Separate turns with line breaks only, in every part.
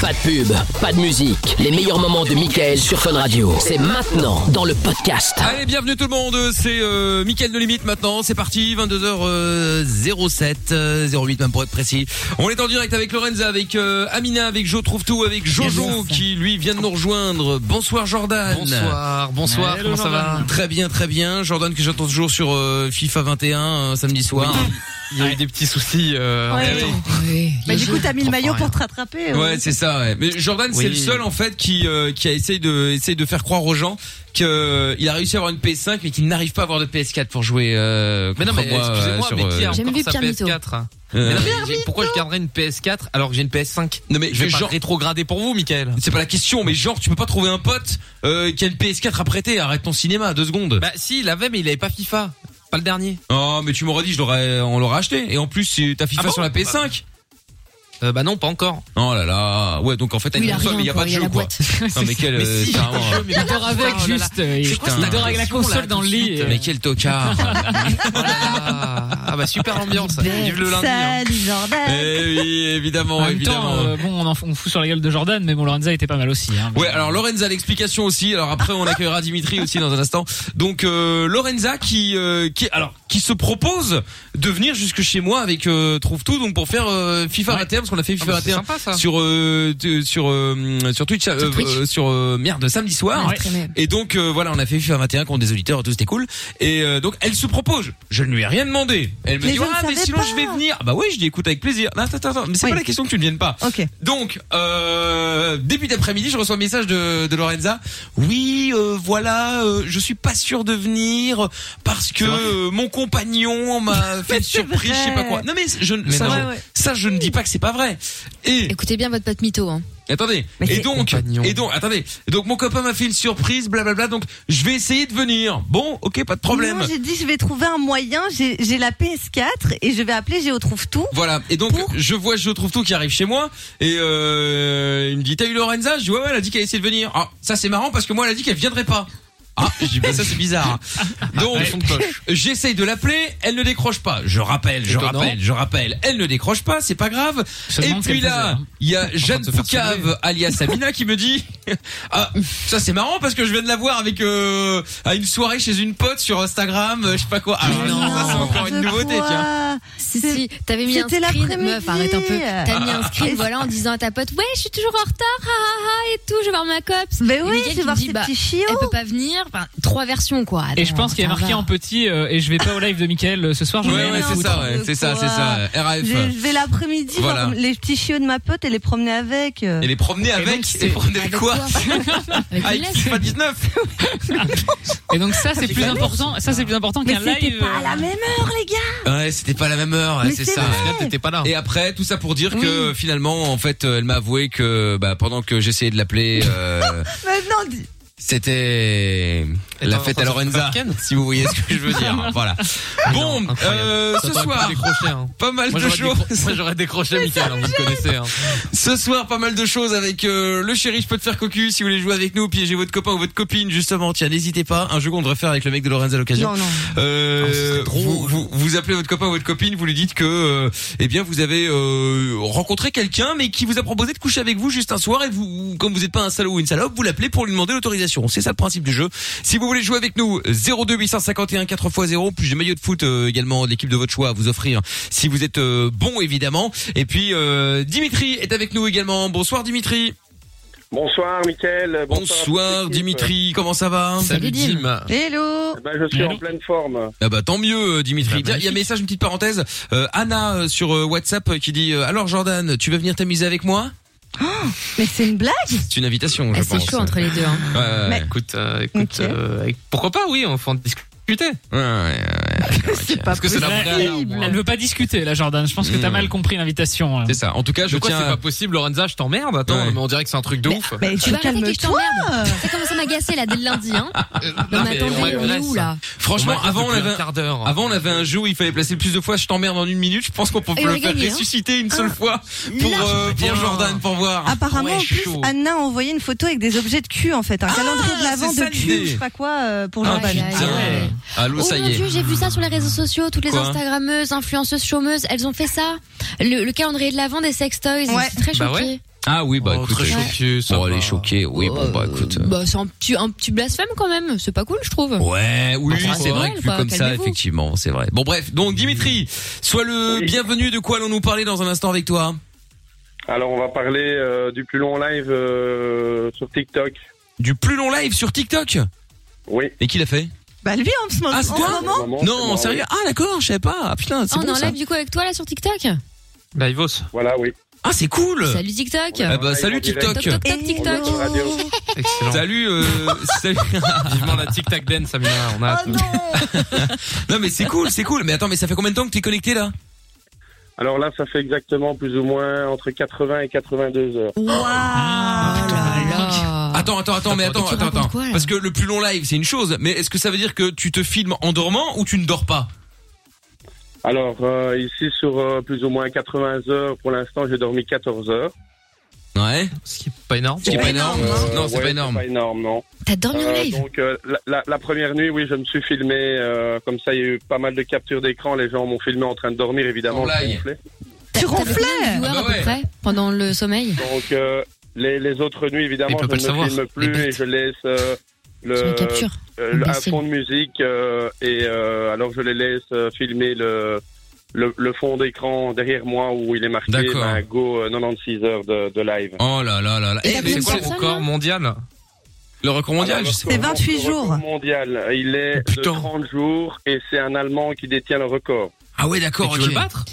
Pas de pub, pas de musique. Les meilleurs moments de Michael sur Fun Radio. C'est maintenant dans le podcast.
Allez, bienvenue tout le monde, c'est euh, Mickaël de Limite maintenant, c'est parti, 22h07, euh, 08 même pour être précis. On est en direct avec Lorenza, avec euh, Amina, avec Jo Trouve Tout, avec Jojo qui lui vient de nous rejoindre. Bonsoir Jordan.
Bonsoir, bonsoir,
Hello,
comment ça va
Jordan. Très bien, très bien. Jordan que j'entends toujours sur euh, FIFA 21 euh, samedi soir.
Il y a eu des petits soucis. euh, en
Ah Ouais.
même temps.
Bah, du coup, t'as mis le
comprends
maillot
rien.
pour te rattraper.
Ah Ouais,
ouais.
c'est ça. ouais. Mais Jordan, c'est
Oui.
le seul en fait qui euh, qui a essayé de essayer de faire croire aux gens que il a réussi à avoir une PS5 mais qu'il n'arrive pas à avoir de PS4 pour jouer. Euh,
Mais non, mais
contre moi, euh,
excusez-moi,
sur,
mais qui a
euh,
Jamais
encore
vu
sa
Pierre Mito.
PS4 hein
euh,
Mais non, mais j'ai- Pourquoi je garderais une PS4 alors que j'ai une PS5
non, mais
Je vais pas
genre
rétrograder pour vous, Michael.
c'est pas la question, mais genre tu peux pas trouver un pote euh, qui a une PS4 à prêter. Arrête ton cinéma deux secondes.
Bah si, il avait, mais il avait pas FIFA. Pas le dernier.
Oh mais tu m'aurais dit je l'aurais on l'aurait acheté et en plus c'est- t'as FIFA
Ah bon
sur la PS5.
Euh, bah non, pas encore.
Oh là là. Ouais donc en fait t'as
Oui,
une
il a
console
rien
mais y a
encore,
pas de
il y a
jeu
la
quoi.
boîte.
Non mais quel
Mais
euh,
si,
carrément,
j'ai un jeu, mais
Il dort avec
Oh là là.
juste. euh,
C'est
il
quoi cette
il dort avec la
agression, là,
console dans
tout
le
de
lit.
suite,
euh.
mais quel tocard.
Ah, ah bah super ambiance. Vive le lundi. hein.
Salut Jordan.
Eh oui, évidemment,
En même
évidemment.
temps, euh, bon, on, en, on fout sur la gueule de Jordan, mais bon, Lorenza était pas mal aussi. Hein.
Ouais, alors Lorenza l'explication aussi. Alors après on accueillera Dimitri aussi dans un instant. Donc euh, Lorenza qui euh, qui alors qui se propose de venir jusque chez moi avec euh, trouve tout donc pour faire euh, FIFA 21 parce qu'on a fait
Ah
FIFA
bah, C'est
21
sympa ça.
sur euh, t- sur euh, sur Twitch euh,
Twitch.
euh, sur euh, merde samedi soir.
Ouais.
Et donc euh, voilà, on a fait FIFA 21 contre des auditeurs, et tout c'était cool. Et euh, donc elle se propose. Je ne lui ai rien demandé. Elle me
Mais
dit
je ne
ah mais
savais
sinon
pas.
je vais venir. Ah Bah oui, je dis écoute avec plaisir. Non, attends attends, attends, mais c'est
Oui.
pas la question que tu ne viennes pas.
Ok.
Donc, euh, début d'après-midi, je reçois un message de, de Lorenza. Oui, euh, voilà, euh, je suis pas sûr de venir parce que euh, mon compagnon m'a fait une surprise, je sais pas quoi. Non mais je, ne-
Mais
ça,
non.
je,
Ouais,
ça, je ne dis pas que c'est pas vrai. Et
Écoutez bien votre pâte mytho. Hein.
attendez,
Mais
et
c'est-
donc,
Compagnon.
et donc, attendez, Et donc mon copain m'a fait une surprise, blablabla. donc je vais essayer de venir. Bon, ok, pas de problème.
Non, j'ai dit, je vais trouver un moyen. J'ai j'ai la PS4 et je vais appeler Géo Trouve Tout.
Voilà. Et donc,
Pour
je vois Je trouve tout qui arrive chez moi et euh, il me dit "T'as eu Lorenza Je dis "Ouais, ouais, elle a dit qu'elle essayait de venir." Ah, ça c'est marrant parce que moi elle a dit qu'elle viendrait pas. Ah, je dis, bah, ça c'est bizarre. Donc,
Ouais. Son de poche.
j'essaye de l'appeler, elle ne décroche pas. Je rappelle, je
Étonnant.
rappelle, je rappelle, elle ne décroche pas, c'est pas grave.
Je me
Et
demande ce
puis
qu'elle faisait,
là,
hein.
il y a
train
Jeanne
de se faire
Poucave,
sauver.
alias Amina, qui me dit Ah, ça c'est marrant parce que je viens de la voir avec euh, à une soirée chez une pote sur Instagram, euh, je sais pas quoi. Ah, ça c'est encore une
de
nouveauté,
quoi
tiens.
Si,
C'est-
si, t'avais mis un
c'était
screen,
l'après-midi.
meuf, arrête un peu. T'as mis un screen, voilà, en disant à ta pote, ouais, je suis toujours en retard, ha ha ha, et tout, je vais voir ma copse.
Mais
Le
oui,
gars
je
qui
vais voir
dit,
ces
bah,
petits chiots.
Elle peut pas venir, enfin, trois versions, quoi.
Et je pense qu'il y a marqué en petit, euh, et je vais pas au live de Michael euh, ce soir, je vais
Ouais,
Mais
ouais,
aller
c'est
non,
ça, ouais,
de
c'est ça,
quoi
c'est ça. RAF.
Je je vais l'après-midi
Voilà.
voir les petits chiots de ma pote et les promener avec. euh.
Et les promener avec,
donc,
et promener avec
Avec
quoi Ah,
Avec une
Avec
laisse.
FIFA 19
Et donc ça, Ah, c'est plus important, ça c'est plus important
Mais
qu'un
c'était
live.
pas à la
euh,
même heure, les gars.
Ouais, c'était pas la même heure, ouais,
Mais
c'est
c'est
ça.
vrai.
Là, t'étais pas là.
Et après, tout ça pour dire que finalement, en fait, euh, elle m'a avoué que bah, pendant que j'essayais de l'appeler, euh,
Maintenant, dis-
c'était
Et
la
t'es en
fête
train
à
de faire
Lorenza,
Falcon
si vous voyez ce que je veux dire. Voilà. Bon,
Ah, Non, incroyable.
euh, ce
Ça t'aurait
soir,
pas décroché, hein.
pas mal
Moi
de
j'aurais
choses.
décro- moi, j'aurais décroché, Michael, hein, vous me connaissez. hein.
Ce soir, pas mal de choses avec euh, le chéri, je peux te faire cocu. Si vous voulez jouer avec nous, piéger votre copain ou votre copine, justement, tiens, n'hésitez pas. Un jeu qu'on devrait faire avec le mec de Lorenza à l'occasion.
non, non.
Euh,
Oh, ce serait drôle.
vous, vous, vous appelez votre copain ou votre copine, vous lui dites que euh, eh bien vous avez euh, rencontré quelqu'un mais qui vous a proposé de coucher avec vous juste un soir et vous comme vous n'êtes pas un salaud ou une salope, vous l'appelez pour lui demander l'autorisation. C'est ça le principe du jeu. Si vous voulez jouer avec nous 02 851 4x0 plus des maillots de foot euh, également de l'équipe de votre choix à vous offrir si vous êtes euh, bon évidemment. Et puis euh, Dimitri est avec nous également. Bonsoir Dimitri.
Bonsoir, Mickaël.
Bonsoir,
à toute l'équipe.
Dimitri, comment ça va
Salut Dim.
Hello.
Eh ben, je suis
Allô
en pleine forme.
Ah bah tant mieux euh, Dimitri.
Bah,
Tiens, il y a un
magnifique.
message une petite parenthèse. Euh, Anna euh, sur euh, WhatsApp euh, qui dit euh, alors Jordan, tu veux venir t'amuser avec moi
Mais c'est une blague.
C'est une invitation,
Ah,
je
C'est
pense.
chaud entre les deux, hein.
Ah,
Ouais, ouais,
Mais-
Écoute, euh, écoute,
Ok.
euh, avec- pourquoi pas, oui, on faut en discuter.
ouais, ouais, ouais, ouais.
C'est pas
Parce que c'est la
possible.
vraie. Anna, au moins.
Elle veut pas discuter, là, Jordan. Je pense que t'as
Mm.
mal compris l'invitation. euh.
hein, C'est ça. En tout cas, je
De quoi
tiens.
c'est pas possible, Lorenza, je t'emmerde. Attends,
Ouais.
mais on dirait que c'est un truc de ouf.
Mais
Tu
tu
vas arrêter que je
calmes-toi.
t'emmerde. Ça commence à m'agacer, là, dès le lundi, hein.
Ah,
Non,
Non, mais
mais on
attendez, on est
hein.
m'agresse.
où, là
Franchement,
m'agresse
avant on
depuis
avait
un quart d'heure.
avant on avait un jeu où il fallait placer le plus de fois je t'emmerde en une minute. Je pense qu'on peut
Et
le
on a
faire
gagné, hein.
ressusciter une seule fois pour euh, pour
bien.
Jordan pour voir.
Ah,
Apparemment,
Ouais,
en
je suis
plus,
chaud.
Anna a envoyé une photo avec des objets de cul, en fait. Un calendrier de l'avant
c'est ça
de
l'idée.
cul, ou je sais pas quoi, euh, pour
Ah,
Jordan.
Aïe, aïe,
putain.
aïe.
Allô,
Oh
ça
mon
y est.
dieu, j'ai vu ça sur les réseaux sociaux, toutes les
Quoi
Instagrammeuses, influenceuses, chômeuses, elles ont fait ça. Le, le calendrier de la vente des sex toys,
Ouais.
je suis très
Bah
choquée.
Ah oui, bah
Oh,
écoute.
très
euh,
choqué, ça
oh,
va.
elle est choquée. Oui, bon, bah écoute. euh,
Bah, c'est un petit, un petit blasphème quand même. C'est pas cool, je trouve.
Ouais, oui,
Enfin,
c'est vrai
Noël,
que vu
quoi,
comme ça,
calmez-vous.
effectivement, c'est vrai. Bon, bref, donc Dimitri, sois le bienvenu. De quoi allons-nous parler dans un instant avec toi
Alors, on va parler euh, du plus long live euh, sur TikTok.
Du plus long live sur TikTok
Oui.
Et qui l'a fait
Bah lui en ce moment.
Ah, c'est toi
en ce moment,
Maman, c'est
Non,
moi,
sérieux
oui.
Ah, d'accord, je savais pas. Ah, putain, c'est
Ah, on
bon,
est en
ça.
live du coup avec toi là sur TikTok.
Livos.
Voilà, oui.
Ah, c'est cool.
Salut TikTok.
Eh ben,
Ouais,
salut
en direct.
TikTok.
Toc toc toc
Et-
TikTok.
Sur Radio.
Excellent.
Salut, euh, salut.
Vivement la Tic Tac Den, Samina. On a
Ah,
hâte.
Oh non
Non mais c'est cool, c'est cool. Mais attends, mais ça fait combien de temps que t'es connecté là
Alors là, ça fait exactement plus ou moins entre 80 et 82 heures.
Waouh
Ah Voilà.
Attends, attends, attends, Ah. mais attends,
tu
attends,
racontes
attends.
quoi, là
Parce que le plus long live, c'est une chose. Mais est-ce que ça veut dire que tu te filmes en dormant ou tu ne dors pas
Alors, euh, ici, sur euh, plus ou moins 80 heures, pour l'instant, j'ai dormi 14 heures.
Ouais.
Ce qui est pas énorme.
Ce qui est pas énorme.
Euh,
Non, c'est
ouais,
pas énorme.
pas énorme, non.
T'as dormi en
Euh,
live.
donc euh, la, la- la première nuit, oui, je me suis filmé. euh, comme ça, il y a eu pas mal de captures d'écran. Les gens m'ont filmé en train de dormir, évidemment.
Oh,
je
blague.
ronflais.
Tu
T'as fait
ronfles
combien de viewers
Ah bah
à
ouais.
peu près pendant le sommeil.
Donc euh, les, les autres nuits, évidemment,
Il peut
je
pas
ne
le savoir,
me filme
les
plus et
bêtes.
je laisse euh, le,
Sur une capture.
euh, le- un
imbécile.
fond de musique euh, et euh, alors je les laisse euh, filmer le. Le, le fond d'écran derrière moi où il est marqué
D'accord.
ben, Go euh, 96 heures de, de live.
Oh là là là là.
Et
Eh,
t'as
mais
C'est
combien
c'est
quoi
quoi
de
le
personnes,
record
là
mondial
le record mondial
Alors,
je sais.
le
C'est 28
record
jours.
mondial, il est de
Putain.
30 jours et c'est un Allemand qui détient le record.
Ah ouais, d'accord.
Et tu veux
ok.
le battre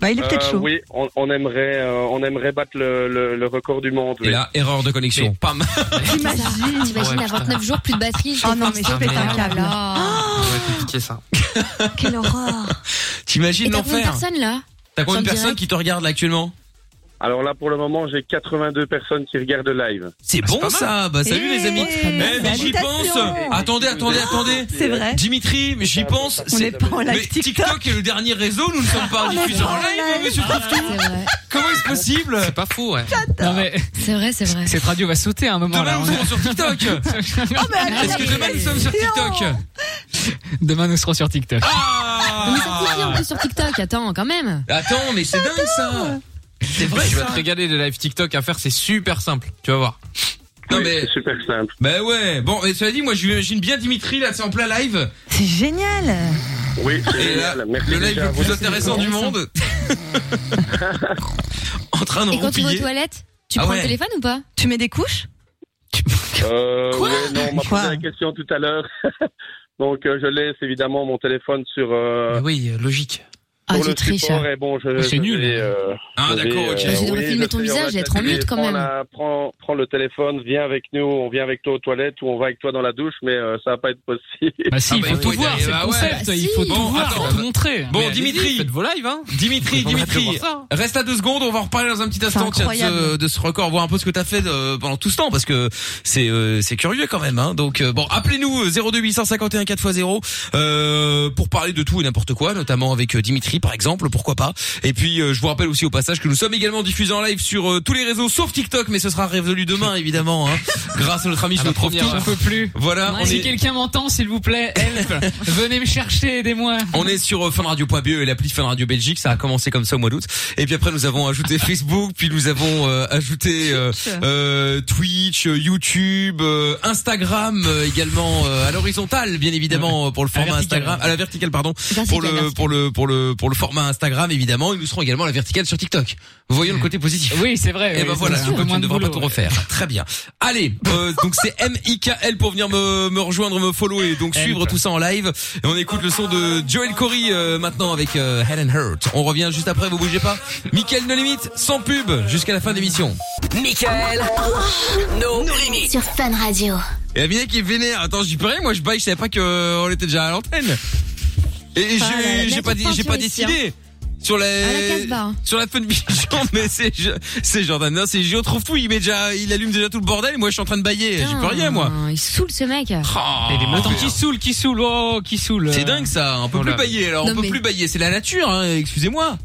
Bah il est peut-être
Euh,
chaud.
Oui, on, on aimerait, euh, on aimerait battre le, le- le record du monde.
Et
oui.
là, erreur de connexion.
Mais-
Pam.
T'imagines T'imagines
Ouais,
à 29 jours, plus de batterie. je
Oh
t'ai
non,
fait
mais
un
je pète
câble.
un câble. hein.
Ah.
Ouais, compliqué ça.
Oh, Quelle horreur
Et
T'imagines
t'as combien de
l'enfer
personnes là
T'as combien de
Sans
personnes
direct.
qui te regardent là actuellement
Alors là, pour le moment, j'ai 82 personnes qui regardent le live.
C'est bon ça. Bah salut les amis.
Eh,
Eh mais j'y pense.
salutations.
Attendez, attendez, attendez.
C'est vrai
Dimitri, mais j'y pense,
On
c'est
n'est pas en
mais
live TikTok.
TikTok est le dernier réseau, nous ne sommes pas
On est
diffusés en
pas en
live,
live.
monsieur Trouve-Tout.
C'est vrai,
Comment est-ce possible
C'est pas faux, ouais.
Non mais
c'est vrai, c'est vrai.
cette radio va sauter à un moment
Demain
là.
nous serons sur TikTok.
Oh mais elle
Est-ce
a
que demain nous sommes sur TikTok
Demain nous serons sur TikTok.
On est sorti en
Ah
plus sur TikTok, attends, quand même.
Attends, mais c'est dingue ça. C'est vrai.
Tu vas
ça.
te régaler les lives TikTok à faire, c'est super simple. Tu vas voir.
Non
Oui,
mais
C'est super simple.
bah ouais. Bon, et cela dit, moi j'imagine bien Dimitri là, c'est en plein live.
C'est génial
Oui, c'est
Et là,
génial. Merci
le live
déjà à
le
vous.
plus intéressant du monde. en train de
Et quand tu vas aux
roupiller.
toilettes, tu
Ah
prends
ouais.
le téléphone ou pas
Tu mets des couches
Euh, ouais, non, on m'a
Quoi
posé la question tout à l'heure. Donc, euh, je laisse évidemment mon téléphone sur, euh,
oui, logique.
Ah,
sur
tu
le
triches.
support. Et bon, je,
c'est
je
nul.
vais, euh,
Ah
je vais,
d'accord,
euh,
ok.
Je vais
oui,
filmer ton
sais, on
visage
va
et être en
t'appeler.
mute, quand
Prends
même.
la- prends, prends le téléphone, viens avec nous, on vient avec toi aux toilettes ou on va avec toi dans la douche, mais euh, ça va pas être possible.
Bah si,
Ah
il
bah,
faut
il
tout
faut y
voir,
aller,
c'est
bah
le
ouais.
concept.
Bah
il
si.
faut tout
Bon,
voir,
attends.
faut tout montrer.
Bon,
Mais
Dimitri.
allez-y, faites vos lives, hein.
Dimitri,
On va
Dimitri,
devoir ça.
reste là deux secondes, on va en reparler dans un petit instant
C'est
tiens, de, ce,
incroyable.
de ce record, voir un peu ce que t'as fait euh, pendant tout ce temps, parce que c'est euh, c'est curieux quand même. Hein. Donc euh, bon, appelez-nous euh, 02851 4x0 euh, pour parler de tout et n'importe quoi, notamment avec euh, Dimitri par exemple, pourquoi pas. Et puis euh, je vous rappelle aussi au passage que nous sommes également diffusés en live sur euh, tous les réseaux sauf TikTok, mais ce sera résolu demain évidemment, hein, grâce à notre ami
À
je
la
le trouve
première
tout.
heure.
J'en peux plus.
Voilà, on
si
est,
quelqu'un m'entend, s'il vous plaît, help. Venez me chercher, aidez-moi.
on est sur euh, funradio.be et l'appli Fun Radio Belgique, ça a commencé comme ça au mois d'août. Et puis après nous avons ajouté Facebook, puis nous avons euh, ajouté euh, euh, Twitch, euh, YouTube, euh, Instagram euh, également euh, à l'horizontale bien évidemment euh, pour le
À la
format
verticale.
Instagram, à la verticale pardon,
Grâce
pour
Ah, à la
le pour le pour le pour le format Instagram évidemment et nous serons également à la verticale sur TikTok. Voyons le côté positif.
Oui, c'est vrai.
Et
oui,
ben
c'est
voilà,
sûr,
donc
un peu
tu
moins
ne
de
devras pas
boulot,
tout
ouais.
refaire. Très bien. Allez, euh, donc c'est M-I-K-L pour venir me, me rejoindre, me follow et donc
Help.
suivre tout ça en live. Et on écoute le son de Joel Corey euh, maintenant avec euh, Helen Hurt. On revient juste après, vous bougez pas. Michael No Limite, sans pub, jusqu'à la fin de l'émission.
Michael, nos limites.
Sur Fun Radio.
Et Amina qui est vénère. Attends, j'y peux rien, moi je baille, je savais pas que euh, on était déjà à l'antenne. Et
Ah là là,
j'ai j'ai
la
pas, dit-
petite
j'ai pas
peinture ici, hein.
décidé. Sur la,
la Casbah.
sur la fun Vision, mais c'est, Jo- c'est Jordan, Non, c'est Gio trouve tout, il met déjà, il allume déjà tout le bordel, et moi je suis en train de bailler, j'y peux rien, moi.
Putain, Il saoule ce mec.
Ah.
Et les mots
Attends, qui saoule, qui saoule, oh, qui saoule.
C'est dingue ça, on peut
Oh
plus
là.
bailler alors, on
Non,
peut
mais-
plus bailler, c'est la nature, hein, excusez-moi.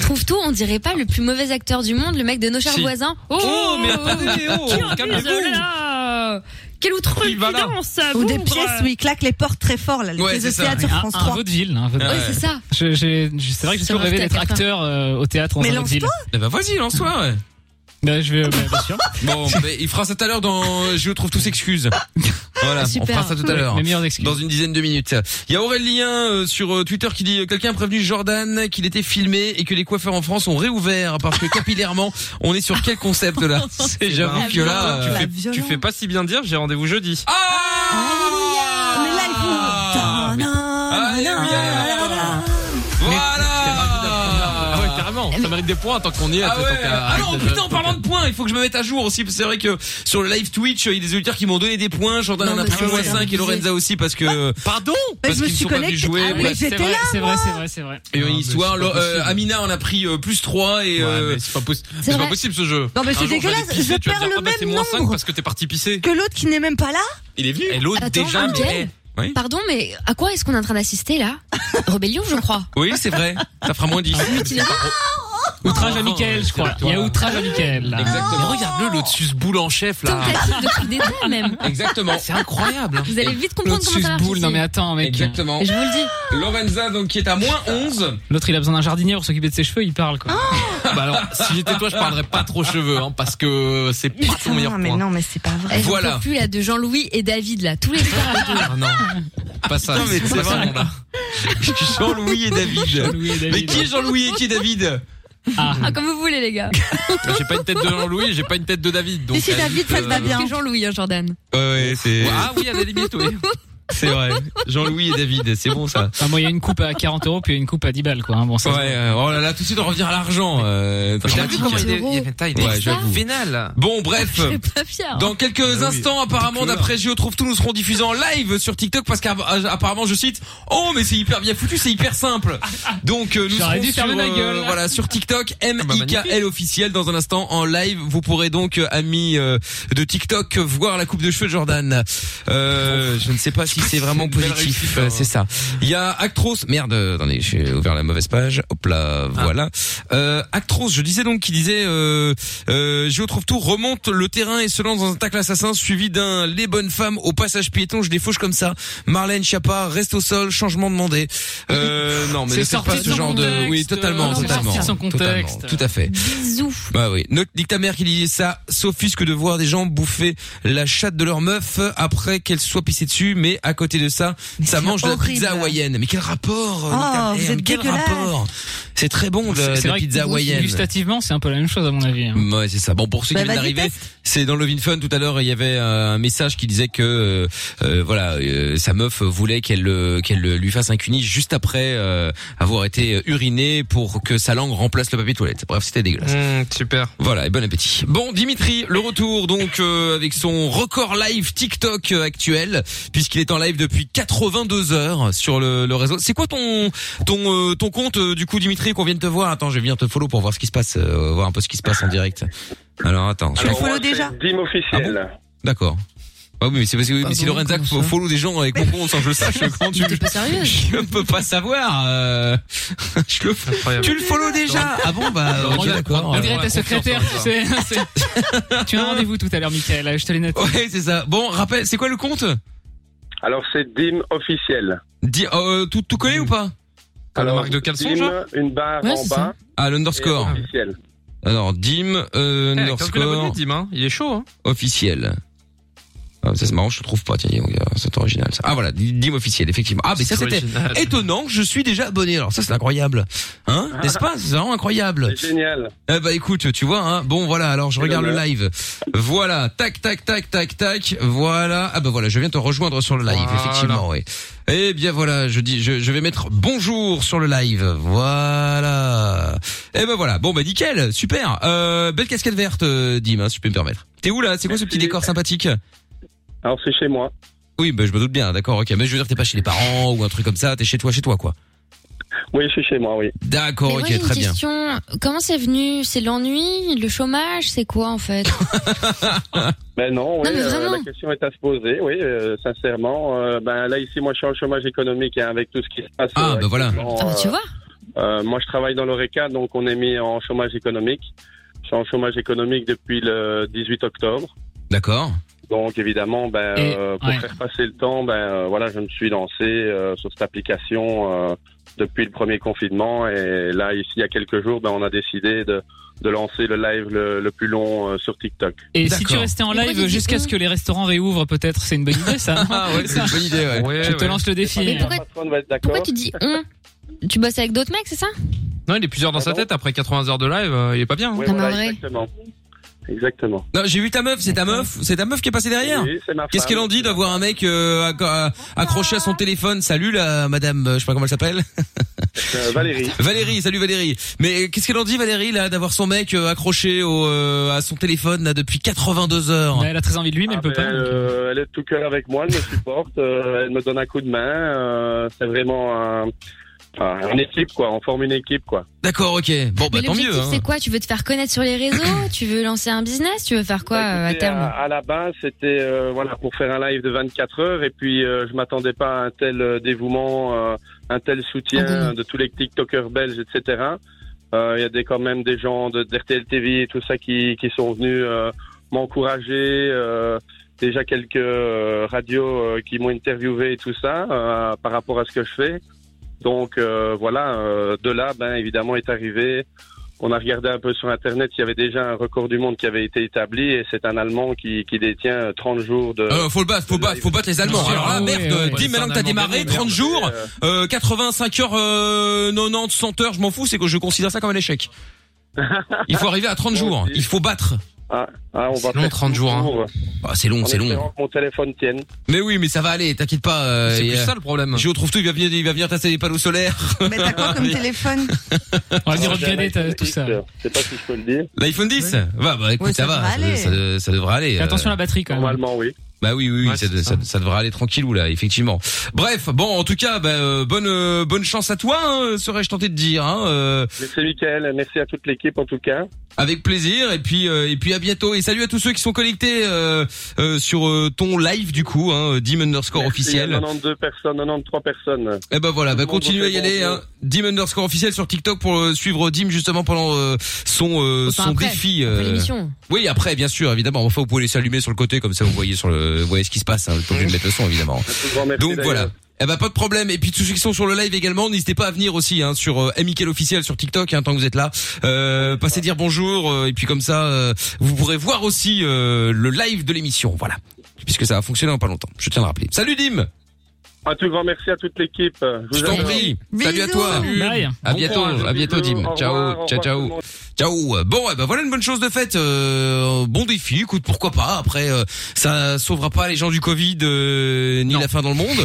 Trouve tout, on dirait pas le plus mauvais acteur du monde, le mec de nos chers
Si.
voisins. Oh,
attendez, oh,
Qui abuse, là euh, quelle outrepudence à
Ou des
vendre.
pièces où il claque les portes très fort, là, les
Ouais,
pièces de
c'est ça.
théâtre sur
Ah,
Un-
France
un
3.
Votre ville, hein, votre-
Ouais, c'est ça.
Je- j'ai- je- C'est vrai que j'ai
C'est un
toujours rêvé
rêve
d'être
à quelqu'un.
acteur euh, au théâtre en
Mais
ville.
lance-toi. Eh ben, vas-y, lance-toi, ouais.
Bah, je vais, euh, bah, bien sûr.
Bon, mais il fera ça tout à l'heure dans Je trouve tous excuses.
Ah,
Voilà, on
Super.
fera ça tout à l'heure.
Les meilleures excuses.
Dans une dizaine de minutes. Il y a Aurélien euh, sur euh, Twitter qui dit euh, quelqu'un a prévenu Jordan qu'il était filmé et que les coiffeurs en France ont réouvert parce que capillairement, on est sur quel concept là C'est j'avoue que là
tu,
euh,
fais, tu fais pas si bien dire, j'ai rendez-vous jeudi.
Ah
Mais là, il faut- Ta-na-na-na-na-na.
Ah ouais, carrément, ça mérite des points tant qu'on y est. Ah,
tu sais, tant
ouais,
qu'à-
ah non, putain, en parlant de points, il faut que je me mette à jour aussi. parce que C'est vrai que sur le live Twitch, il y a des auditeurs qui m'ont donné des points. Jordan
Non,
en a
mais
pris
c'est
moins
vrai. Ah.
5 et Lorenza aussi parce que. Pardon Parce
je me
qu'ils ne
suis
sont pas venus
connectée.
jouer.
Ah, mais
bref.
j'étais C'est vrai, là, c'est vrai, moi. c'est vrai, c'est vrai.
Et
Ah,
il y a une
Non, mais
histoire,
c'est pas
le- euh,
possible.
Amina en a pris euh, plus 3 et. euh,
c'est pas, possi- mais
C'est
c'est pas
vrai.
possible ce jeu.
Non, mais
Un
c'est
jour, vais
dégueulasse,
aller pisser,
je
tu vas
perds
dire,
le
ah, bah, c'est
même
moins 5
nombre.
parce que t'es parti pisser.
Que l'autre qui n'est même pas là
Il est venu. Et l'autre
Attends,
déjà, mais-
Angel,
Oui.
Pardon, mais à quoi est-ce qu'on est en train d'assister là Rébellion, je crois.
Oui, c'est vrai. Ça fera moins 10.
Outrage à Michael, je crois. Il y a outrage à Michael. là.
Exactement. regarde-le, l'autre sus boule en chef là.
Tentative de coup d'État, même.
Ah.
Ah,
Exactement. C'est incroyable.
Vous allez vite comprendre
L'autre
comment ça
suce
marche.
boule,
ici.
non mais attends mec.
Exactement.
Je vous le dis.
Lorenza donc qui est à moins 11.
L'autre il a besoin d'un jardinier pour s'occuper de ses cheveux, il parle quoi.
Bah alors, si j'étais toi, je parlerais pas trop cheveux, hein, parce que c'est pas ton meilleur
Non, mais
point.
non, mais c'est pas vrai.
Eh, j'en
Voilà.
peux plus là de Jean-Louis et David là, tous les deux.
Ah non, pas ça.
Non, mais
pas
c'est
ça,
vrai.
mon gars.
Jean-Louis et David. Mais qui est Jean-Louis et qui est David
Ah.
comme vous voulez les gars.
J'ai pas une tête de Jean-Louis, j'ai pas une tête de David. Donc,
Si c'est
à la
David,
limite,
ça te va
euh,
bien.
Bah,
Jean-Louis, hein, Jordan.
Ouais, c'est.
Ah oui, à la limite, oui.
C'est vrai. Jean-Louis et David, c'est bon ça.
Enfin, moi, il y a une coupe à 40 euros, puis il y a une coupe à 10 balles, quoi. hein. Bon, ça,
Ouais, euh, oh là là, tout de suite on revient à l'argent. Euh,
Mais t'as vu comment il est- il est- il est-
Ouais, j'avoue.
vénal.
Bon, bref.
Je suis pas fier.
Dans quelques
Ah
instants, apparemment, d'après Géo Trouve Tout, nous serons diffusés en live sur TikTok parce qu'apparemment, je cite, oh, mais c'est hyper bien foutu, c'est hyper simple. Donc, euh, nous
J'aurais
serons
dû
sur,
fermer ma
euh,
gueule. Ah, bah,
voilà, sur TikTok, M-I-K-L officiel, dans un instant, en live. Vous pourrez donc, euh, amis euh, de TikTok, voir la coupe de cheveux de Jordan. Euh, je ne sais pas si c'est vraiment
belle
positif,
réussite, hein.
euh, c'est ça. Il y a Actros, merde, euh, attendez, j'ai ouvert la mauvaise page, hop là,
Ah.
voilà. Euh, Actros, je disais donc, qui disait, euh, euh, Géo trouve tout, remonte le terrain et se lance dans un tacle assassin suivi d'un Les Bonnes Femmes au passage piéton, je les fauche comme ça. Marlène Chapa, reste au sol, changement demandé. Euh, non, mais
C'est
ne faites
sorti
pas
de
ce
son
genre de...
contexte,
Oui,
euh,
totalement,
c'est
totalement.
sorti de son
totalement,
contexte.
Tout à fait.
Bisous.
Bah oui. Note, nique ta mère qui dit ça s'offusque de voir des gens bouffer la chatte de leur meuf après qu'elle soit pissée dessus, mais à côté de ça, ça
c'est
mange de la
horrible.
pizza hawaïenne. Mais quel rapport euh, nique ta
Oh, vous
mère,
êtes
mais Quel
dégueulasse.
rapport C'est très bon de,
C'est-
de
c'est
la
vrai que
pizza hawaïenne.
Gustativement, c'est un peu la même chose, à mon avis. hein.
Ouais, c'est ça. Bon, pour ceux
Bah,
qui viennent
vas-y,
d'arriver, c'est dans Love in Fun tout à l'heure, il y avait euh, un message qui disait que euh, euh, voilà, euh, sa meuf voulait qu'elle euh, qu'elle euh, lui fasse un cuni juste après euh, avoir été urinée pour que sa langue remplace le papier toilette. Bref, c'était dégueulasse.
Mmh,
super.
Voilà, et bon appétit. Bon, Dimitri, le retour donc euh, avec son record live TikTok euh, actuel, puisqu'il est en live depuis 82 heures sur le, le réseau. C'est quoi ton ton euh, ton compte euh, du coup, Dimitri, qu'on vient de te voir Attends, je vais venir te follow pour voir ce qui se passe, euh, voir un peu ce qui se passe en direct. Alors attends, je-
Alors, moi, c'est Dim officiel.
d'accord. Ah oui, mais c'est parce que si Lorenza faut follow des gens avec mon compte sans que je le sache, comment tu
T'es pas sérieux
Je peux pas savoir. euh, je le tu le follow déjà Ah bon bah
On
ok,
dirait-
d'accord.
On dirait ta
Confiance en
secrétaire, tu
toi.
sais. hein, c'est- Tu as un rendez-vous tout à l'heure, Michael. Je te les note.
Ouais, c'est ça. Bon, rappel, c'est quoi le compte
Alors, c'est Dim officiel.
Di- euh, tout, tout collé ou pas
Alors,
marque de caleçon,
Dim,
genre
une barre
Ouais,
en
c'est
bas.
ça. Ah, l'underscore.
et Officiel.
Alors, Dim, euh,
Eh, calcule l'abonné,
underscore.
Dim, hein. Il est chaud, hein.
Officiel. Ah, ça c'est marrant, je le trouve pas. Tiens, dis donc, euh, c'est original. Ça. Ah voilà, Dim officiel, effectivement. Ah mais ça
C'est
c'était
original.
étonnant. que Je suis déjà abonné. Alors ça c'est incroyable, hein
Ah,
N'est-ce pas C'est vraiment incroyable.
C'est génial.
Eh bah écoute, tu vois, hein, bon voilà, alors je
Et
regarde le
voilà.
live. Voilà, tac, tac, tac, tac, tac, voilà. Ah bah voilà, je viens te rejoindre sur le live,
Voilà.
effectivement, oui. Eh bien voilà, je dis, je, je vais mettre bonjour sur le live, voilà. Eh ben voilà, bon bah nickel, super. Euh, belle casquette verte, euh, Dim, hein, si tu peux me permettre. T'es où là C'est quoi ce petit décor sympathique
Alors, c'est chez moi.
Oui, bah je me doute bien, d'accord, ok. Mais je veux dire, t'es pas chez les parents ou un truc comme ça, t'es chez toi, chez toi, quoi.
Oui, c'est chez moi, oui.
D'accord,
moi,
ok,
j'ai une
très bien.
question. Comment c'est venu C'est l'ennui Le chômage C'est quoi en fait
Oh.
Ben non,
Non,
oui,
mais
euh,
vraiment.
la question est à se poser, oui, euh, sincèrement. Euh, ben là, ici, moi, je suis en chômage économique hein, avec tout ce qui se passe.
Ah,
euh,
ben voilà.
actuellement,
Ah, bah, tu
euh,
vois
euh, moi, je travaille dans l'ORECA, donc on est mis en chômage économique. Je suis en chômage économique depuis le 18 octobre.
D'accord.
Donc évidemment, ben,
Et-
euh, pour
ouais.
faire passer le temps, ben euh, voilà, je me suis lancé euh, sur cette application euh, depuis le premier confinement. Et là, ici, il y a quelques jours, ben, on a décidé de, de lancer le live le, le plus long euh, sur TikTok.
Et si tu restais en
Mais moi, j'ai
live
dit
jusqu'à ce
oui.
que les restaurants réouvrent, peut-être, c'est une bonne idée, ça.
Ah ouais, c'est une bonne idée, ouais.
Je te lance le défi.
Mais pourquoi-
La patronne va être d'accord.
Pourquoi
Oh.
tu dis on Tu bosses avec d'autres mecs, c'est ça
Non, il est plusieurs dans sa tête après 80 heures de live, euh, il est pas bien. hein.
Oui,
Ah, mais en
voilà,
vrai.
exactement. Exactement.
Non, j'ai vu ta meuf, c'est ta meuf, c'est ta meuf qui est passée derrière.
Bah Oui, c'est ma
Qu'est-ce
femme.
qu'elle en dit d'avoir un mec euh, acc- euh, accroché à son téléphone Salut la madame, euh, je sais pas comment elle s'appelle.
Euh, Valérie.
Valérie, salut Valérie. Mais euh, qu'est-ce qu'elle en dit Valérie là d'avoir son mec euh, accroché au, euh, à son téléphone là depuis 82 heures
Ouais, Elle a très envie de lui, mais
Ah,
elle peut
ben,
pas. donc, euh,
euh, elle est de tout cœur avec moi, elle me supporte, euh, elle me donne un coup de main. euh, c'est vraiment un, un- une équipe, quoi. On forme une équipe, quoi.
D'accord, ok. Bon bah
Mais
tant
l'objectif,
mieux. hein.
c'est quoi Tu veux te faire connaître sur les réseaux Tu veux lancer un business Tu veux faire quoi
Bah,
euh, à
écoutez,
terme
à, à la base, c'était euh, voilà pour faire un live de 24 heures et puis euh, je m'attendais pas à un tel euh, dévouement, euh, un tel soutien
Ah, bon.
de tous les TikTokers belges, etc. Euh, Il y a des, quand même des gens de, d'RTL TV et tout ça qui, qui sont venus euh, m'encourager. euh, déjà quelques euh, radios euh, qui m'ont interviewé et tout ça euh, par rapport à ce que je fais. Donc euh, voilà, euh, de là, ben évidemment est arrivé. On a regardé un peu sur internet, il y avait déjà un record du monde qui avait été établi et c'est un Allemand qui, qui détient 30 jours de.
Euh, faut le battre, faut battre, faut battre les Allemands.
Ouais,
Alors là,
ouais,
merde,
ouais, ouais.
dis maintenant que t'as démarré 30 jours,
Euh,
euh, 85 heures, euh, 90, 100 heures, je m'en fous, c'est que je considère ça comme un échec. Il faut arriver à 30 jours, il faut battre.
ah, ah, on va
C'est long,
faire
30 jours, hein.
court,
Bah, c'est long,
en
c'est long.
espérant que mon téléphone tienne.
Mais oui, mais ça va aller, t'inquiète pas. Euh,
C'est
et,
plus
euh,
ça le problème.
Gio trouve tout, il va venir, il va venir tasser les panneaux solaires.
Mais t'as quoi comme téléphone
On va dire
Alors, j'ai un
regarder t'as-
iPhone
tout ça.
X, Ah, euh, Je sais pas si je peux le dire.
L'iPhone 10 Bah, bah écoute,
Ouais,
ça,
ça
va,
devrait
ça, ça- ça devrait aller.
Fais
euh,
attention à la batterie quand même.
Normalement, oui.
Bah oui, oui, oui,
Ouais,
ça,
c'est
de-
ça.
ça- ça devrait aller tranquillou là, effectivement. Bref, bon, en tout cas, bah, euh, bonne euh, bonne chance à toi, hein, serais-je tenté de dire. Hein, euh,
Mais C'est Michael, merci à toute l'équipe en tout cas.
Avec plaisir et puis euh, et puis à bientôt et salut à tous ceux qui sont connectés euh, euh, sur euh, ton live du coup hein, Dim underscore
Merci à
officiel.
92 personnes, 93 personnes.
Et ben voilà, bah
Tout le monde
continuez à y
vous fait
aller.
bonjour.
Hein. Dim underscore officiel sur TikTok pour euh, suivre Dim justement pendant euh, son euh,
Enfin,
son
après,
défi.
Après
euh,
l'émission.
Oui après bien sûr évidemment. Enfin vous pouvez laisser allumer sur le côté comme ça vous voyez sur le vous voyez ce qui se passe. Hein, vous êtes pas obligé de mettre le son évidemment.
Un tout grand merci,
Donc
d'ailleurs.
voilà. Eh ben pas de problème. Et puis tous ceux qui sont sur le live également, n'hésitez pas à venir aussi hein, sur euh, Amical officiel sur TikTok hein, tant que vous êtes là. Euh, passez dire bonjour euh, et puis comme ça euh, vous pourrez voir aussi euh, le live de l'émission. Voilà. Puisque ça va fonctionner en pas longtemps. Je tiens à le rappeler. Salut Dim.
Un tout grand merci à toute l'équipe. vous
Je t'en
adore.
prie. Salut à
Bisous.
toi.
Bye.
À
Bon
bientôt.
courage,
à bientôt
Bisous,
Dim.
au
ciao.
revoir,
ciao
au revoir tout le
ciao.
monde.
Ciao. Bon, eh ben voilà une bonne chose de faite. Euh, bon défi. Écoute, pourquoi pas. Après, euh, ça sauvera pas les gens du Covid euh, ni la fin dans le monde,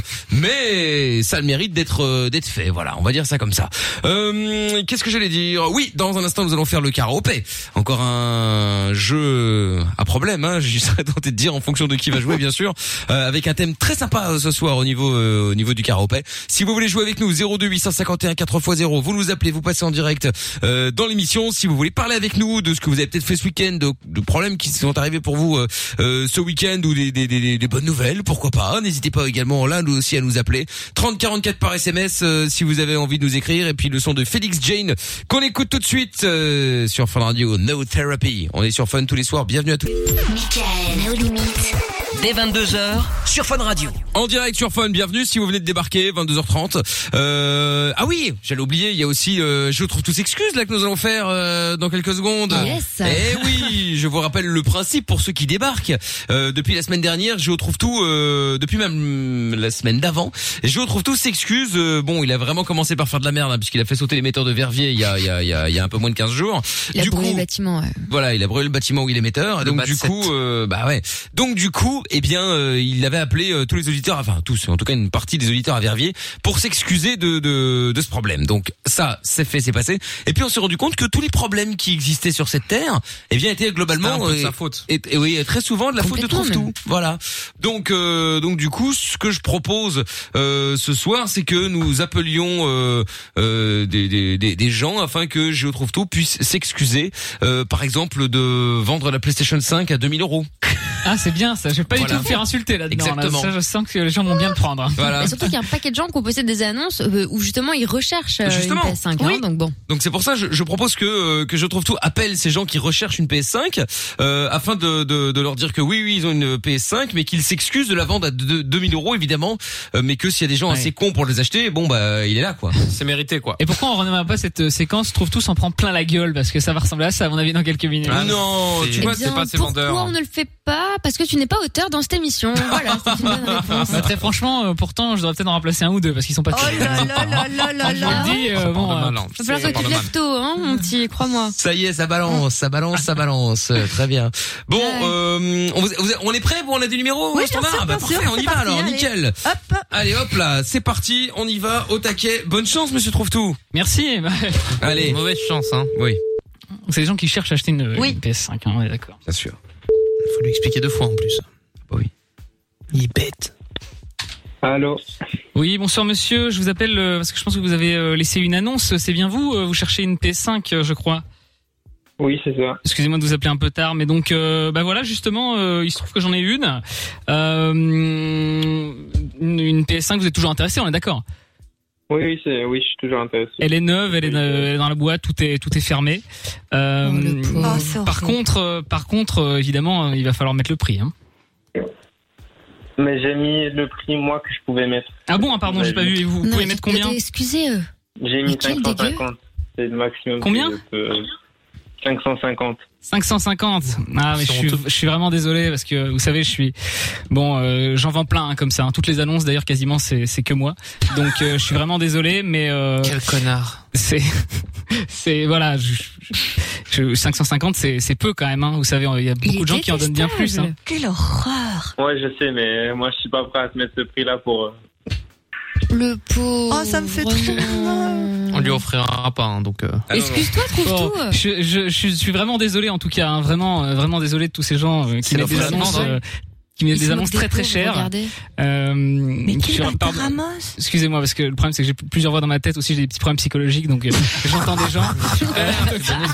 mais ça a le mérite d'être euh, d'être fait. Voilà, on va dire ça comme ça. Euh, Qu'est-ce que j'allais dire Oui, dans un instant, nous allons faire le karaopé. Encore un jeu à problème. Hein, je serais tenté de dire en fonction de qui va jouer, bien sûr, euh, avec un thème très sympa euh, ce soir au niveau euh, au niveau du karaopé. Si vous voulez jouer avec nous, 02 851 4x0, vous nous appelez, vous passez en direct euh, dans l'émission. Si vous voulez parler avec nous de ce que vous avez peut-être fait ce week-end, de, de problèmes qui sont arrivés pour vous euh, euh, ce week-end ou des, des, des- des bonnes nouvelles, pourquoi pas. hein, N'hésitez pas également là nous aussi à nous appeler. 30 44 par SMS euh, si vous avez envie de nous écrire. Et puis le son de Félix Jane qu'on écoute tout de suite euh, sur Fun Radio, No Therapy. On est sur Fun tous les soirs, bienvenue à tous.
Michael, nos limites.
Dès 22h sur Fun Radio.
En direct sur Fun, bienvenue si vous venez de débarquer, 22h30. Euh... Ah oui, j'allais oublier, il y a aussi euh, Je trouve tous excuses là que nous allons faire euh, dans quelques secondes.
Yes.
Eh oui, je vous rappelle le principe pour ceux qui débarquent. Euh, depuis la semaine dernière, Je trouve tout, euh, depuis même la semaine d'avant, Je trouve tout s'excuse. Euh, bon, il a vraiment commencé par faire de la merde hein, puisqu'il a fait sauter les metteurs de Verviers il y a, il y, a, il y a- il y a un peu moins de 15 jours.
Il a
du
brûlé
coup,
le bâtiment. ouais.
voilà, il a brûlé le bâtiment où il est metteur. Et donc
bas de
du
sept.
coup, euh, bah ouais. Donc du coup, eh bien, euh, il avait appelé euh, tous les auditeurs, enfin tous, en tout cas une partie des auditeurs à Verviers, pour s'excuser de, de de ce problème. Donc ça, c'est fait, c'est passé. Et puis on s'est rendu compte que tous les problèmes qui existaient sur cette terre, eh bien, étaient
C'est
globalement
un peu de
euh,
sa faute.
et, et oui, très souvent de la faute de
Complètement,
trouve tout. Voilà. Donc euh, donc du coup, ce que je propose euh, ce soir, c'est que nous appelions euh, euh, des, des, des, des gens afin que Géo trouve tout puisse s'excuser, euh, par exemple, de vendre la PlayStation 5 à 2000 euros.
Ah, c'est bien ça. Je vais pas du
Voilà.
tout me faire insulter là-dedans. là.
Exactement.
Ça, je sens que les gens vont bien le prendre. hein.
Mais Bah, surtout qu'il y a un paquet de gens qui ont posté des annonces euh, où justement ils recherchent euh,
Justement.
une PS5. hein,
Oui.
donc bon.
Donc c'est pour ça je, je propose que euh, que je trouve tout appelle ces gens qui recherchent une PS5 euh, afin de, de de leur dire que oui oui ils ont une PS5 mais qu'ils s'excusent de la vendre à deux- 2000 euros évidemment euh, mais que s'il y a des gens assez cons pour les acheter bon bah il est là quoi.
C'est mérité quoi.
Et pourquoi on renomme pas cette euh, séquence Trouve tout s'en prend plein la gueule parce que ça va ressembler à ça à mon avis dans quelques minutes.
Ah
non,
c'est-
tu vois,
Eh bien,
c'est pas assez
pourquoi
vendeur.
hein
on ne le fait pas Parce que tu n'es pas auteur dans cette émission. Voilà, c'est une bonne réponse.
Bah, très franchement, euh, pourtant, je devrais peut-être en remplacer un ou deux parce qu'ils sont pas
Oh
terribles.
là là là là là
Je vous le
là.
dis, euh, bon, euh,
Va falloir que tu te lèves tôt, hein, mon petit, crois-moi.
Ça y est, ça balance, ça balance, ça balance. Euh, Très bien. Bon,
Ouais.
euh, on, vous- vous- on est prêt Bon, on a des numéros
Oui,
euh, standards
bien sûr,
Ah bah,
bien sûr,
Parfait, on y
c'est
va
parti,
alors,
allez.
nickel.
Hop.
Allez, hop là, c'est parti, on y va, au taquet. Bonne chance, monsieur Trouve-Tout.
Merci. bah,
Allez.
Mauvaise chance, hein.
Oui,
C'est les gens qui cherchent à acheter une,
Oui.
une PS5, hein, on est d'accord.
bien sûr. Bah
Faut lui expliquer deux fois en plus.
Oui.
Il est bête.
Allô
Oui, bonsoir monsieur, je vous appelle euh, parce que je pense que vous avez euh, laissé une annonce, c'est bien vous, euh, vous cherchez une PS5 euh, je crois.
Oui, c'est ça.
Excusez-moi de vous appeler un peu tard, mais donc euh, bah voilà justement, euh, il se trouve que j'en ai une. Euh, une une PS5, vous êtes toujours intéressé, on est d'accord.
Oui, oui, c'est- oui, je suis toujours intéressé.
Elle est neuve, elle est, euh, elle est dans la boîte, tout est tout est fermé. Euh,
Oh, le pauvre.
Oh, c'est
par
horrible.
contre, euh, par contre, euh, évidemment, euh, il va falloir mettre le prix. Hein.
Mais j'ai mis le prix, moi, que je pouvais mettre.
Ah bon, ah, pardon, j'ai pas vu. Et vous, vous
Non,
pouvez mettre combien
Excusez. euh.
J'ai
Mais
mis
quel dégueu.
550. C'est le maximum. que
Combien
je
euh,
peux- 550.
550. Ah mais je suis, je suis vraiment désolé parce que vous savez, je suis bon, euh, j'en vends plein hein, comme ça. hein. Toutes les annonces, d'ailleurs, quasiment c'est c'est que moi. Donc euh, je suis vraiment désolé, mais euh,
Quel connard.
c'est c'est voilà. Je, je- je- 550, c'est c'est peu quand même. Hein. Vous savez, il y a beaucoup
Il est
de gens qui en donnent bien plus. Hein.
détestable.
Quelle horreur.
Oh,
Ouais, je sais, mais moi, je suis pas prêt à te mettre ce prix-là pour. euh,
Le pauvre.
Oh, ça me fait trop mal.
On lui offrira pas, hein, donc. euh,
Excuse-toi, trouve
Bon,
tout. euh.
je, je, je suis vraiment désolé en tout cas, hein. vraiment euh, vraiment désolé de tous ces gens euh, qui
C'est la
mettent des
faute à
annonces,
personne.
euh, qui mettent
Ils
des
se
annonces
moquent
très très
pauvres,
chères.
regardez.
Euh,
Mais
je-
quel bâtard
pardon.
Ramos.
Excusez-moi parce que le problème c'est que j'ai plusieurs voix dans ma tête aussi, j'ai des petits problèmes psychologiques donc euh, j'entends des gens. Euh,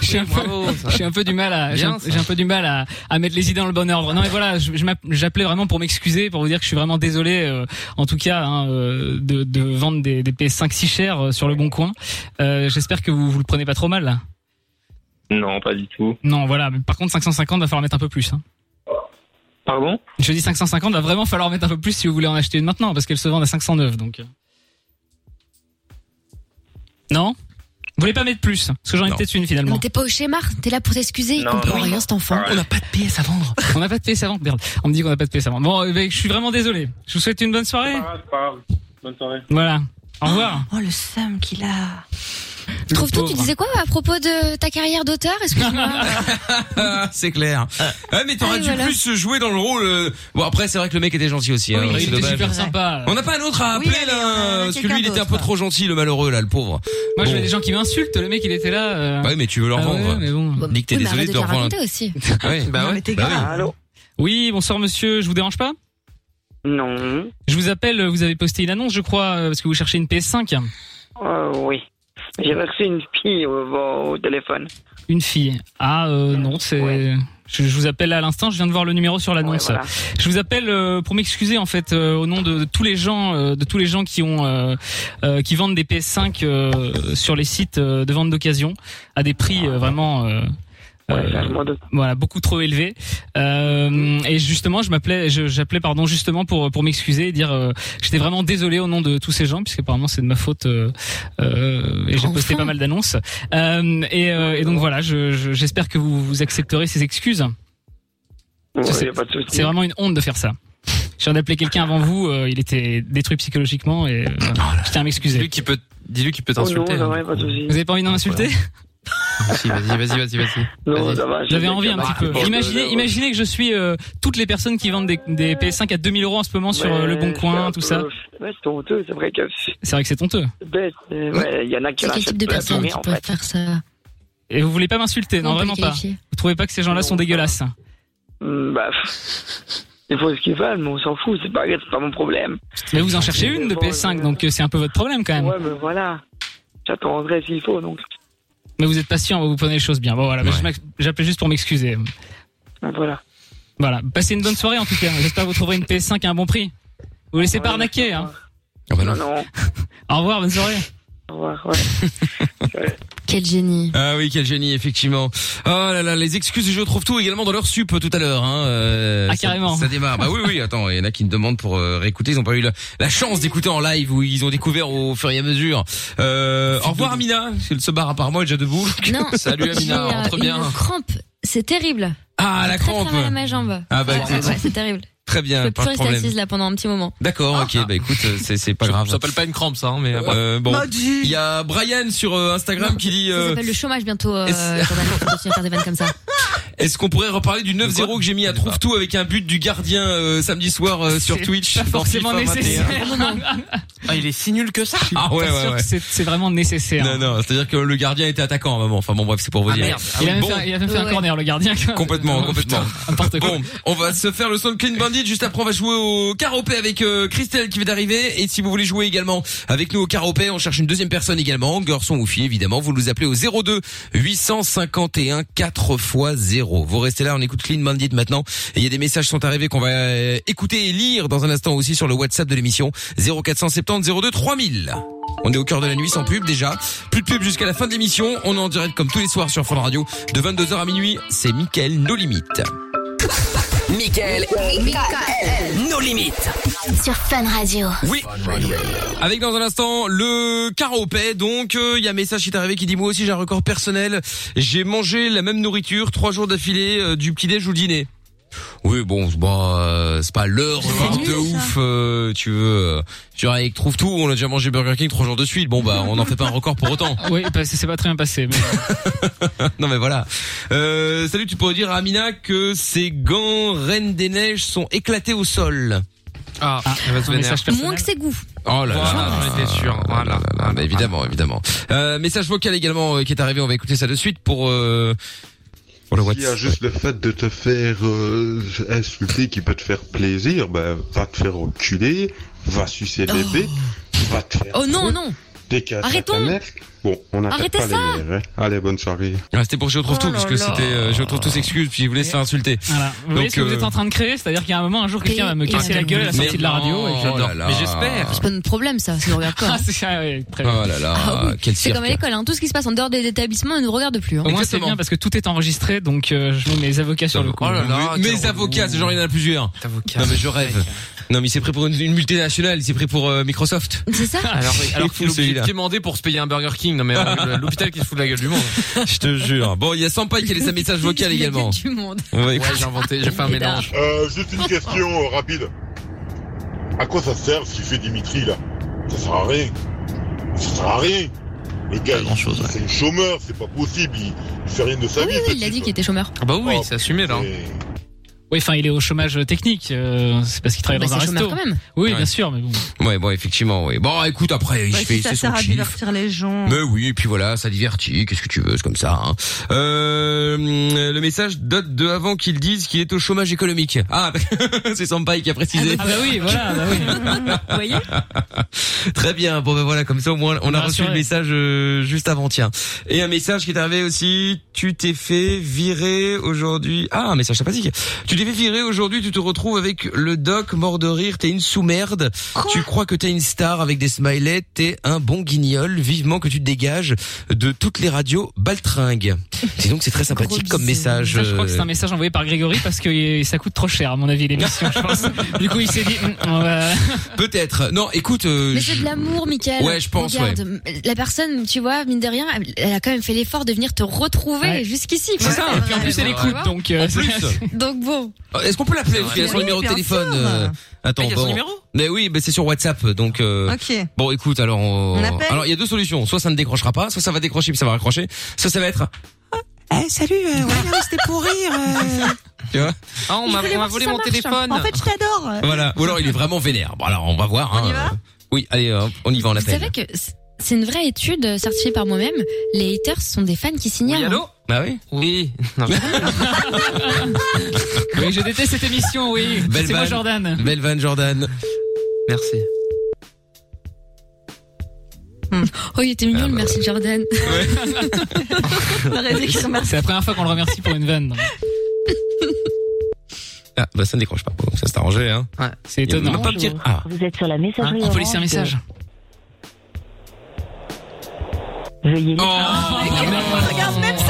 je suis un peu-
bravo, ça.
je suis un peu du mal à j'ai
Bien,
un,
ça.
j'ai un peu du mal à, à mettre les idées dans le bon ordre. Non mais voilà, je- je m'app- j'appelais vraiment pour m'excuser, pour vous dire que je suis vraiment désolé euh, en tout cas hein, euh, de, de vendre des, des PS5 si chers euh, sur le bon coin. Euh, J'espère que vous vous le prenez pas trop mal là.
Non, pas du tout.
Non voilà, mais par contre 550 va falloir mettre un peu plus. hein.
Pardon
Je dis 550 va vraiment falloir mettre un peu plus si vous voulez en acheter une maintenant parce qu'elle se vend à 509 donc. euh. Non Vous voulez pas mettre plus Parce que j'en ai
Non.
peut-être une
Non,
finalement.
t'es pas au schéma, t'es là pour t'excuser, il
Non,
comprend
non,
rien
non.
cet enfant.
Ah,
n'a pas de PS à vendre. On n'a pas de PS à vendre, merde. On me dit qu'on n'a pas de PS à vendre. Bon, eh ben, je suis vraiment désolé. Je vous souhaite une bonne
Pas
soirée.
grave, pas grave. Bonne soirée.
Voilà. Au revoir.
Oh, le seum qu'il a.
Le
Trouve tout, tu
pauvre.
disais quoi à propos de ta carrière d'auteur Excuse-moi.
Ah, c'est clair. Ouais, mais t'aurais
Ah,
dû
voilà.
plus jouer dans le rôle. euh, Bon, après, c'est vrai que le mec était gentil aussi. hein,
Oui,
c'est
il était
dommage.
super sympa.
On n'a pas un autre à
Oui,
appeler
allez, on
là,
a
parce que
quelqu'un
lui, il était un peu
d'autre.
trop gentil, le malheureux là, le pauvre.
Moi, je
Bon.
vois des gens qui m'insultent. Le mec, il était là. euh,
Ouais, mais tu veux leur
ah ouais,
vendre.
mais bon.
Bon,
Dis que t'es
oui, mais
désolé
arrête
de
te
leur vendre
raconter aussi.
Ouais.
Bah
non,
ouais.
Bah mais t'es
bah
grave.
Allô
Oui, bonsoir monsieur. Je vous dérange pas
Non.
Je vous appelle. Vous avez posté une annonce, je crois, euh, parce que vous cherchez une PS5.
Ah oui. J'ai reçu une fille au, au téléphone.
Une fille. Ah euh, non, c'est.
Ouais.
Je, je vous appelle à l'instant. Je viens de voir le numéro sur l'annonce.
Ouais, voilà.
Je vous appelle euh, pour m'excuser en fait euh, au nom de, de tous les gens, euh, de tous les gens qui ont, euh, euh, qui vendent des PS5 euh, sur les sites euh, de vente d'occasion à des prix euh, vraiment. euh,
Ah, Ouais, ça,
euh,
je m'en doute.
voilà beaucoup trop élevés. Euh, et justement je m'appelais je- j'appelais pardon justement pour pour m'excuser et dire euh, que j'étais vraiment désolé au nom de tous ces gens puisque apparemment c'est de ma faute euh, euh, et j'ai
Enfin.
posté pas mal d'annonces Euh, et, euh, et donc voilà je- je- j'espère que vous vous accepterez ces excuses
Ouais,
c'est-
y a pas de souci.
c'est vraiment une honte de faire ça. Je viens d'appeler quelqu'un avant vous, euh, il était détruit psychologiquement et euh, je tiens à m'excuser.
Dis-lui qu'il peut, dis-lui qu'il peut
Oh non,
t'insulter.
ça va, y
hein.
a pas de souci.
Vous avez pas envie d'en insulter
Si, vas-y, vas-y, vas-y, vas-y.
Non,
Vas-y.
ça va.
J'avais envie un petit peu.
Bon,
Imaginez,
euh,
imaginez que je suis euh, toutes les personnes qui vendent des, des PS5 à 2000 euros en ce moment sur euh,
ouais,
le Bon
c'est un
Coin,
peu-
tout ça.
Ouais, c'est honteux, c'est vrai que c'est
C'est vrai que c'est honteux.
bête. mais ouais, Il y en a qui
C'est quel type
rachètent
de
pour la
personne
tournée,
qui
en
peut
fait.
faire ça
Et vous voulez pas m'insulter, non
Comment on peut
vraiment
les
pas.
qualifier
Vous trouvez pas que ces gens-là sont dégueulasses
Hmm, Bah, pff, il faut ce qu'ils veulent, mais on s'en fout, c'est pas, c'est pas mon problème.
Mais vous en cherchez une de PS5, donc euh, c'est un peu votre problème
Ah,
quand même.
Ouais, mais voilà. J'attendrai s'il faut, donc.
Mais vous êtes patient, vous prenez les choses bien. Bon voilà, mais
Ouais.
je m'ex- j'appelais juste pour m'excuser.
bah, Voilà.
Voilà, passez une bonne soirée en tout cas. J'espère que vous trouverez une PS5 à un bon prix. Vous laissez pas arnaquer. Hein.
non.
Au revoir, bonne soirée.
Ah, Au revoir.
Quel génie.
Ah oui, quel génie, effectivement. Oh là là, les excuses du jeu trouve tout également dans leur sup euh, tout à l'heure. Hein. euh,
Ah,
ça-
carrément.
Ça, démarre. Bah oui, oui, attends, il y en a qui me demandent pour euh, réécouter, ils ont pas eu la, la chance d'écouter en live où ils ont découvert au fur et à mesure. Euh, au revoir Amina, parce que se barre à part moi est déjà debout.
Non.
Salut
J'ai,
Amina,
euh,
rentre bien.
Une crampe, c'est terrible.
Ah, la
J'ai très, très
crampe.
mal à ma jambe.
Ah, bah,
Ouais,
écoute.
ouais, c'est terrible.
Très
Je
bien,
peux
pas
plus
de
rester
problème.
assise là pendant un petit moment.
D'accord, ok, bah écoute, euh, c'est c'est pas grave. Ça s'appelle pas une crampe ça, hein, mais euh, bon.
Bah,
Il y a Brian sur euh, Instagram qui dit.
Ça
euh,
s'appelle le chômage bientôt. Euh, Jordan, faut continuer à faire des vannes comme ça.
Est-ce qu'on pourrait reparler du 9-0 que j'ai mis à Trouve Tout avec un but du gardien euh, samedi soir euh, sur
C'est
Twitch
pas
dans
forcément
FIFA 21.
nécessaire.
Ah, il est si nul que ça. Ah
Pas
hein. ouais,
sûr
ouais,
que
ouais.
c'est- C'est vraiment nécessaire. hein.
Non, non, c'est-à-dire que le gardien était attaquant à un moment. Enfin bon, bref, c'est
Ah,
pour vous dire.
il, a même
Bon,
fait, il a même fait un corner, le gardien.
Ah, Complètement,
Non,
complètement.
quoi.
Bon, on va se faire le son de Clean Bandit. Juste après, on va jouer au karaopé avec euh, Christelle qui vient d'arriver. Et si vous voulez jouer également avec nous au karaopé, on cherche une deuxième personne également, garçon ou fille évidemment. Vous nous appelez au 02 851 4 x 0. Vous restez là, on écoute Clean Bandit maintenant. Et il y a des messages qui sont arrivés qu'on va euh, écouter et lire dans un instant aussi sur le WhatsApp de l'émission 0470 02 3000. On est au cœur de la nuit sans pub déjà. Plus de pub jusqu'à la fin de l'émission. On est en direct comme tous les soirs sur Fun Radio de 22h à minuit. C'est Mickaël No Limites.
Michael, nos limites.
Sur Fun Radio.
Oui. Avec dans un instant le karaopé. Donc euh, il y a un message qui est arrivé qui dit moi aussi j'ai un record personnel. J'ai mangé la même nourriture trois jours d'affilée euh, du petit déj au dîner. Oui bon c'est pas, euh, c'est pas l'heure de ouf euh, tu veux euh, tu vois avec trouve tout on a déjà mangé Burger King trois jours de suite bon bah on n'en fait pas un record pour autant
Oui, parce que c'est pas très bien passé. mais-
non mais voilà euh, salut tu pourrais dire à Amina que ses gants reines des neiges sont éclatés au sol ah, elle va se vénère.
Moins que ses goûts.
Oh là
Voilà,
là,
j'en étais sûr.
Voilà, évidemment, évidemment. Euh, message vocal également euh, qui est arrivé. On va écouter ça de suite pour euh, pour le
S'il y a
WhatsApp.
juste le fait de te faire euh, insulter qui peut te faire plaisir, ben va te faire enculer, va sucer les bébés, va te faire.
Oh non, non.
Dès qu'il y a
Arrêtons.
ta mère, Bon, on n'arrête
Arrêtez
pas
ça.
les mères. hein. Allez, bonne soirée.
Ah, c'était pour je retrouve tout parce que c'était euh, je retrouve tout s'excuse puis il voulait se faire insulter.
Voilà. Vous voyez ce que vous
euh,
êtes en train de créer C'est-à-dire qu'il y a un moment, un jour, quelqu'un va me casser la gueule à la sortie de la radio. et j'adore.
Oh là là. Mais j'espère.
C'est pas notre problème ça, ça nous regarde pas.
Ah, c'est ça, ouais, très
Oh
bien.
là là, quel
Ah C'est
cirque.
comme à l'école, hein. tout ce qui se passe en dehors des établissements ne nous regarde plus. Hein.
Au moins, c'est bien parce que tout est enregistré, donc euh, je mets mes avocats sur le
Oh
coup.
Oui, mes avocats, c'est genre il y en a plusieurs.
Ah,
Non mais je rêve. Non mais il s'est pris pour une, une multinationale, il s'est pris pour euh, Microsoft.
C'est ça
Alors,
Il est
alors
fou,
qu'il est obligé
celui-là.
de quémander pour se payer un Burger King. Non mais euh, l'hôpital qui se fout de la gueule du monde.
Je te jure. Bon, il y a Sampaï qui a laissé un message vocal également.
Du monde.
Ouais,
Ouais, j'ai inventé, j'ai fait un mélange.
Euh, juste une question euh, rapide. À quoi ça sert ce qu'il fait Dimitri là Ça sert à rien. Ça sert à rien. Le gars, il- c'est un chômeur, c'est pas possible. Il, il fait rien de sa
Ah Oui,
vie.
oui, il a dit qu'il était chômeur.
Ah bah
Oh.
oui, c'est assumé là. Oui, enfin, il est au chômage technique. euh, c'est parce qu'il travaille
Bah,
dans un
c'est chômeur
resto.
quand même.
Oui,
Ouais.
bien sûr, mais bon.
Ouais, bon, effectivement, oui. Bon, écoute, après, il
Bah,
se fait,
si
c'est
ça
son
sert à
kiff.
divertir les gens.
Mais oui, et puis voilà, ça divertit, qu'est-ce que tu veux, c'est comme ça. hein. Euh, le message date de avant qu'ils disent qu'il est au chômage économique. Ah, c'est Sampaï qui a précisé.
Ah bah oui, voilà, bah oui.
Très bien, bon ben voilà, comme ça au moins on a
Ah,
reçu
c'est
le
vrai.
message euh, juste avant, tiens. Et un message qui est arrivé aussi, tu t'es fait virer aujourd'hui... Ah, un message sympathique. Tu t'es fait virer aujourd'hui, tu te retrouves avec le doc mort de rire, t'es une sous-merde. Tu crois que t'es une star avec des smileys, t'es un bon guignol, vivement que tu te dégages de toutes les radios baltringues. Dis donc c'est très sympathique comme message.
Ça, je crois que c'est un
euh,
message envoyé par Grégory parce que euh, ça coûte trop cher, à mon avis, l'émission, je pense. Du coup, il s'est dit, Hum, on va-
euh, Peut-être. Non, écoute... euh,
Mais
je-
c'est de l'amour, Michael.
Ouais, je pense,
Regarde, La personne, tu vois, mine de rien, elle a quand même fait l'effort de venir te retrouver jusqu'ici.
C'est
quoi.
ça,
Oh,
et puis en plus, elle écoute,
Tu vois
donc,
En
euh,
plus.
Donc bon.
Euh, Est-ce qu'on peut l'appeler parce qu'il a son
Oui,
numéro de
bien
téléphone
sûr.
euh, Attends,
Ah, il y a son
bon.
numéro
Mais oui, mais c'est sur WhatsApp, donc. euh,
Ok.
Bon, écoute, alors. on-
On appelle
Alors, il y a deux solutions. Soit ça ne décrochera pas, soit ça va décrocher puis ça va raccrocher, soit ça va être.
Eh, salut, euh, ouais, non, mais c'était pour rire. euh.
Tu vois
Ah, on
Je
m'a
voulais
on m'a
voir si
volé
ça
mon
marche.
téléphone.
En fait, je t'adore.
Voilà. Ou alors il est vraiment vénère. Bon, alors on va voir. hein. oui, allez, hop, on y va, on
Vous savez
appelle.
que c- c'est une vraie étude euh, certifiée par moi-même. Les haters sont des fans qui signalent.
allô
Bah oui.
Oui. Non,
Oui, je déteste cette émission, oui.
Belle
C'est moi,
vanne.
Jordan.
Belle vanne, Jordan. Merci.
Oh, il était
Ah, bah.
mignon, le merci Jordan.
C'est la première fois qu'on le remercie pour une vanne.
Ah, bah ça ne décroche pas. Bon, ça s'est arrangé, hein.
Ouais, c'est
Il y a
étonnant.
même pas le tir- Ah.
Vous êtes sur la
Hein,
messagerie.
on peut laisser un
orange de-
message.
Veuillez.
Oh.
Regarde même sa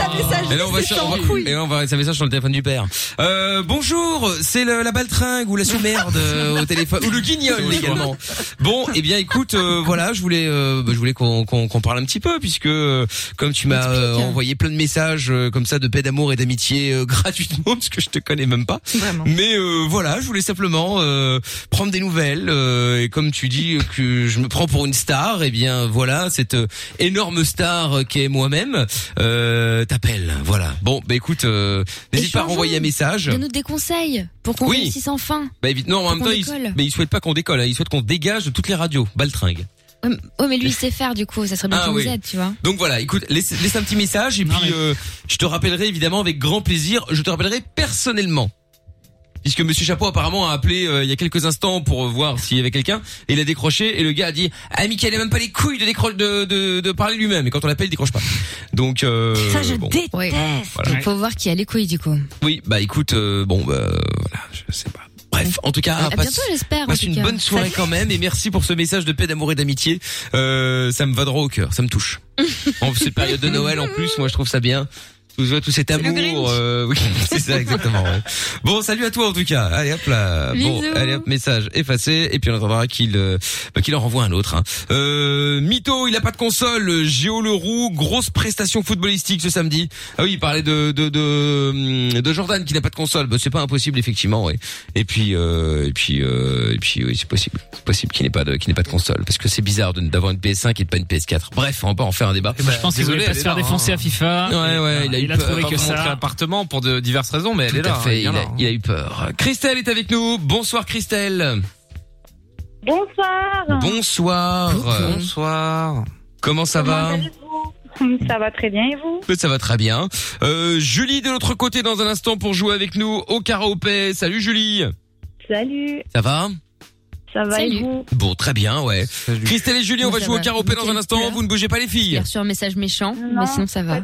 Et là, on va,
messagerie, c'est
sur-
sans
on va-
couilles.
et là, on va arrêter un message sur le téléphone du père. Euh, bonjour, c'est le- la baltringue ou la sous-merde euh, au téléphone ou le guignol également. Bon, eh bien, écoute, euh, voilà, je voulais, euh, bah, je voulais qu'on qu'on- qu'on parle un petit peu puisque euh, comme tu m'as euh,
hein.
envoyé plein de messages euh, comme ça de paix d'amour et d'amitié euh, gratuitement parce que je te connais même pas. Mais euh, voilà, je voulais simplement euh, prendre des nouvelles euh, et comme tu dis euh, que je me prends pour une star, eh bien voilà cette euh, énorme star euh, qu'est moi-même euh, t'appelle. Voilà. Bon, bah écoute, euh, n'hésite pas à renvoyer un message.
Donne-nous des conseils pour qu'on
Oui.
réussisse enfin.
Bah évite. Non, en même
qu'on
temps, il,
décolle.
mais il souhaite pas qu'on décolle. hein, Il souhaite qu'on dégage de toutes les radios. Baltringue.
Ouais, mais- ouais, mais lui, il sait faire, du coup. Ça serait bien
Ah
qu'il
oui.
nous aide, tu vois.
Donc voilà, écoute, laisse, laisse un petit message et puis euh, je te rappellerai évidemment avec grand plaisir. Je te rappellerai personnellement. Puisque Monsieur Chapeau apparemment a appelé euh, il y a quelques instants pour euh, voir s'il y avait quelqu'un, et il a décroché et le gars a dit Ah Michael il a même pas les couilles de décro- de, de, de parler lui-même et quand on l'appelle il décroche pas. Donc euh, bon.
Ouais.
Voilà.
Faut voir qui a les couilles, du coup.
Oui bah écoute euh, bon bah voilà je sais pas. Bref en tout cas
À
passe-
bientôt, j'espère. en
Passe
tout
bah, une
cas.
bonne soirée quand même et merci pour ce message de paix, d'amour et d'amitié. Euh, ça me va droit au cœur, ça me touche. en cette période de Noël en plus, moi je trouve ça bien. Tout, tout cet amour, euh, oui, c'est ça exactement. ouais. Bon, salut à toi en tout cas. Allez hop là, bon,
Bisous.
allez hop, message effacé et puis on attendra qu'il euh, bah, qu'il en renvoie un autre. Hein. Euh, Mito, il a pas de console. Géo Leroux, grosse prestation footballistique ce samedi. Ah oui, il parlait de de de, hum, de Jordan qui n'a pas de console. Bah, c'est pas impossible effectivement. ouais. Et puis euh, et puis euh, et puis oui, c'est possible. C'est possible qu'il n'ait pas de qu'il n'ait pas de console parce que c'est bizarre de- d'avoir une PS5 et de pas une PS4. Bref, on va pas en faire un débat.
Je pense qu'il voulait pas se faire défoncer à FIFA.
hein. Ouais, ouais, il a eu peur.
trouvé
Pas
que
pour montrer
ça.
un
appartement pour de diverses raisons, mais elle
Tout
est là. hein,
à fait,
elle est
il, a,
là.
il a eu peur. Christelle est avec nous. Bonsoir Christelle.
Bonsoir.
Bonsoir.
Bonsoir.
Comment ça
Comment
va Ben,
allez-vous Ça va très bien et vous
Ça va très bien. Euh, Julie de l'autre côté dans un instant pour jouer avec nous au karaopé. Salut Julie.
Salut.
Ça va
Ça va et vous
Bon, très bien, ouais. Christelle et Julie, on va
Moi, ça
jouer
va.
au karaopé dans un instant. Vous ne bougez pas les
J'ai
filles.
reçu un message méchant, mais sinon ça va.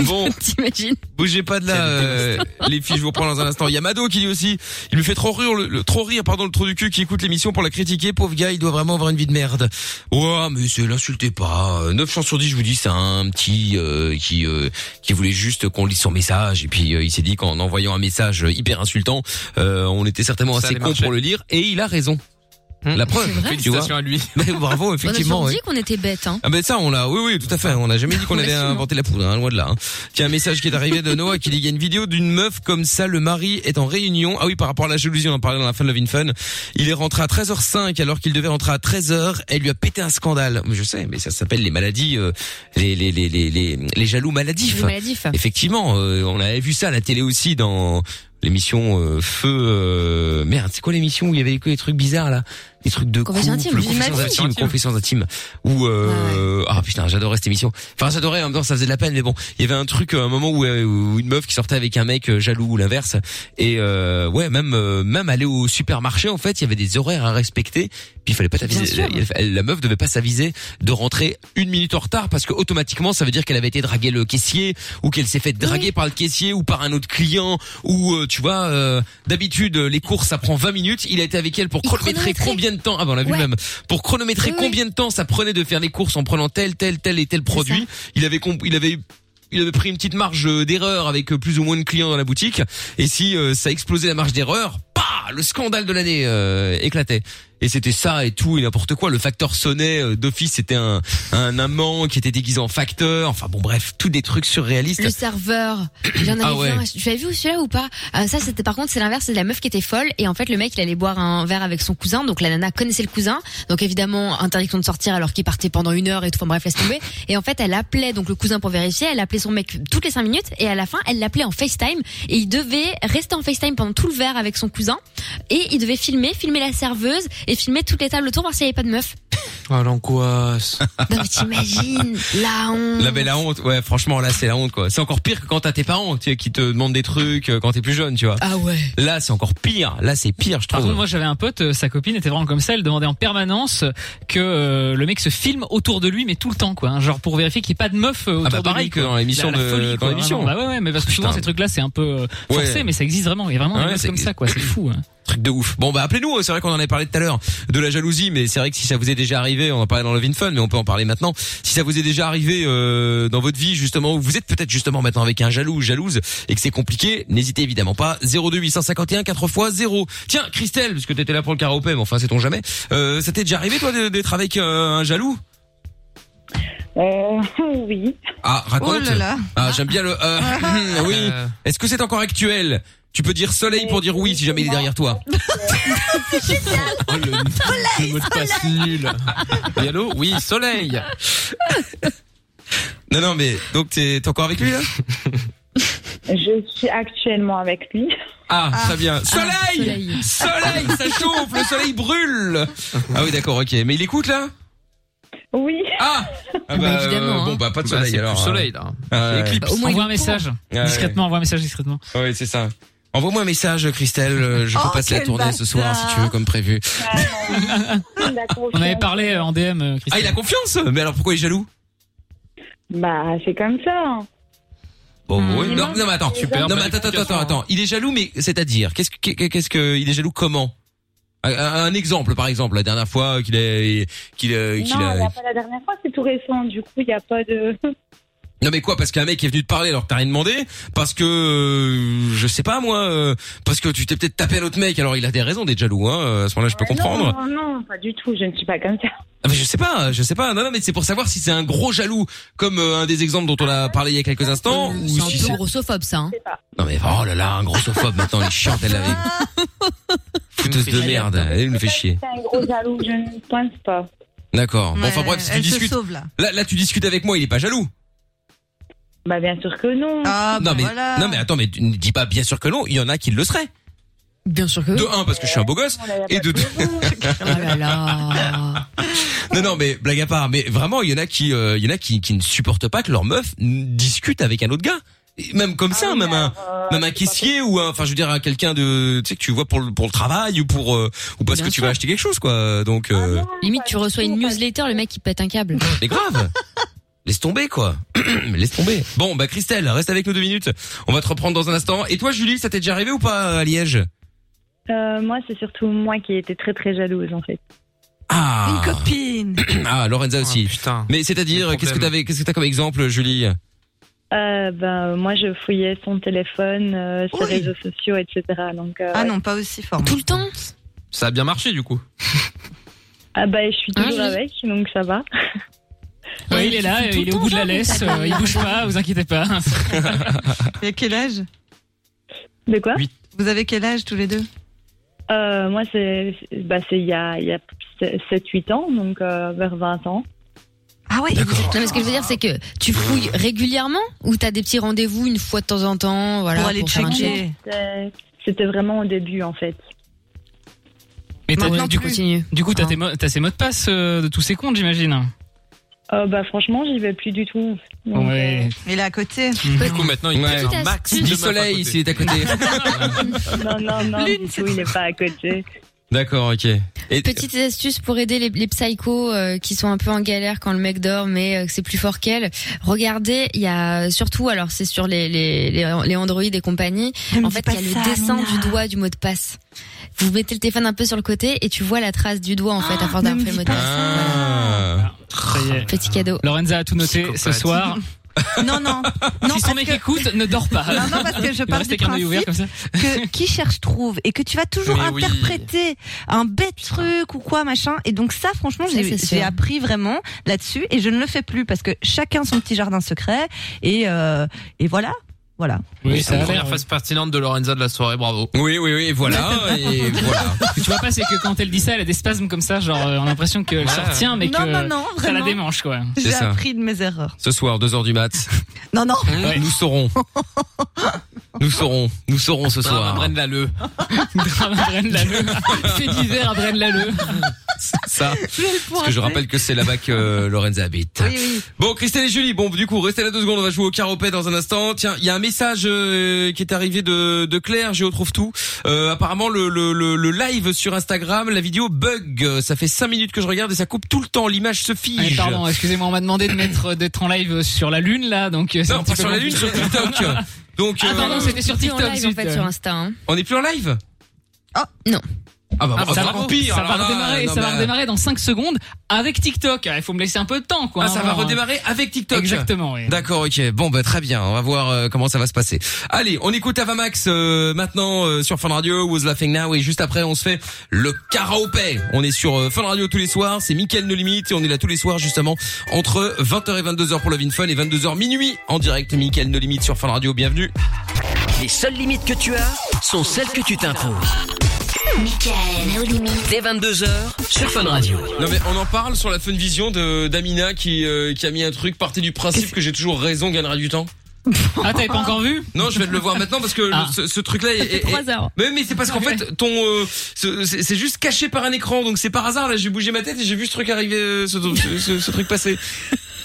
Bon,
T'imagines
bougez pas de là, euh, les filles. Je vous reprends dans un instant. Il y a Mado qui dit aussi, il me fait trop rire, le, le- trop rire, pardon, le trou du cul qui écoute l'émission pour la critiquer. Pauvre gars, il doit vraiment avoir une vie de merde. Ouais, mais c'est l'insultez pas. Euh, 9 chances sur 10, je vous dis, c'est un petit euh, qui euh, qui voulait juste qu'on lise son message et puis euh, il s'est dit qu'en envoyant un message hyper insultant, euh, on était certainement assez
Ça allait
con
marcher.
pour le lire et il a raison. La preuve,
C'est vrai.
tu vois.
Félicitations à lui.
Mais bravo,
on
effectivement.
a
ouais.
toujours dit qu'on était bêtes, hein.
Ah ben ça on l'a, oui oui tout à fait, on n'a jamais dit qu'on
On
avait
l'assume,
inventé la poudre, hein, loin de là. hein. Tiens un message qui est arrivé de Noah qui dit il y a une vidéo d'une meuf comme ça, le mari est en réunion, ah oui par rapport à la jalousie on en parlait dans la fin de Love in Fun, il est rentré à 13h05 alors qu'il devait rentrer à 13h, elle lui a pété un scandale, Mais je sais mais ça s'appelle les maladies, euh, les, les, les, les, les, les jaloux maladifs.
Les maladifs.
Effectivement, euh, on avait vu ça à la télé aussi dans l'émission euh, Feu, euh, merde c'est quoi l'émission où il y avait que des trucs bizarres là des trucs de couple,
Confessions intimes, Vie
confessions
ma vie.
intimes, confessions intimes, où euh, ah putain j'adorais cette émission. Enfin j'adorais en même temps ça faisait de la peine mais bon il y avait un truc euh, un moment où, euh, où une meuf qui sortait avec un mec euh, jaloux ou l'inverse et euh, ouais même euh, même aller au supermarché en fait il y avait des horaires à respecter puis il fallait pas t'aviser
sûr.
la, elle- la meuf devait pas s'aviser de rentrer une minute en retard parce que automatiquement ça veut dire qu'elle avait été draguer le caissier ou qu'elle s'est fait draguer par le caissier ou par un autre client ou euh, tu vois euh, d'habitude les courses ça prend 20 minutes il a été avec elle pour chronométrer combien de temps ah ben on l'a vu
Ouais.
même pour chronométrer combien de temps ça prenait de faire les courses en prenant tel tel tel et tel produit il avait comp- il avait il avait pris une petite marge euh, d'erreur avec euh, plus ou moins de clients dans la boutique et si euh, ça explosait la marge d'erreur bah le scandale de l'année euh, éclatait et c'était ça et tout et n'importe quoi le facteur sonnait euh, d'office c'était un un amant qui était déguisé en facteur enfin bon bref tous des trucs surréalistes
Le serveur, il y en avait
Ah ouais.
un. Tu l'as vu celui-là ou pas Euh, Ça, c'était par contre, c'est l'inverse, c'est la meuf qui était folle et en fait, le mec, il allait boire un verre avec son cousin, donc la nana connaissait le cousin, donc évidemment interdiction de sortir alors qu'il partait pendant une heure et tout. Enfin bref, laisse tomber. Et en fait, elle appelait donc le cousin pour vérifier. Elle appelait son mec toutes les cinq minutes et à la fin, elle l'appelait en FaceTime et il devait rester en FaceTime pendant tout le verre avec son cousin et il devait filmer, filmer la serveuse et filmer toutes les tables autour voir s'il y avait pas de meuf.
Ah, l'angoisse.
Non, mais t'imagines, la honte.
Là, mais la honte, ouais, franchement, là, c'est la honte, quoi. C'est encore pire que quand t'as tes parents, tu sais, qui te demandent des trucs euh, quand t'es plus jeune, tu vois.
Ah ouais.
Là, c'est encore pire. Là, c'est pire, je
Par
trouve.
contre, moi j'avais un pote, euh, sa copine était vraiment comme ça, elle demandait en permanence que euh, le mec se filme autour de lui, mais tout le temps quoi, hein, genre pour vérifier qu'il n'y ait pas de meuf euh, autour
Ah bah
de
pareil
lui.
que
quoi.
dans l'émission
La- la
de-
folie,
dans
quoi,
l'émission.
vraiment. Bah ouais, ouais, mais parce que souvent
Putain.
ces trucs-là c'est un peu euh, forcé,
Ouais.
mais ça existe vraiment. Il y a vraiment des
Ouais,
meufs
c'est-
comme ça quoi, c'est fou. hein.
Truc de ouf. Bon bah appelez-nous, c'est vrai qu'on en avait parlé tout à l'heure de la jalousie, mais c'est vrai que si ça vous est déjà arrivé, on en parlait dans Love in Fun, mais on peut en parler maintenant. Si ça vous est déjà arrivé euh, dans votre vie justement, où vous êtes peut-être justement maintenant avec un jaloux, ou jalouse, et que c'est compliqué, n'hésitez évidemment pas. 02 851 4 x 0. Tiens Christelle, parce que t'étais là pour le karaopé, mais enfin c'est ton jamais. Euh, ça t'est déjà arrivé toi de- d'être avec euh, un jaloux
Euh, oui.
Ah raconte.
Oh là là.
Ah j'aime bien le. euh, oui. Est-ce que c'est encore actuel Tu peux dire soleil pour dire oui si jamais il est derrière toi.
Oh, le, le mot de passe nul. Oui, allô Oui, soleil.
Non, non, mais donc t'es t'es encore avec lui là
Je suis actuellement avec lui.
ah, très bien. Soleil, soleil, ça chauffe, le soleil brûle. Ah oui, d'accord, ok. Mais il écoute là
Oui.
Ah, Ah bah, euh, bon bah pas de
Bah,
soleil
c'est plus
alors.
soleil, là.
Ah, ouais.
Bah, au moins, envoie un message
Ouais.
discrètement, envoie un message discrètement.
Oui, c'est ça. Envoie-moi un message, Christelle. euh, Je peux
Oh,
passer la
quel
tournée ce soir si
bâtard.
tu veux, comme prévu.
On avait parlé euh, en DM. euh,
Ah,
Christelle.
il a confiance Mais alors pourquoi il est jaloux
Bah, c'est comme ça.
Bon,
Mmh.
oui. non, non, mais attends.
Super.
Non, mais attends, attends, attends, attends. Il est jaloux, mais c'est-à-dire Qu'est-ce que, qu'est-ce que, il est jaloux comment un, un exemple, par exemple, la dernière fois qu'il est, qu'il est, qu'il
non,
a-
elle a pas la dernière fois, c'est tout récent. Du coup, il n'y a pas de.
Non mais quoi Parce qu'un mec est venu te parler alors que t'as rien demandé Parce que euh, je sais pas moi euh, Parce que tu t'es peut-être tapé un autre mec alors il a des raisons d'être jaloux hein euh, à ce moment-là je peux comprendre
Non, non, non, pas du tout. Je ne suis pas comme ça.
Ah, mais je sais pas je sais pas non non mais c'est pour savoir si c'est un gros jaloux comme euh, un des exemples dont on a parlé il y a quelques
Euh,
instants ou
C'est un
si
peu
c'est
grossophobe ça. Hein.
non mais oh là là un grossophobe maintenant il est chiante elle avec
Ah,
Ah,
fouteuse de merde elle nous fait chier
C'est un gros jaloux, je ne pense pas.
d'accord bon
Ouais,
enfin bref si tu
elle se
discutes
sauve, là.
là tu discutes avec moi il est pas jaloux
Bah, bien sûr que non. Ah,
bah,
non mais non mais attends mais tu ne dis pas bien sûr que non il y en a qui le seraient
Bien sûr que
de un parce que je suis un beau gosse et de deux
Oh
Non, non, mais blague à part, mais vraiment, il y en a qui, euh, il y en a qui, qui ne supportent pas que leur meuf n- discute avec un autre gars. Et Même
Ah
comme ça, même un,
euh,
même un caissier ou un, enfin, je veux dire, un quelqu'un de, tu sais, que tu vois pour le, pour le travail ou pour, euh, ou parce
Bien
que tu
sûr.
vas acheter quelque chose, quoi. Donc,
Ah
euh,
Limite, tu reçois une newsletter, le mec il pète un câble.
mais grave. Laisse tomber, quoi. Laisse tomber. Bon, bah, Christelle, reste avec nous deux minutes. On va te reprendre dans un instant. Et toi, Julie, ça t'est déjà arrivé ou pas à Liège?
Euh, moi, c'est surtout moi qui ai été très très jalouse en fait.
Ah.
Copine.
Ah, Lorenza aussi. Mais c'est-à-dire, qu'est-ce que t'avais, qu'est-ce que t'as comme exemple, Julie?
Euh, ben, moi, je fouillais son téléphone, euh, ses réseaux sociaux, etc. Donc, euh,
Ah non, pas aussi fort.
Tout le temps
Ça a bien marché, du coup.
Ah bah, je suis
Hein,
toujours
Julie
avec, donc ça va.
Ouais, il est là, euh, il est au bout de la laisse, euh, il bouge pas, vous inquiétez pas.
Il a quel âge
De quoi
Vous avez quel âge tous les deux
Euh, moi, c'est bah, c'est il y a, il y a 7-8 ans, donc euh, vers 20 ans.
Ah ouais Non, mais ce que je veux dire, c'est que tu fouilles régulièrement ou t'as des petits rendez-vous une fois de temps en temps voilà, faire un check
C'était- C'était vraiment au début, en fait.
Mais t'as-
Maintenant
du
plus.
coup, du coup, t'as tes mo- t'as ces mots de passe euh, de tous ces comptes, j'imagine.
Euh, bah, franchement, j'y vais plus du tout. Donc, euh,
Ouais.
Il est à côté.
Du
coup, maintenant, il
Ouais.
pète un max.
Dis soleil s'il est à côté.
euh, non, non, non, du tout, il n'est pas à côté.
D'accord, ok. Et,
Petites astuces pour aider les, les psychos euh, qui sont un peu en galère quand le mec dort mais euh, que c'est plus fort qu'elle. Regardez, il y a surtout, alors c'est sur les, les, les, les Android et compagnie, en fait il y a le dessin du doigt du mot de passe. Vous mettez le téléphone un peu sur le côté et tu vois la trace du doigt en fait
Ah,
à force d'avoir fait le mot de passe.
Ah.
Ça y est.
Petit cadeau.
Lorenza a tout noté ce soir.
Non, non.
si son mec écoute, ne dors
Ah.
pas.
Non, non, parce que je
Il
pars
reste
du
avec un œil
principe
ouvert comme ça.
que qui cherche trouve et que tu vas toujours
Mais oui.
interpréter un bête truc ou quoi machin et donc ça franchement
Ça,
j'ai
c'est
j'ai
sûr.
appris vraiment là-dessus et je ne le fais plus parce que chacun son petit jardin secret et euh, et voilà voilà
Oui, c'est la première phase pertinente de Lorenza de la soirée, bravo.
Oui, oui, oui, voilà, et voilà.
Tu vois pas, c'est que quand elle dit ça, elle a des spasmes comme ça, genre euh, on a l'impression qu'elle
Ouais.
se retient, mais
Non,
que
non, non,
ça la
vraiment.
démange quoi.
C'est
j'ai
ça. Hein
appris de mes erreurs
Ce soir, 2h du mat.
non non
Nous saurons. Nous saurons. Nous saurons ce soir.
Brenne la le.
Drame à Braine-l'Alleud. Fait divers à Braine-l'Alleud.
ça. Parce que je rappelle que c'est là-bas que euh, Lorenz habite. Bon, Christelle et Julie, bon, du coup, restez là deux secondes, on va jouer au caropet dans un instant. Tiens, il y a un message euh, qui est arrivé de, de Claire, je retrouve tout. Euh, apparemment, le, le, le, le live sur Instagram, la vidéo bug. Euh, Ça fait cinq minutes que je regarde et ça coupe tout le temps, l'image se fige.
Eh, pardon, excusez-moi, on m'a demandé de mettre euh, d'être en live sur la lune là, donc euh, c'est un
Non,
petit
pas
peu
sur la lune, sur
compliqué.
TikTok. Donc,
Ah,
euh,
pardon, c'était sur
Plus en
TikTok.
live,
en fait, sur Insta.
on n'est plus en live
Ah, non.
Ah bah,
Ah,
bravo,
ça
encore
va,
pire.
ça
alors
va
là,
redémarrer,
non,
ça va
bah,
redémarrer dans 5 secondes avec TikTok. Ah, Il faut me laisser un peu de temps, quoi.
Ah,
hein,
ça va
vraiment.
redémarrer avec TikTok.
Exactement, oui.
D'accord, ok. Bon, bah très bien. On va voir euh, comment ça va se passer. Allez, on écoute Avamax euh, maintenant euh, sur Fun Radio, Who's Laughing Now, et juste après, on se fait le karaopé. On est sur euh, Fun Radio tous les soirs. C'est Mickaël No Limite et on est là tous les soirs justement entre 20h et 22h pour Love in Fun et 22h minuit en direct. Mickaël No Limite sur Fun Radio. Bienvenue.
Hein Les seules limites que tu as sont celles que tu t'imposes.
Michael, aux limites.
Dès 22h sur Fun Radio.
Non mais on en parle sur la Fun Vision de d'Amina qui euh, qui a mis un truc. Partez du principe que j'ai toujours raison, gagnera du temps.
Ah, t'avais pas encore vu
Non, je vais te le voir maintenant parce que le-
Ah.
ce, ce truc-là est.
Ça fait
est-
trois
est-
heures.
Mais, mais c'est parce qu'en fait, ton, euh, ce- c'est c'est juste caché par un écran, donc c'est par hasard. Là, j'ai bougé ma tête et j'ai vu ce truc arriver, euh, ce, ce- ce- ce truc passer.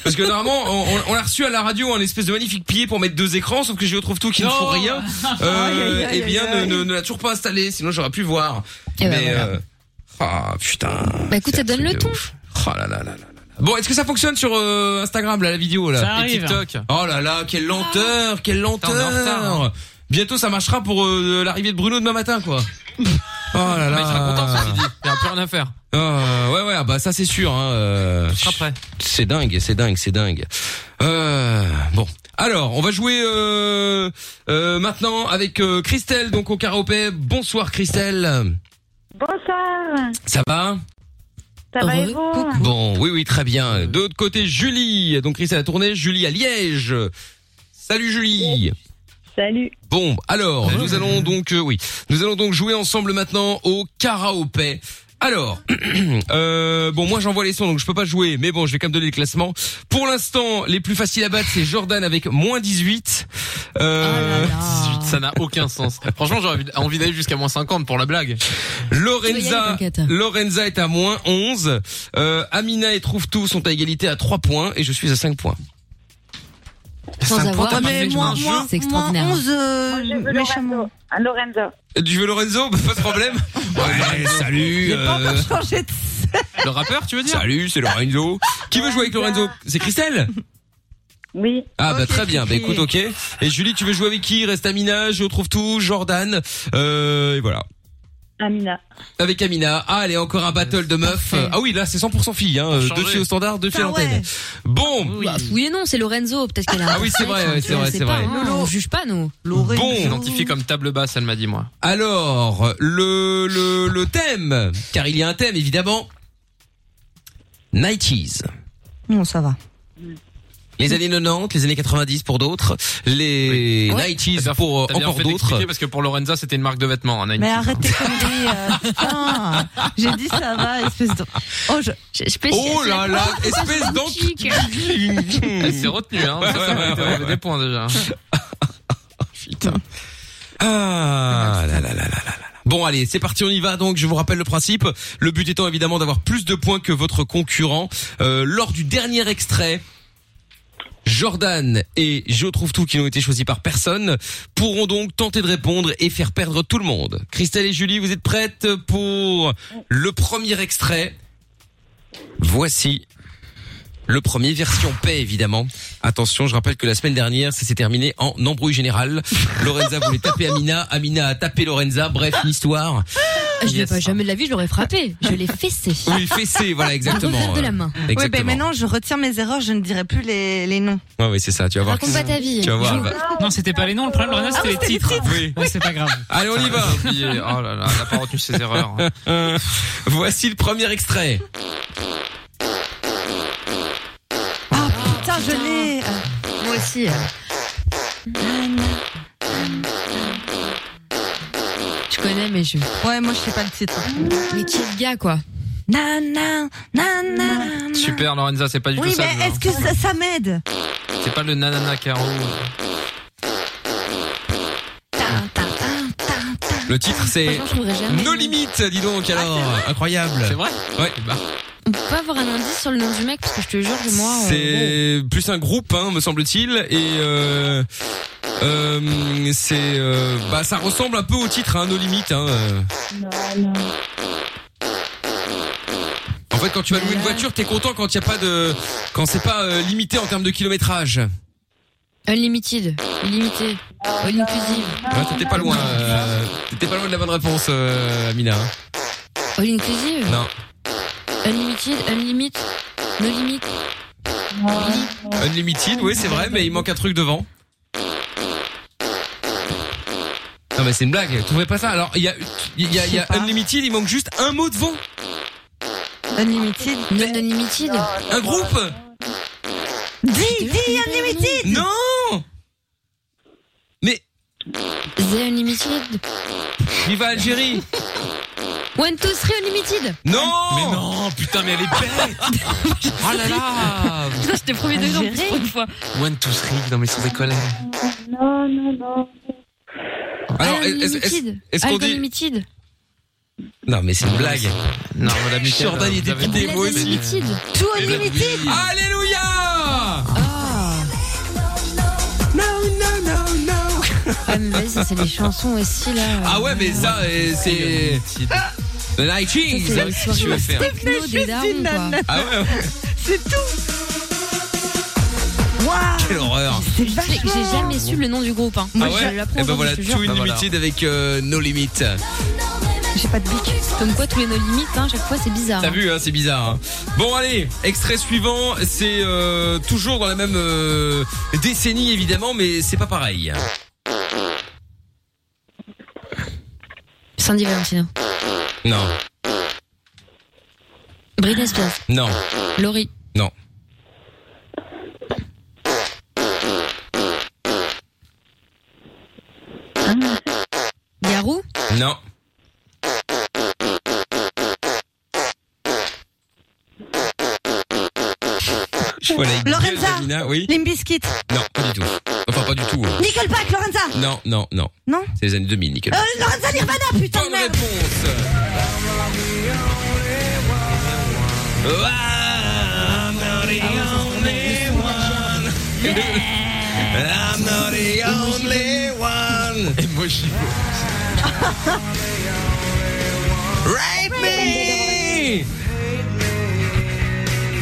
Parce que normalement, on, on- on l'a reçu à la radio un espèce de magnifique pied pour mettre deux écrans, sauf que j'y retrouve tout qui ne
Non.
faut rien. Euh,
Aïe, aïe,
eh
aïe,
bien,
aïe, aïe.
ne, ne- ne l'a toujours pas installé, sinon j'aurais pu voir.
Eh ben,
mais
voilà.
euh, ah putain.
Bah écoute, ça donne le ton.
Oh là là là là là. Bon, est-ce que ça fonctionne sur euh, Instagram là, la vidéo là
Ça
Et
arrive.
TikTok Oh là là, quelle lenteur, quelle lenteur.
Putain, on est en retard, hein.
Bientôt ça marchera pour euh, l'arrivée de Bruno demain matin quoi. Oh là là.
il sera content, ceci dit. Il n'y a plus rien à faire.
Ah, ouais ouais ah, bah ça c'est sûr hein. euh, C'est dingue, c'est dingue, c'est dingue. Euh, bon. Alors, on va jouer euh, euh, maintenant avec euh, Christelle donc au karaopé. Bonsoir Christelle.
Bonsoir.
Ça va
Ça va et vous
Bon, oui, oui, très bien. De l'autre côté, Julie. Donc, Chris à la tournée. Julie à Liège. Salut, Julie.
Salut.
Bon, alors, nous allons donc, euh, oui, nous allons donc jouer ensemble maintenant au karaopé. Alors, euh, bon, moi j'envoie les sons, donc je peux pas jouer, mais bon, je vais quand même donner les classements. Pour l'instant, les plus faciles à battre, c'est Jordan avec moins 18.
Oh Ah
Euh,
18, ça n'a aucun sens. Franchement, j'aurais envie- envie d'aller jusqu'à moins 50 pour la blague.
Lorenza, Lorenza est à moins 11. Euh, Amina et Trouve-Tout sont à égalité à 3 points et je suis à 5 points.
Sans
Cinq
avoir
points, t'as pas fait,
mais
je
moi,
m'en
moi,
jure.
c'est extraordinaire. hein.
Moins 11, euh,
Moi, je veux
méchamment.
Lorenzo.
Tu veux Lorenzo Pas de problème Ouais, salut euh,
Changez de
Le rappeur, tu veux dire Salut, c'est Lorenzo. Qui veut jouer avec Lorenzo C'est Christelle
Oui.
Ah bah très bien, bah écoute, ok. Et Julie, tu veux jouer avec qui Reste Amina, je retrouve tout, Jordan, euh, et voilà.
Amina.
Avec Amina. Ah, allez, encore un battle de meufs. Ah oui, là, c'est 100% filles, hein.
changer.
Deux filles au standard, deux filles à
Ah ouais.
l'antenne. Bon.
Bah, oui et non, c'est Lorenzo, peut-être qu'elle a.
Ah oui, c'est vrai, ouais, c'est vrai, c'est vrai.
On juge pas, nous.
Bon.
Identifié comme table basse, elle m'a dit, moi.
Alors, le, le, le thème, car il y a un thème évidemment. 90s.
Non, ça va.
Les années 90, les années 90 pour d'autres, les 90s pour euh,
T'as bien
encore
fait d'expliquer
d'autres.
parce que pour Lorenza, c'était une marque de vêtements, hein, un
Mais
Nike.
arrête tes conneries. euh, putain. J'ai dit ça va, espèce de. Oh, je.
Oh là là, espèce
d'antique.
Ah,
Elle s'est retenue, hein. Ça, ça m'a été enlevé des points déjà.
Ah là là là là là là. Bon allez, c'est parti, on y va. Donc je vous rappelle le principe. Le but étant évidemment d'avoir plus de points que votre concurrent. Euh, lors du dernier extrait, Jordan et Jo trouve tout qui n'ont été choisis par personne pourront donc tenter de répondre et faire perdre tout le monde. Christelle et Julie, vous êtes prêtes pour le premier extrait Voici le premier, version paix évidemment. Attention, je rappelle que la semaine dernière, ça s'est terminé en embrouille générale. Lorenza voulait taper Amina, Amina a tapé Lorenza, bref, une histoire.
Je l'ai pas jamais de la vie, je l'aurais frappé. Je l'ai fessé.
Oui, fessé, voilà, exactement.
Un revers de la main.
Exactement.
Ouais, ben maintenant, je retire mes erreurs, je ne dirai plus les, les noms.
Ouais, ouais, c'est ça, tu vas voir.
Raconte
que-
pas ta vie.
Tu vas voir. elle
Joue.
va-
Non, c'était pas les noms, le problème, Lorenza, c'était les titres.
Oui.
Ah,
Ouais, c'est pas grave.
Allez, on y va. Euh,
Oh là là, elle a pas retenu ses erreurs.
Voici le premier extrait.
Ah putain, je l'ai. euh,
Moi aussi. hein. Je connais, mais je.
Ouais, moi, je sais pas le titre.
Mais qui est le gars, quoi
Nan, nan, nan, nan.
Super, Lorenza, c'est pas du
Oui,
tout ça. le
mais
jeu,
est-ce que ça, ça m'aide
hein. C'est pas le nanana caro.
Tin, tin, tin, tin, tin.
Le titre c'est
Franchement, je trouverais jamais.
Nos limites, dis donc alors. Incroyable. C'est vrai Ouais. bah.
On peut pas avoir un indice sur le nom du mec parce que je te jure que moi. euh,
C'est plus un groupe, hein, me semble-t-il, et euh, euh, c'est euh, bah ça ressemble un peu au titre, hein, nos limites. Hein. euh. En fait, quand tu vas louer une voiture, t'es content quand il y a pas de, quand c'est pas euh, limité en termes de kilométrage.
Unlimited. Illimité. All inclusive.
Ouais, Hein, T'étais pas loin, euh, t'étais pas loin de la bonne réponse, euh, Amina. hein.
All inclusive.
Non,
Unlimited, unlimit, no limit.
unlimited, oui c'est vrai, mais il manque un truc devant. Non mais c'est une blague, trouvez pas ça. Alors il y a, il y a, il y a
Je sais pas.
unlimited, il manque juste un mot devant.
Unlimited.
Unlimited.
Un groupe
Dis, dis Unlimited
Non Mais.
The Unlimited.
Viva Algérie
One, two, three, unlimited.
Non Mais non, putain, mais elle est bête Oh là là
Putain, c'était le premier degré en plus pour une fois.
One, two, three, non mais sans déconner.
Non, non, non.
Alors, est-ce- est-ce-
Unlimited.
est-ce qu'on
Algo
dit-
Unlimited.
Non, mais c'est une blague. Non, madame
Michael,
Jordan, il était
vous avez-
vidé, moi
Blaise
aussi.
Unlimited.
Tout
Unlimited. Alléluia
Ah.
Non, non, non, non.
Ah, mais vas-y, ça, c'est les chansons aussi, là.
Ah ouais, mais ça, euh, c'est... The Lighting,
Ça, c'est les
tu veux
soirées
faire.
techno des darons, quoi.
Ah ouais, ouais.
C'est tout Waouh
quelle horreur
J'ai j'ai jamais su le nom du groupe. Hein.
Ah
Je
ouais
l'apprends
Et ben
aujourd'hui,
voilà,
je te
tout
jure. Ah.
Unlimited avec euh, No Limit.
J'ai pas de bic.
Comme quoi, tous les nos limites, hein, chaque fois, c'est bizarre.
T'as vu, hein, c'est bizarre. hein. Bon, allez, extrait suivant. C'est euh, toujours dans la même euh, décennie, évidemment, mais c'est pas pareil.
Sandy Valentino.
Non,
Britney Spears.
non,
Laurie.
non.
Garou.
Non. Je vois la gueule
Lorenza.
d'Amina, oui.
Limbiskit.
Non, pas du tout. Enfin, pas du tout. euh.
Nickelback, Lorenza
Non, non, non.
Non
C'est les années 2000,
Euh,
nickel.
Lorenza Nirvana, putain de merde
I'm not the only one. Emoji. Rape me.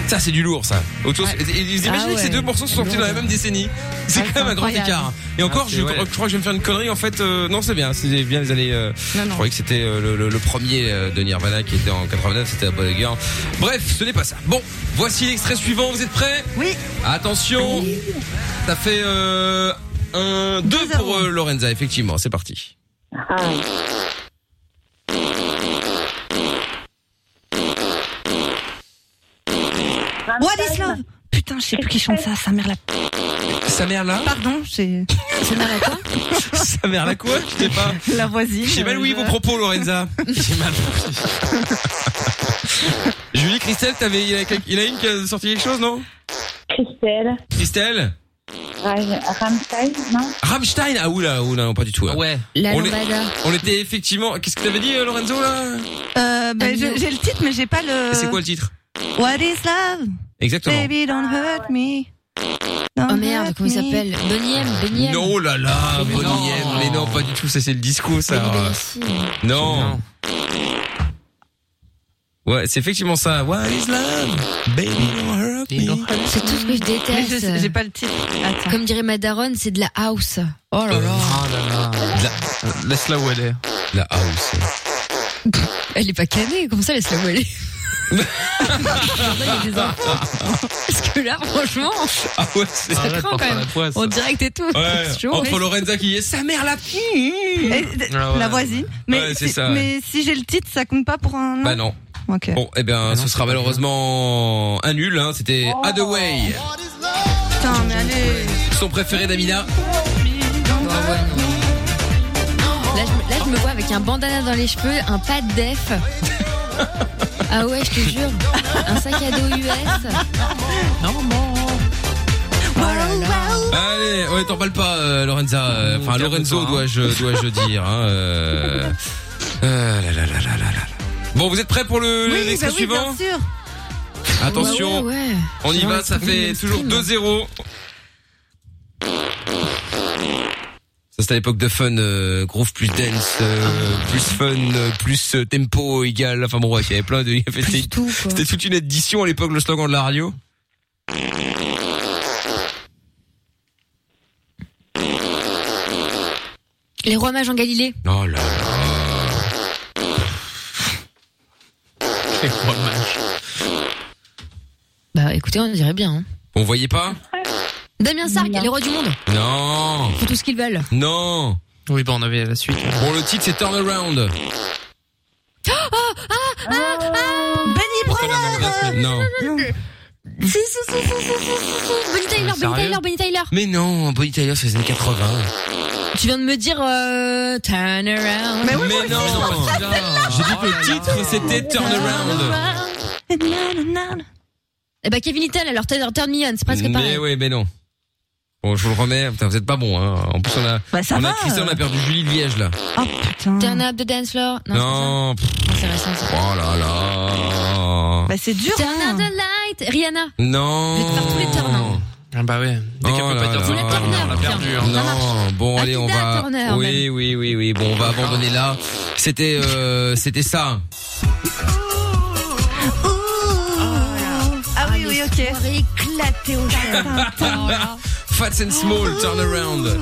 Ça, c'est du lourd, ça. Autour, et- et- Imaginez
Ah
que ces
ouais.
deux morceaux sont sortis dans la même décennie. C'est
Ouais,
quand même
c'est
un grand
incroyable.
écart. Et encore,
Ah, c'est-
je,
ouais.
je crois que je vais me faire une connerie. En fait, euh, non, c'est bien. C'est bien les années. euh,
Non, non.
Je croyais que c'était euh, le, le- le premier euh, de Nirvana qui était en 89. C'était à Bodegan. Bref, ce n'est pas ça. Bon, voici l'extrait suivant. Vous êtes prêts
Oui.
Attention. Ça fait euh, un 2 pour euh, Lorenza, effectivement. C'est parti.
What is love Putain, je sais plus qui chante ça, sa mère la...
Sa mère là
Pardon, c'est... Sa mère la quoi
Sa mère la quoi Je sais pas.
La voisine.
J'ai mal ouï
euh,
vos propos, Lorenza. J'ai mal compris. Julie, Christelle, t'avais, il y a, quel- il y en a une qui a sorti quelque chose, non
Christelle.
Christelle
Ra- Rammstein, non
Rammstein Ah oula, oula, non, pas du tout. Ouais.
La
on, est-
lambada.
on était effectivement... Qu'est-ce que t'avais dit, euh, Lorenzo, là
Euh, ben, je- j'ai le titre, mais j'ai pas le...
C'est quoi le titre
What is love
Exactement.
Baby, don't hurt me. Don't
Oh merde,
hurt
comment il
me.
s'appelle Bonnie M. Bonnie M.
Non, oh là là,
Mais
Bonnie
non.
M, mais non, pas du tout, ça c'est le disco, ça. Non. Ouais, c'est effectivement ça. What is love? Baby, don't hurt me.
C'est tout ce que je déteste.
Mais je- j'ai pas le titre. Attends.
Comme dirait Madaron, c'est de la house. Oh là là.
Oh là là. La- Laisse-la où elle est.
La house.
Elle est pas canée, comme ça laisse-la où elle est. Jordan, il y a des enfants. Parce que là, franchement,
Ah ouais, c'est
ça craint quand même. En direct et tout.
Ouais,
C'est chaud,
entre
ouais.
Lorenza qui est sa mère la
Et- Eh,
Ah,
La voisine. Mais,
Ouais, c'est
si,
ça, ouais.
mais si j'ai le titre, ça compte pas pour un.
Bah non.
Ok.
Bon, eh bien, ce sera malheureusement un nul. Hein. C'était Adaway,
Putain, mais allez.
son préféré d'Amina.
Là je, là, je me vois avec un bandana dans les cheveux, un pas de def. Ah ouais, je te jure. Un sac à dos US.
Non, non.
Oh là là.
Allez, ouais, t'emballe pas, euh, Lorenza. euh, Enfin, Lorenzo, dois-je dois -je dire. Hein, euh... euh, là, là, là, là, là, là. Bon, vous êtes prêts pour le
Oui,
l'extrait
bah oui,
suivant
bien sûr. Bah
Attention,
Ouais, ouais, ouais.
on y
J'ai
va,
envie
ça
de trouver
fait
le
toujours 2-0. Ça c'était à l'époque de fun, euh, groove plus dance, euh,
Ah.
plus fun, euh, plus euh, tempo égal. Enfin bon bref, il y avait plein de. il y avait- C'était c'était toute une addition à l'époque le slogan de la radio.
Les rois mages en Galilée.
Oh là.
Bah écoutez, on dirait bien. hein.
On voyait pas
Damien Sark, les rois du monde.
Non.
Faut tout ce qu'ils veulent.
Non.
Oui, bah on avait la suite.
Bon le titre c'est Turn Around.
Oh, ah, ah, ah
Non.
Si, si, si, si, si, si, si. Bonnie Tyler, Bonnie
Sérieux
Tyler, Bonnie Tyler.
Mais non, Bonnie Tyler c'est les années 80.
Tu viens de me dire euh, Turn around.
Mais, non. J'ai dit
Ah,
que le titre c'était Turn Around.
Eh bah Kevin Little, alors Turn Turn Me On, c'est presque
Mais
pareil.
oui, mais non. Bon, je vous le remets. Putain, vous êtes pas bon. Hein. En plus, on a,
Bah, ça
on a
va,
Christian, on a perdu Julie de Liège là.
Oh,
Turn up the dance floor. Non,
non. pff,
c'est récent. ça.
Oh là là.
Bah, c'est dur. Oh,
Turn out the light, Rihanna.
Non. Ah bah ouais. Dès qu'on peut pas dire Tina Turner, on l'a perdu. hein.
hein.
Non, bon allez, on va.
Turner,
oui,
même.
oui, oui, oui. Bon, on va abandonner là. C'était, euh, c'était ça.
Ah oui, oui, ok.
éclaté au
Fats and Small, turn around.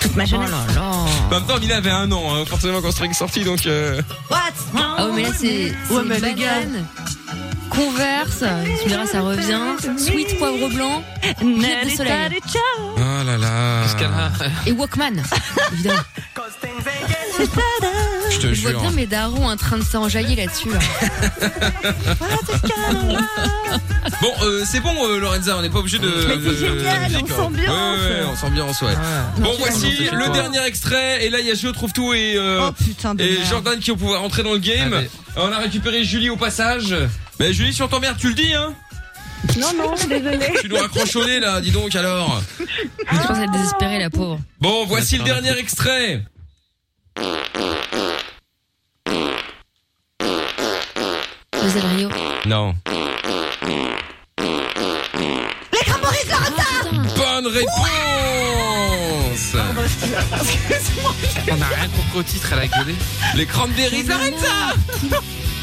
Toute ma jeunesse.
En même temps, Bah, Mila avait un an, hein, forcément quand String est sorti, donc. Euh...
What
Ah ouais, mais là, c'est.
Ouais,
c'est
mais les gars.
banane. Converse, tu me diras, ça revient. Sweet poivre blanc. Lunettes de soleil.
Ah là là.
Et Walkman. Évidemment.
Je te
Je vois
jure.
bien mes darons en train de s'enjailler là-dessus. là.
Bon, euh, c'est bon, euh, Lorenza, on n'est pas obligé de.
Mais c'est
de-
génial,
de-
on
d'accord.
s'ambiance.
Ouais, ouais, ouais, on s'ambiance, ouais.
Non,
Bon,
tu
voici
vas
le
nous-
dernier extrait. Et là, il y a Je trouve tout et,
Oh,
euh, et
Oh, merde.
Jordan qui vont pouvoir rentrer dans le game. On a récupéré Julie au passage. Mais Julie, sur ton merde, tu le dis, hein
Non, non, désolé.
Tu nous raccroches au nez, là, dis donc alors.
Je pense à désespérer la pauvre.
Bon, voici le dernier extrait.
Les Del Rio.
Ah, Non.
Les grands Maurice
Ah,
Larentin
Bonne
Ah,
réponse
bah,
On a rien compris au titre, elle a gueulé.
Les cranberries, arrête ça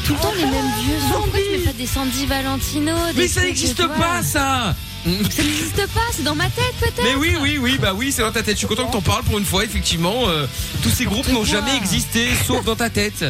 Tout le temps les mêmes vieux sons. Pourquoi tu mets pas des Sandy Valentino des
Mais ça
trucs, tu
n'existe
vois
pas, ça
Ça n'existe pas, c'est dans ma tête peut-être
Mais oui, oui, oui, bah oui, c'est dans ta tête. Je suis content que t'en parles pour une fois, effectivement. euh, tous ces groupes n'ont jamais existé, sauf dans ta tête.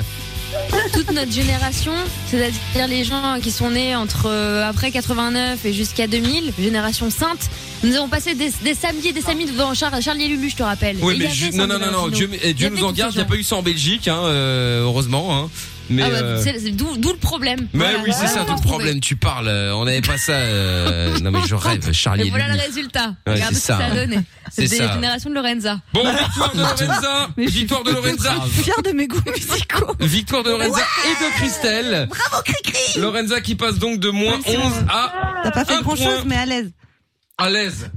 Toute notre génération, c'est-à-dire les gens qui sont nés entre euh, après 89 et jusqu'à 2000, génération sainte, nous avons passé des, des samedis et des samedis devant Char- Charlie et Lulu, je te rappelle.
Oui,
Et il y
mais
avait
ju-
Sandy
non, non, non, non,
Valentino.
Dieu, eh, Dieu
Il y
nous en
avait
garde,
tous
il n'y
ces
a pas eu ça en Belgique, hein, euh, heureusement. Hein. Mais,
Ah bah,
euh,
c'est- c'est D'où d'où le problème.
mais
Voilà.
oui, c'est ça,
Voilà.
tout le problème, tu parles. euh, On n'avait pas ça. euh, non, mais je rêve, Charlie.
Et
et
voilà le
Lulu.
résultat.
Ouais,
Regarde
c'est
ce que
ça.
ça a donné.
C'est
C'est des
ça.
générations de Lorenza.
Bon, victoire de Lorenza Victoire de Lorenza
Fier de mes goûts musicaux.
Victoire de Lorenza et de Christelle
Bravo, Cricri
Lorenza qui passe donc de moins 11 à
T'as pas fait
un
grand chose,
point.
mais à l'aise.
à l'aise.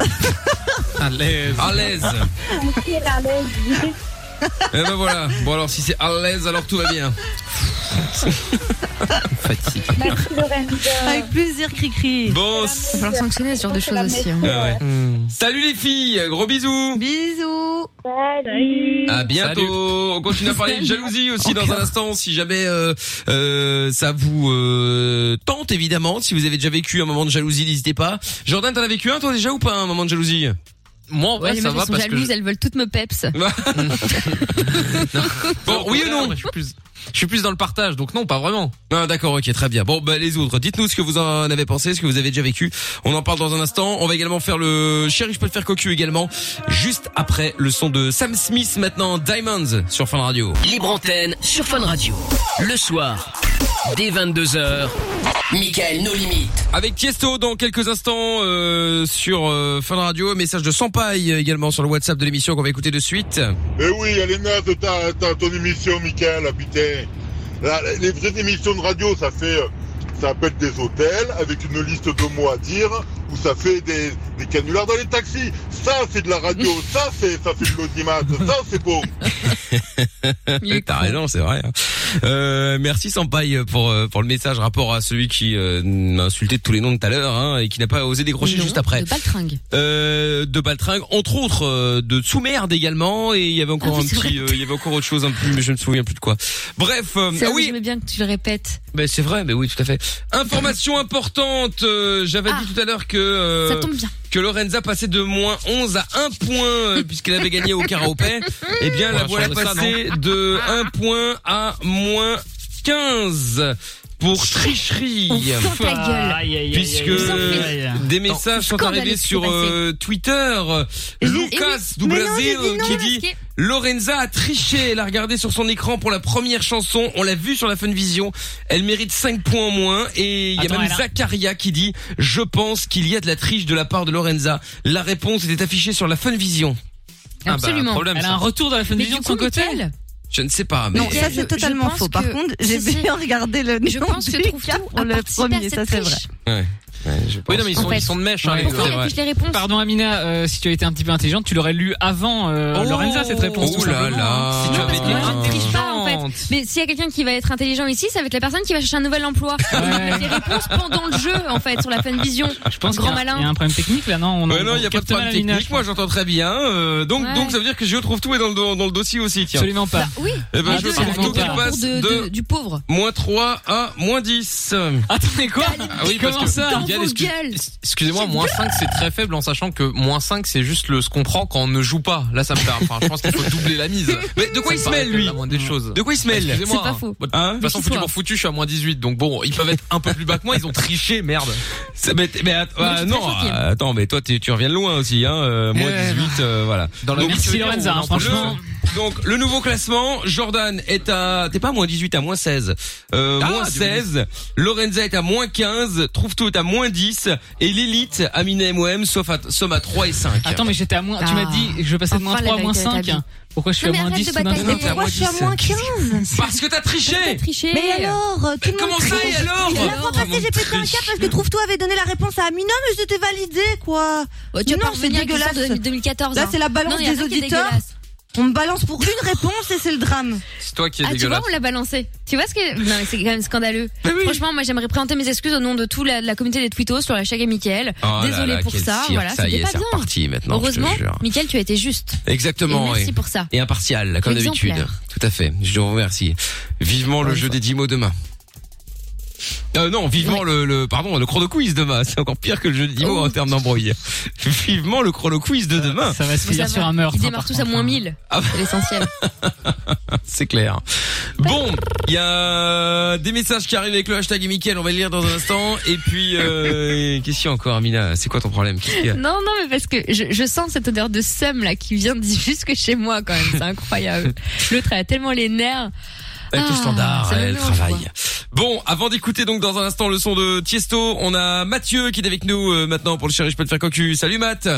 À l'aise. À l'aise. Et ben voilà. Bon alors si c'est à l'aise, alors tout va bien. Fatigue.
Avec plaisir, Cricri.
Euh. Bon. Ah
Il va falloir sanctionner ce genre de choses aussi. hein.
Salut les filles, gros bisous.
Bisous.
Salut.
À bientôt. On continue à parler de jalousie aussi dans un instant, si jamais euh, euh, ça vous euh, tente évidemment. Si vous avez déjà vécu un moment de jalousie, n'hésitez pas. Jordan, t'en as vécu un toi déjà ou pas un moment de jalousie Moi,
Ouais, les meufs, elles sont jalouses, elles veulent toutes me peps.
Bon, oui ou non
Je suis plus, je suis plus dans le partage, donc non, pas vraiment.
Ah, d'accord, ok, très bien. Bon, bah, les autres, dites-nous ce que vous en avez pensé, ce que vous avez déjà vécu. On en parle dans un instant. On va également faire le chéri, je peux te faire cocu également, juste après le son de Sam Smith maintenant, Diamonds, sur Fun Radio.
Libre antenne sur Fun Radio. Le soir, dès 22h, Michael nos limites.
Avec Tiesto dans quelques instants euh, sur euh, Fun Radio, Un message de Sampaï euh, également sur le WhatsApp de l'émission qu'on va écouter de suite.
Eh oui, elle est naze ta, ta- ton émission, Michael, ah, putain. La- les vraies émissions de radio, ça fait, euh, ça peut être des hôtels avec une liste de mots à dire où ça fait des, des canulars dans les taxis. Ça, c'est de la radio. ça, c'est ça fait de l'audimat. Ça, c'est beau.
T'as raison, c'est vrai. hein. Euh, merci Sampaï pour euh, pour le message rapport à celui qui euh, m'a insulté de tous les noms tout à l'heure hein, et qui n'a pas osé décrocher juste après.
De Baltringue.
Euh, de Baltringue, entre autres euh, de Soumerde également et il y avait encore
Ah oui,
un
c'est
petit, euh, il y avait encore autre chose un peu, mais je ne me souviens plus de quoi. Bref, euh,
C'est
ah
oui.
oui,
J'aimais bien que tu le répètes.
ben c'est vrai, mais oui, tout à fait. Information importante, euh, j'avais dit tout à l'heure que euh,
Ah. Ça tombe bien.
que Lorenza passait de moins 11 à 1 point euh, puisqu'elle avait gagné au karaopé. Eh bien,
On
la
va
voilà
changer ça,
passée
non
de 1 point à moins 15 pour tricherie.
On sent ta gueule. Aïe, aïe, aïe,
Puisque
aïe, aïe, aïe, aïe.
des
Non,
messages sont
scandaleux
arrivés
ce qui
sur
s'est passé.
euh, Twitter.
Eh
Lucas du
Mais
Brésil
non, j'ai dit non,
qui
parce
dit
que-
Lorenza a triché, elle a regardé sur son écran pour la première chanson, on l'a vu sur la Funvision, elle mérite 5 points en moins et il y a
Attends,
même
elle a-
Zacharia qui dit "Je pense qu'il y a de la triche de la part de Lorenza." La réponse était affichée sur la Ah Funvision. bah,
Absolument.
Elle a un retour dans la
Mais
Funvision
du
de
coup,
son côté.
Mickaël,
Je ne sais pas mais
non, ça c'est totalement faux. Par contre, j'ai bien regardé le nom
Je pense que
du
trouve
gars pour le premier, ça c'est vrai.
Ouais.
Oui, non, mais
ils sont- En fait. ils sont de
mèche.
hein, les Pourquoi gars. il affiche les réponses
Pardon, Amina, euh, si tu as été un petit peu intelligente, tu l'aurais lu avant euh, Lorenza cette réponse.
Oh là là. Si tu avais
été
triche pas en fait. Mais s'il y a quelqu'un qui va être intelligent ici, ça va être la personne qui va chercher un nouvel emploi. Il y a des réponses pendant le jeu en fait sur la Funvision.
Je pense qu'il
grand
y, a- il y
malin.
a un problème technique là, non On
Ouais, non, il n'y a pas de
capte mal
problème
Amina,
technique.
je
Moi, j'entends très bien. euh, donc,
Ouais.
donc, ça veut dire que je trouve tout est dans le, dans le dossier aussi, tiens.
Absolument pas. Bah,
oui.
Eh ben,
Ah,
je
deux,
trouve
c'est
tout qui
vraiment
passe
pas.
de,
De- de- du pauvre.
Moins 3 à moins 10.
Attendez, quoi
Ah oui, parce que Miguel, excuse- Excusez-moi, moins 5 c'est très faible en sachant que moins 5 c'est juste le ce qu'on prend quand on ne joue pas. Là ça me fait enfin, je pense qu'il faut doubler la mise.
Mais de quoi il se mêle, lui
la moindre des choses.
De quoi il se mêle
Excusez-moi.
C'est pas
hein.
faux.
Bon, De
Hein
toute façon foutu pour foutu, je suis à moins 18 donc bon, ils peuvent être un peu plus bas que moi, ils ont triché, merde.
Ça va être- mais att-
Moi,
ah,
je suis
non,
très choquée.
ah, attends, mais toi, t'es- tu reviens de loin aussi, hein. euh, moins
Ouais.
18, euh, voilà.
Eh, Dans la
Donc,
Merci,
le-
Lorenza, hein, franchement.
le- donc, le nouveau classement, Jordan est à, t'es pas à moins 18, à moins 16. Euh,
Ah,
moins
du
16. Lorenza est à moins 15. Trouve tout est à moins 10. Et l'élite, Amina et Moem, sauf à, somme à 3 et 5.
Attends, mais j'étais à moins. Tu m'as dit que je passais de moins
Enfin, la
3 à moins
vérité
5.
t'habille.
Pourquoi je suis
Non,
à
mais
moins
arrête
10
de
tout d'un
batailler.
coup
Pourquoi je suis à moins
15
Parce que t'as triché
Ah,
Mais alors tout le
comment
monde
ça,
triche.
et alors
La fois passée, j'ai pété un câble parce que Trouve-toi avait donné la réponse à Amina, mais c'était validé, quoi
Oh, tu vas
Non,
pas
c'est
revenir avec l'histoire
dégueulasse
de 2014,
Là,
hein.
c'est la balance
Non, y a
des
rien qui est
auditeurs.
dégueulasse.
On me balance pour une réponse et c'est le drame.
C'est toi qui es
Ah, tu vois,
dégueulasse.
on l'a balancé. Tu vois ce que. Non, mais c'est quand même scandaleux. Franchement, moi, j'aimerais présenter mes excuses au nom de toute la, de la communauté des Twittos sur la chèque et Mickaël.
Oh là
Désolé
là,
pour
quel
ça.
cirque,
Voilà,
ça y
c'était
est,
pas
c'est
bien.
reparti maintenant, je te
Heureusement,
jure.
Mickaël, tu as été juste.
Exactement.
Et merci
oui.
pour ça.
Et impartial, comme
Exemplaire.
d'habitude. Tout à fait. Je vous remercie. Vivement le jeu des 10 mots demain. Euh, non, vivement le, le- pardon le chrono quiz demain. C'est encore pire que le jeu des 10 mots en termes d'embrouille. vivement le chrono quiz de demain.
Ça va se finir sur un meurtre. hein,
Ils démarrent tous à Ah moins 1000. C'est l'essentiel.
C'est clair. Bon, il y a des messages qui arrivent avec le hashtag Mickaël, on va les lire dans un instant. Et puis, euh, qu'est-ce qu'il y a encore, Amina C'est quoi ton problème Qu'est-ce qu'il y a
Non, non, mais parce que je, je sens cette odeur de seum là qui vient d'i- jusque chez moi quand même. C'est incroyable. L'autre, elle a tellement les nerfs.
Elle est au
Ah,
standard,
ça me
elle
mélange,
travaille.
quoi.
Bon, avant d'écouter donc dans un instant le son de Tiesto, on a Mathieu qui est avec nous euh, maintenant pour le chéri, je peux te faire cocu. Salut Matt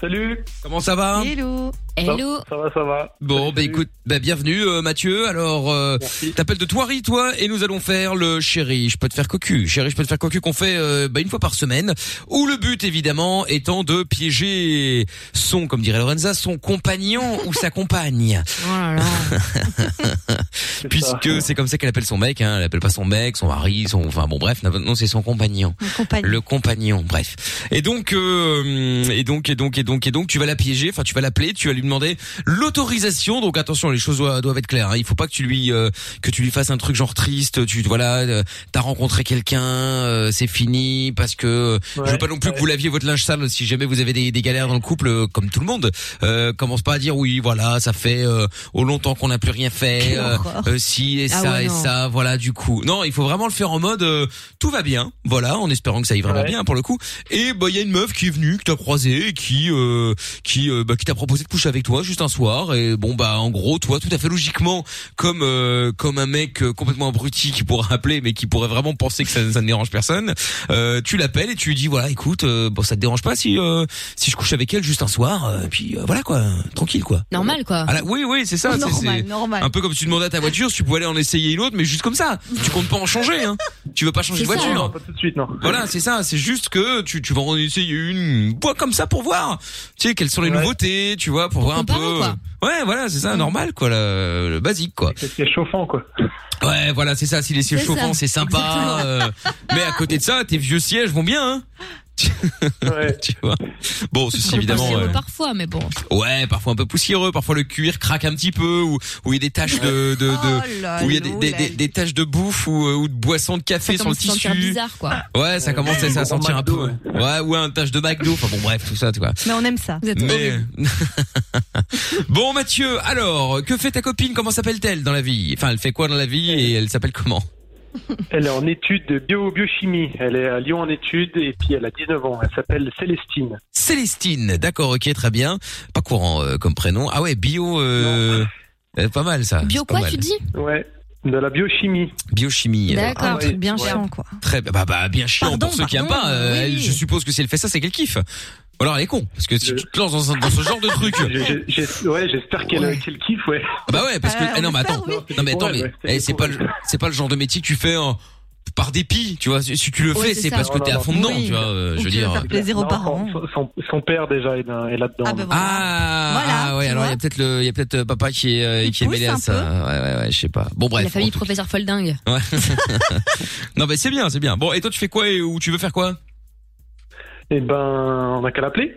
Salut
Comment ça va
Hello
Bah,
Hello
Ça va, ça va.
Bon, bah écoute, bah bienvenue euh, Mathieu. Alors, euh, t'appelles de Toiri toi et nous allons faire le chéri, je peux te faire cocu. Chéri, je peux te faire cocu qu'on fait euh, bah, une fois par semaine. Où le but évidemment étant de piéger son, comme dirait Lorenza, son compagnon ou sa compagne.
Oh là là.
Puisque c'est comme ça qu'elle appelle son mec, hein. elle appelle pas son mec, son mari, son, enfin bon bref, non c'est son compagnon.
Le compagnon.
Le compagnon, bref. Et donc, euh, et donc, et donc, et donc, et donc, tu vas la piéger, enfin tu vas l'appeler, tu vas lui demander l'autorisation. Donc attention, les choses doivent, doivent être claires. hein. Il faut pas que tu lui, euh, que tu lui fasses un truc genre triste. Tu voilà, euh, t'as rencontré quelqu'un, euh, c'est fini parce que euh, je veux pas non plus que vous laviez votre linge sale. Si jamais vous avez des, des galères dans le couple, euh, comme tout le monde, euh, commence pas à dire oui, voilà, ça fait euh, au longtemps qu'on n'a plus rien fait. euh, euh, si et
Ah
ça
ouais,
et
non.
ça ah, voilà du coup. Non, il faut vraiment le faire en mode euh, tout va bien, voilà, en espérant que ça aille vraiment bien hein, pour le coup. Et bah il y a une meuf qui est venue, que t'as croisée, et qui euh, qui euh, bah, qui t'a proposé de coucher avec avec toi juste un soir et bon bah en gros toi tout à fait logiquement comme euh, comme un mec euh, complètement abruti qui pourra appeler mais qui pourrait vraiment penser que ça, ça ne dérange personne, euh, tu l'appelles et tu lui dis voilà écoute euh, bon ça te dérange pas si euh, si je couche avec elle juste un soir euh, et puis euh, voilà quoi tranquille quoi.
Normal quoi.
Ah là, oui, oui, c'est ça. c'est-
Normal,
c'est
normal.
Un peu comme si tu demandais à ta voiture si tu pouvais aller en essayer une autre, mais juste comme ça. Tu comptes pas en changer, hein. Tu veux pas changer de
C'est ça.
voiture.
Non, pas tout de suite, non.
Voilà, c'est ça. C'est juste que tu, tu vas en essayer une, bois comme ça pour voir. Tu sais, quelles sont les nouveautés, tu vois, pour, voir un peu. Ouais, voilà, c'est ça, normal, quoi, le, le basique, quoi.
C'est chauffant, quoi.
Ouais, voilà, c'est ça. Si les sièges
C'est
chauffants,
ça.
c'est sympa. euh, mais à côté de ça, tes vieux sièges vont bien, hein. tu vois. Bon, ceci évidemment.
Poussiéreux
ouais.
Parfois, mais bon.
Ouais, parfois un peu poussiéreux, parfois le cuir craque un petit peu, ou ou il y a des taches de, de, de
Oh là
où il y a des, des, des, des taches de bouffe ou, euh, ou de boisson de café
Ça
sur le
commence à
tissu. Ah,
sentir bizarre quoi.
Ouais, ça commence à, ça sentir un peu. Ouais, ouais, ou un tache de McDo. Enfin bon, bref, tout ça, tu vois.
Mais on aime ça.
Mais bon, Mathieu. Alors, que fait ta copine Comment s'appelle-t-elle dans la vie Enfin, elle fait quoi dans la vie et elle s'appelle comment
Elle est en études de bio biochimie. Elle est à Lyon en études et puis elle a 19 ans. Elle s'appelle Célestine.
Célestine. D'accord, ok, très bien. Pas courant euh, comme prénom. Ah ouais, bio. euh, euh, pas mal ça.
Bio
C'est pas
quoi,
mal.
tu dis Ouais. De la biochimie.
Biochimie. euh,
D'accord, un truc bien chiant quoi.
Très bah, bah bien chiant
Pardon,
pour ceux qui aiment
pardon,
pas. euh,
oui.
elle- je suppose que si elle fait ça, c'est qu'elle kiffe. Ou alors elle est con, parce que si tu te lances dans, un- dans ce genre de truc. Ah,
ouais, j'espère qu'elle qu'elle kiffe, ouais.
Bah ouais,
Euh,
parce que
Ah,
eh, non mais attends, non mais attends,
Ouais,
mais
ouais,
eh, c'est pas le- c'est pas le genre de métier que tu fais en- par dépit, tu vois. Si si tu le
Ouais,
fais,
c'est
c'est
ça.
parce que
Non,
t'es à
non,
fond
non.
dedans,
Oui.
tu vois. euh, je veux
Ou
dire.
plaisir aux parents.
Son, son- son père déjà est, dans- est là-dedans.
bah
Ah, ah ouais, alors il y a peut-être le, il y a peut-être euh, papa qui est, euh, qui est
pousse
mêlé
un
à
peu.
ça. Ouais, ouais, ouais, je sais pas. Bon bref.
La famille professeur Folding.
on- ouais. non mais c'est bien, c'est bien. Bon, et toi tu fais quoi et où tu veux faire quoi
Eh ben, on a qu'à l'appeler.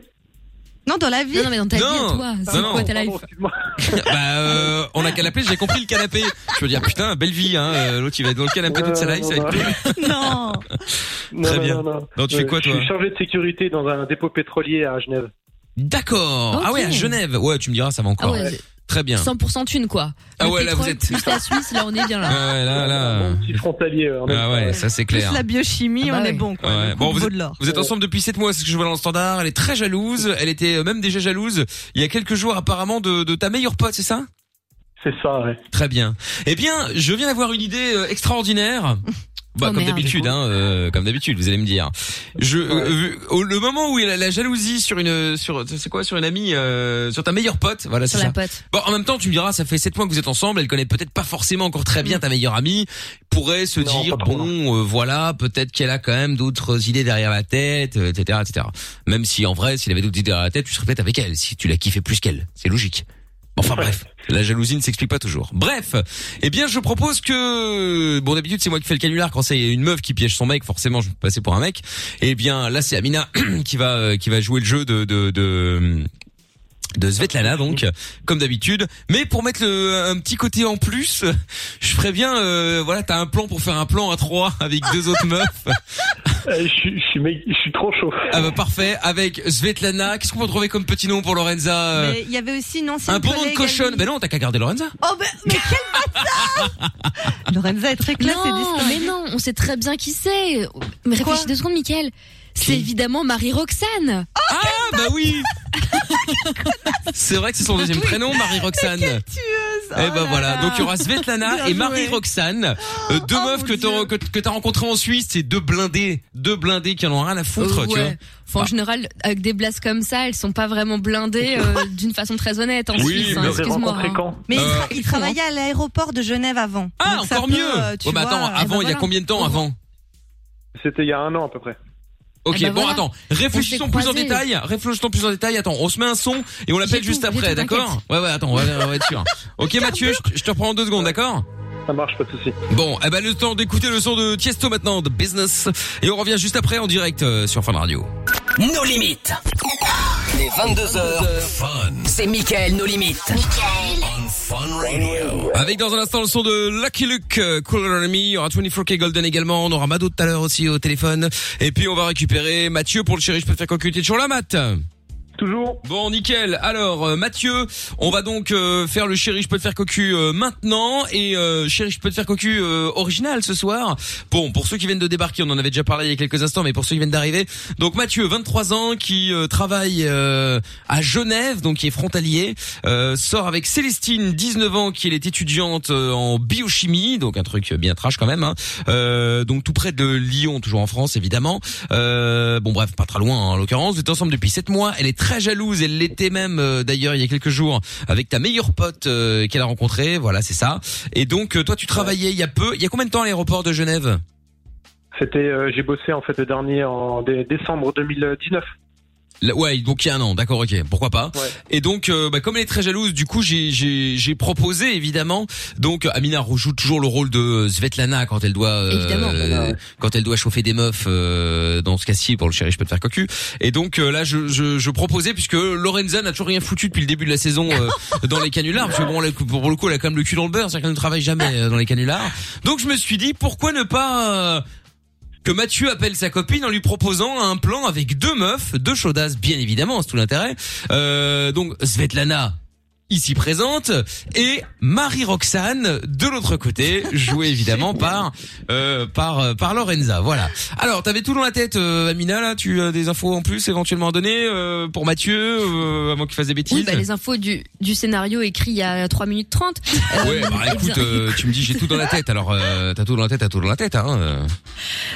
Non, dans la vie.
Non, non, mais dans ta
Non.
vie à toi.
Non,
C'est
non.
quoi ta life
bah, euh, on a qu'à l'appeler, j'ai compris le canapé. Je veux dire, putain, belle vie, hein. euh, L'autre, il va être dans le canapé toute sa life, ça va être
Non.
Très bien. Non, tu fais quoi,
Je
toi
suis chargé de sécurité dans un dépôt pétrolier à Genève.
D'accord. Ah
Ok.
ouais, à Genève. Ouais, tu me diras, ça va encore.
Ah ouais, c'est-
Très bien.
100% thune quoi.
Ah
Le
ouais, là, vous
pétrole,
êtes-
Plus la Suisse, là on est bien
Ah
là.
ouais, là, là.
Petit frontalier. euh,
Ah ouais, ça c'est clair.
Plus la biochimie, on est bon quoi.
Ah bah Ouais.
Le coup,
Bon,
vaut
vous,
de
êtes,
l'or.
vous êtes ensemble depuis 7 mois, c'est ce que je vois dans le standard. Elle est très jalouse. Elle était euh, même déjà jalouse il y a quelques jours apparemment de, de ta meilleure pote, c'est ça
C'est ça, ouais.
Très bien. Eh bien, je viens d'avoir une idée euh, extraordinaire. Bah,
Oh,
comme
merde.
d'habitude, hein, euh, comme d'habitude, vous allez me dire. Je, euh, au- le moment où il a la jalousie sur une, sur, c'est quoi, sur une amie, euh, sur ta meilleure pote, voilà,
Sur
c'est
la
ça.
pote.
Bon, en même temps, tu me diras, ça fait 7 mois que vous êtes ensemble, elle connaît peut-être pas forcément encore très bien ta meilleure amie, pourrait se dire, bon, euh, voilà, peut-être qu'elle a quand même d'autres idées derrière la tête, euh, etc., etc. Même si, en vrai, s'il avait d'autres idées derrière la tête, tu serais peut-être avec elle, si tu la kiffais plus qu'elle. C'est logique. Enfin bref, la jalousie ne s'explique pas toujours. Bref, eh bien je propose que bon d'habitude c'est moi qui fais le canular quand c'est une meuf qui piège son mec, forcément je vais passer pour un mec. Eh bien là c'est Amina qui va euh, qui va jouer le jeu de de de, de Svetlana donc comme d'habitude, mais pour mettre le- un petit côté en plus, je ferais bien euh, voilà, t'as un plan pour faire un plan à trois avec deux autres meufs.
Euh, je, suis- je suis mec- je suis trop chaud.
Ah bah parfait avec Svetlana, qu'est-ce qu'on peut trouver comme petit nom pour Lorenza euh,
Mais il y avait aussi une ancienne
Un bon nom de
collègue
cochonne.
à
Ben non, t'as qu'à garder Lorenza.
lui. Oh, mais, mais quel bâtard Lorenza est très classe et
Non,
distinguée.
mais non, on sait très bien qui c'est. Mais réfléchis deux secondes, Mickaël. C'est évidemment Marie-Roxane.
ah, bah oui C'est vrai que c'est son deuxième prénom, Marie-Roxane. Eh
Oh
ben voilà, donc il y aura Svetlana et Marie-Roxane, euh, deux meufs que t'as que, que t'as rencontrées en Suisse, c'est deux blindés, deux blindés qui en ont rien à foutre,
Euh,
tu
ouais.
vois.
Enfin, en
Ah.
général, avec des blases comme ça, elles sont pas vraiment blindées euh, d'une façon très honnête en
Oui,
Suisse. hein,
mais-
Excuse-moi.
Rencontré quand
Mais il,
Euh,
tra- il travaillait à l'aéroport de Genève avant.
Ah,
Donc ça
encore
peut,
mieux.
euh, tu
Oh, mais
vois,
attends,
eh ben
avant, il y a
voilà.
combien de temps avant
C'était il y a un an à peu près.
Ok,
Eh ben
bon
voilà.
attends,
On
réfléchissons
s'est
plus en
croisés.
détail, réfléchissons plus en détail, attends, on se met un son et on l'appelle
J'ai
juste
tout, j'ai
après,
tout,
d'accord Ouais ouais, attends, on va, on va être sûr. Ok Mathieu, je, je te reprends en deux secondes, d'accord
Ça marche, pas de soucis.
Bon, eh ben le temps d'écouter le son de Tiesto maintenant, de Business, et on revient juste après en direct euh, sur Fun Radio.
Nos limites. Les 22h. C'est Michael, nos limites.
Avec dans un instant le son de Lucky Luke, euh, Cooler Than Me, il y aura 24K Golden également, on aura Mado tout à l'heure aussi au téléphone, et puis on va récupérer Mathieu pour le chéri, je peux te faire cocuter toujours la mat. toujours. Bon, nickel. Alors, euh, Mathieu, on va donc euh, faire le chéri, je peux te faire cocu euh, maintenant et euh, chéri, je peux te faire cocu euh, original ce soir. Bon, pour ceux qui viennent de débarquer, on en avait déjà parlé il y a quelques instants, mais pour ceux qui viennent d'arriver, donc Mathieu, 23 ans, qui euh, travaille euh, à Genève, donc qui est frontalier, euh, sort avec Célestine, 19 ans, qui elle est étudiante euh, en biochimie, donc un truc bien trash quand même. hein. Euh, donc tout près de Lyon, toujours en France évidemment. Euh, bon bref, pas très loin hein, en l'occurrence. Vous êtes ensemble depuis 7 mois. Elle est très jalouse. Elle l'était même euh, d'ailleurs il y a quelques jours avec ta meilleure pote euh, qu'elle a rencontrée. Voilà, c'est ça. Et donc euh, toi tu travaillais il y a peu. Il y a combien de temps à l'aéroport de Genève
C'était, euh, j'ai bossé en fait le dernier en dé- décembre 2019.
Là, Ouais, donc il y a un an, d'accord, ok, pourquoi pas. Et donc, euh, bah, comme elle est très jalouse, du coup, j'ai, j'ai, j'ai proposé, évidemment. Donc, Amina joue toujours le rôle de euh, Svetlana quand elle doit, euh, quand elle doit chauffer des meufs. euh, dans ce cas-ci, pour le chéri, je peux te faire cocu. Et donc euh, là, je, je, je proposais puisque Lorenza n'a toujours rien foutu depuis le début de la saison euh, dans les canulars. Parce que bon, là, pour le coup, elle a quand même le cul dans le beurre, c'est-à-dire qu'elle ne travaille jamais euh, dans les canulars. Donc, je me suis dit, pourquoi ne pas euh, que Mathieu appelle sa copine en lui proposant un plan avec deux meufs, deux chaudasses bien évidemment, c'est tout l'intérêt. Euh, donc Svetlana ici présente et Marie Roxane de l'autre côté, jouée évidemment par euh, par euh, par Lorenza. Voilà. Alors t'avais tout dans la tête, euh, Amina là, tu as des infos en plus éventuellement à donner euh, pour Mathieu euh, avant qu'il fasse des bêtises.
Oui, bah, les infos du, du scénario écrit il y a 3 minutes 30. Euh,
Ouais, bah écoute, euh, tu me dis j'ai tout dans la tête, alors euh, t'as tout dans la tête, t'as tout dans la tête, hein. euh.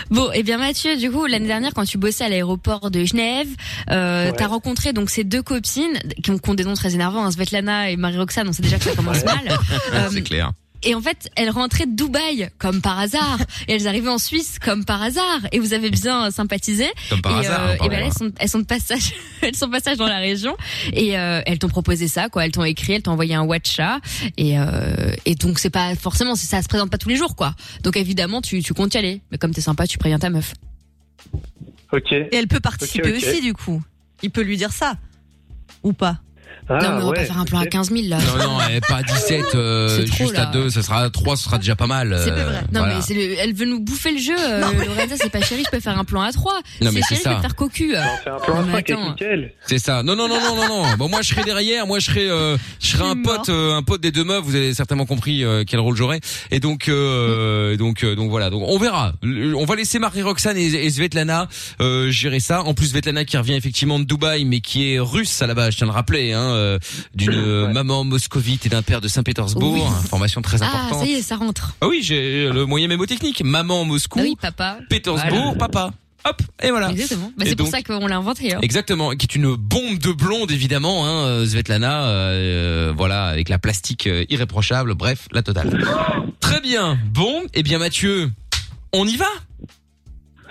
Bon, et bien Mathieu, du coup, l'année dernière, quand tu bossais à l'aéroport de Genève, euh, t'as rencontré donc ces deux copines qui ont, qui ont des noms très énervants, hein, Svetlana et Marie-Roxane, on sait déjà que ça commence mal. Euh,
c'est clair.
Et en fait, elles rentraient de Dubaï comme par hasard, et elles arrivaient en Suisse comme par hasard, et vous avez bien sympathisé.
Comme par
et,
hasard, hein,
et ben
pardon.
là, elles sont, elles sont de passage, elles sont de passage dans la région, et euh, elles t'ont proposé ça, quoi. Elles t'ont écrit, elles t'ont envoyé un WhatsApp, et euh, et donc c'est pas forcément, c'est- ça se présente pas tous les jours, quoi. Donc évidemment, tu tu comptes y aller, mais comme t'es sympa, tu préviens ta meuf.
Ok. Et
elle peut participer aussi, du coup. Il peut lui dire ça. Ou pas.
Ah,
non, mais on va pas faire un plan à 15 000 là.
Non, non, eh, pas 17, euh,
C'est trop,
juste à
là.
2, ça sera 3, ce sera déjà pas mal.
C'est pas
euh,
vrai. Non,
voilà.
mais c'est le- elle veut nous bouffer le jeu. euh, Lorenza, c'est pas chérie, je peux faire un plan à 3.
Non, mais c'est
chérie, je
ça.
peux te faire cocu. euh.
un
plan à
mais
trois qui est
attends.
C'est ça. Non non non non non non. Bon moi je serai derrière, moi je serai euh, je serai un pote euh, un pote des deux meufs, vous avez certainement compris euh, quel rôle j'aurai. Et donc euh, et donc euh, donc voilà. Donc on verra. Le- On va laisser Marie Roxane et, et Svetlana euh, gérer ça. En plus Svetlana qui revient effectivement de Dubaï mais qui est russe à la base, je tiens à le rappeler hein, euh, d'une euh, maman moscovite et d'un père de Saint-Pétersbourg,
Oui.
information très
Ah,
importante.
ça y est, ça rentre.
Ah oui, j'ai le moyen mémotechnique. Maman Moscou,
Ah oui, papa.
Pétersbourg, papa. Hop, et voilà.
Exactement. Bah,
Ah. Et
c'est pour
donc-
ça qu'on l'a inventé. hein.
Exactement, qui est une bombe de blonde évidemment, hein, euh, Svetlana, euh, euh, voilà, avec la plastique euh, irréprochable, bref, la totale. Très bien, bon, eh bien Mathieu, on y va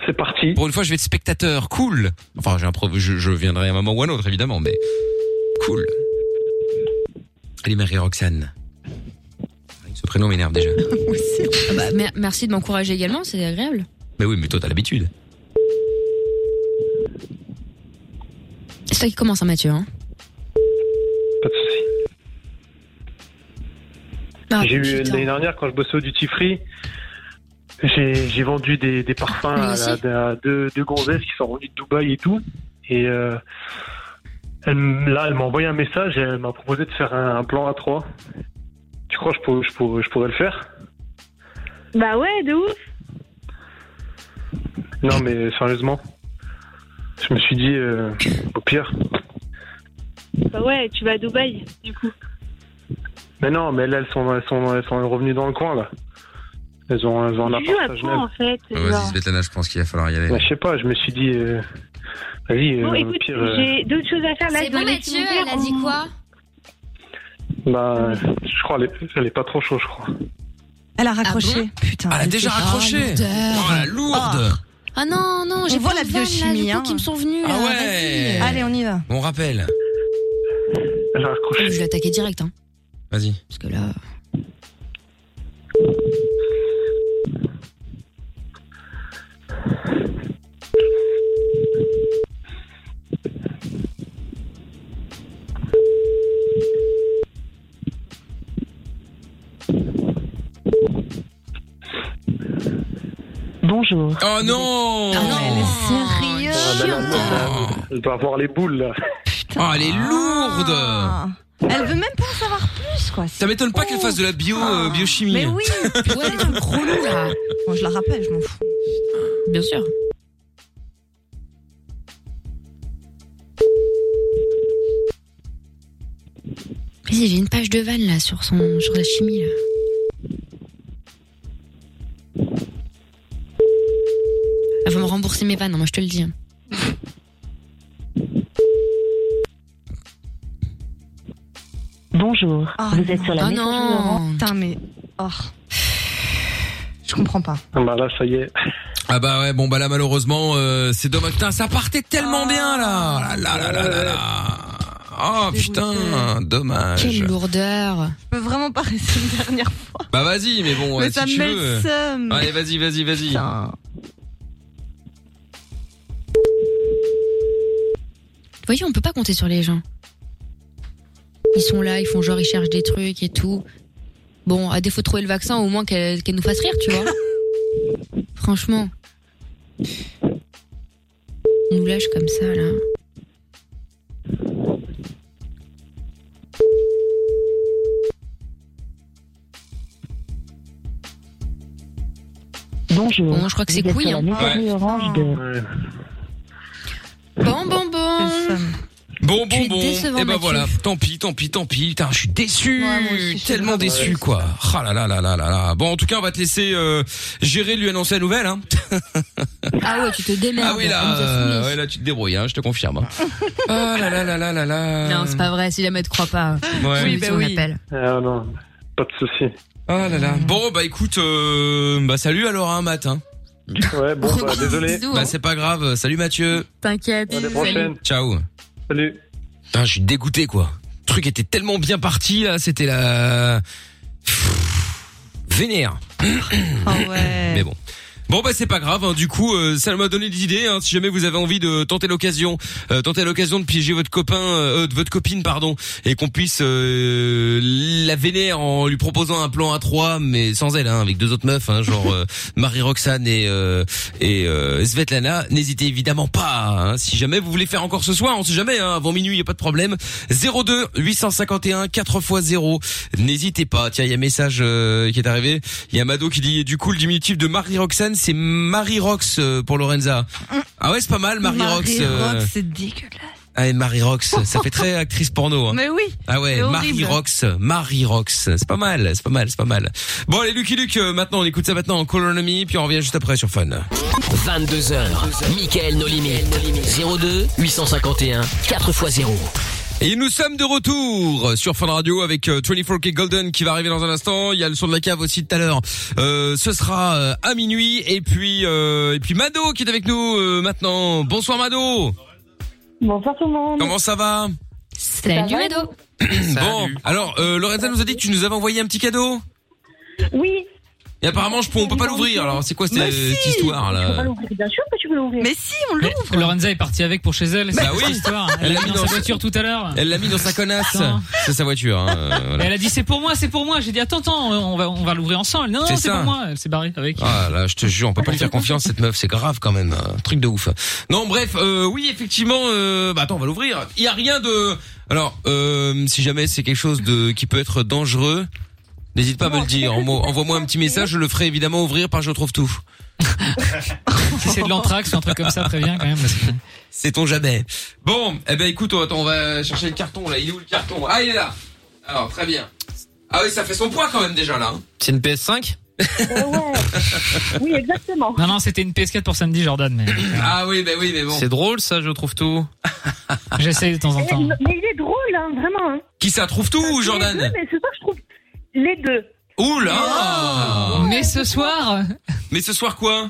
C'est parti.
Pour une fois, je vais être spectateur, cool. Enfin, j'ai un pro- je, je viendrai à un moment ou à un autre évidemment, mais cool. Allez Marie-Roxane. Ce prénom m'énerve déjà.
Ah bah, mer- merci de m'encourager également, c'est agréable.
Mais oui, mais toi t'as l'habitude.
C'est toi qui commence, hein, Mathieu. Hein. Ah,
j'ai eu
putain.
l'année dernière quand je bossais au duty free. J'ai j'ai vendu des, des parfums à, la- à deux, deux gonzesses qui sont venues de Dubaï et tout. Et euh, elle m- là, elle m'a envoyé un message et elle m'a proposé de faire un, un plan A3. Tu crois que je pourrais, je pourrais, je pourrais le faire
Bah ouais, de ouf.
Non, mais sérieusement. Je me suis dit, euh, au pire.
Bah ouais, tu vas à Dubaï, du coup.
Mais non, mais là, elles sont, elles sont, elles sont revenues dans le coin, là. Elles ont, elles ont un
Tu joues
appart
à
à
quoi en
Genève.
fait genre
Vas-y Svetlana, je pense qu'il va falloir y aller.
Ouais, Bah, je sais pas, je me suis dit, euh, vas-y, euh,
Bon,
au
écoute,
pire, euh,
j'ai d'autres choses à faire là.
C'est
je
bon,
dois aller
Mathieu,
chez mon père,
elle a dit
on-
quoi
bah, euh, je crois, elle est, elle est pas trop chaud, je crois.
Elle a raccroché. Putain.
Ah, Elle a déjà
Ah,
raccroché. Oh la lourde.
Ah non, non, j'ai
On voit
plein
la
de vannes, là,
biochimie,
du coup,
hein.
qui me sont venues.
Ah
là.
ouais.
Vas-y.
Allez, on y va.
Bon rappel.
Elle a
Je
raccroché.
vais l'attaquer direct. Hein.
Vas-y.
Parce que là.
Bonjour.
Oh non
Ah
Ah, Oh.
Ah,
Ah, bah
bah
Elle doit avoir les boules, là.
Oh, elle est
Ah.
lourde
Ah. Elle veut même pas en savoir plus, quoi.
Ça m'étonne pas qu'elle fasse de la bio
Ah.
euh, biochimie.
Mais oui, ouais, les trucs relous, là. Bon, je la rappelle, je m'en fous.
Bien sûr. Vas-y, j'ai une page de vanne là sur son sur la chimie là. Elle va Ah, me rembourser mes vannes, hein, moi je te le dis. hein.
Bonjour, vous êtes sur la messagerie Orange.
Ah, Putain, mais. Oh. Je comprends pas.
Ah bah là, ça y est.
Ah bah ouais, bon bah là malheureusement, euh, c'est dommage. Putain, ça partait tellement bien là. Là là là là là. là. Oh putain, dommage.
Quelle lourdeur.
Je peux vraiment pas rester une dernière fois.
Bah vas-y, mais bon,
Mais
euh,
ça
si
me
tu
met le
veux.
seum.
Allez, vas-y, vas-y, vas-y.
Vous voyez, on peut pas compter sur les gens. Ils sont là, ils font genre, ils cherchent des trucs et tout. Bon, à défaut de trouver le vaccin, au moins qu'elle qu'elle nous fasse rire, tu vois. Franchement. On nous lâche comme ça, là.
Bonjour.
Bon, je crois que c'est
Vous êtes
couille,
sur la
hein.
messagerie
Ouais.
Orange de-
hein. Bon, bon, bon.
Bon,
Tu
bon,
es
bon.
décevant,
Et ben
Mathieu.
voilà, tant pis, tant pis, tant pis. Putain, je suis déçu, tellement déçu
Ouais.
quoi. Ah là là là là là là. Bon, en tout cas, on va te laisser euh, gérer, lui annoncer la nouvelle. Hein.
Ah ouais, tu te démerdes.
Ah oui
Elle
là,
nous a saoulés.
euh, ouais, là tu te débrouilles, hein, je te confirme. hein. Ah là là là là là là.
Non, c'est pas vrai, si jamais tu crois pas.
Euh. Ouais.
Oui,
Oui,
bah
bah
on
oui.
appelle.
Ah non, pas de souci.
Ah là là. Bon bah écoute, euh, bah salut alors un matin.
Ouais, bon, bah, désolé.
Bisous, hein.
Bah c'est pas grave. Salut Mathieu.
T'inquiète. Salut.
Ciao.
Salut.
Putain, je suis dégoûté quoi. Le truc était tellement bien parti là, c'était la Pfff, vénère.
Ah
Mais bon. Bon bah c'est pas grave hein. du coup euh, ça m'a donné des idées hein. si jamais vous avez envie de tenter l'occasion euh, tenter l'occasion de piéger votre copain euh, de votre copine pardon et qu'on puisse euh, la vénère en lui proposant un plan à trois mais sans elle hein, avec deux autres meufs hein, genre euh, Marie Roxane et euh, et euh, Svetlana n'hésitez évidemment pas hein. si jamais vous voulez faire encore ce soir on sait jamais hein, avant minuit y a pas de problème 02 851 4 x 0 n'hésitez pas tiens il y a un message euh, qui est arrivé il y a Mado qui dit du coup le diminutif de Marie Roxane c'est Marie Rox euh, pour Lorenza ah ouais c'est pas mal Marie, Rox euh,
Rox, c'est dégueulasse.
ah, et Marie Rox, ça fait très actrice porno. Hein.
Mais oui,
Ah ouais,
c'est
Marie
horrible.
Rox, Marie Rox, c'est pas mal, c'est pas mal, c'est pas mal. Bon allez, Lucky Luke, euh, maintenant on écoute ça maintenant en Colonomie, puis on revient juste après sur Fun.
22h, Michael No Limit. 02 851 4x0.
Et nous sommes de retour sur Fun Radio avec euh, 24K Golden qui va arriver dans un instant. Il y a le son de la cave aussi tout à l'heure. Euh, ce sera euh, à minuit et puis euh, et puis Mado qui est avec nous euh, maintenant. Bonsoir Mado.
Bonsoir tout le monde.
Comment ça va
Salut, Edo.
Bon, alors euh, Lorenza nous a dit que tu nous avais envoyé un petit cadeau.
Oui.
Et apparemment, je peux, on peut pas l'ouvrir. Alors, c'est quoi cette, euh,
Mais si
cette histoire
Tu peux pas
là
Bien sûr que tu veux l'ouvrir.
Mais si, on
Mais Lorenza est partie avec pour chez elle. c'est
Bah
cette
oui.
histoire. Elle l'a mis dans sa voiture tout à l'heure.
Elle l'a mis dans sa connasse.
Putain.
C'est sa voiture. hein, euh, voilà.
Elle a dit c'est pour moi, c'est pour moi. J'ai dit attends, attends, on va, on va l'ouvrir ensemble. Non, non,
C'est
c'est
ça.
pour moi. Elle s'est barrée avec.
Ah là, je te jure, on peut pas lui faire confiance cette meuf, c'est grave quand même, un truc de ouf. Non, bref, euh, oui, effectivement, euh, bah attends, on va l'ouvrir. Il y a rien de Alors, euh, si jamais c'est quelque chose de qui peut être dangereux, n'hésite pas à me le dire. Envoie- Envoie-moi un petit message, je le ferai évidemment ouvrir par je trouve tout.
Si c'est de l'anthrax ou un truc comme ça, très bien quand même. parce que-
Sait-on jamais. Bon, eh ben écoute, on- attends, on va chercher le carton là, il est où le carton Ah, il est là. Alors, très bien. Ah oui, ça fait son poids quand même déjà là. hein.
C'est une PS5
Oui, exactement.
Non, non, c'était une PS4 pour samedi, Jordan. Mais...
Ah oui, ben oui, mais bon.
C'est drôle ça, je trouve tout.
J'essaye de temps en
Mais,
temps.
mais il est drôle, hein, vraiment. hein.
Qui ça trouve tout,
Les deux,
Jordan
mais ce soir, je trouve les deux.
Oula
Mais ce soir.
Mais ce soir quoi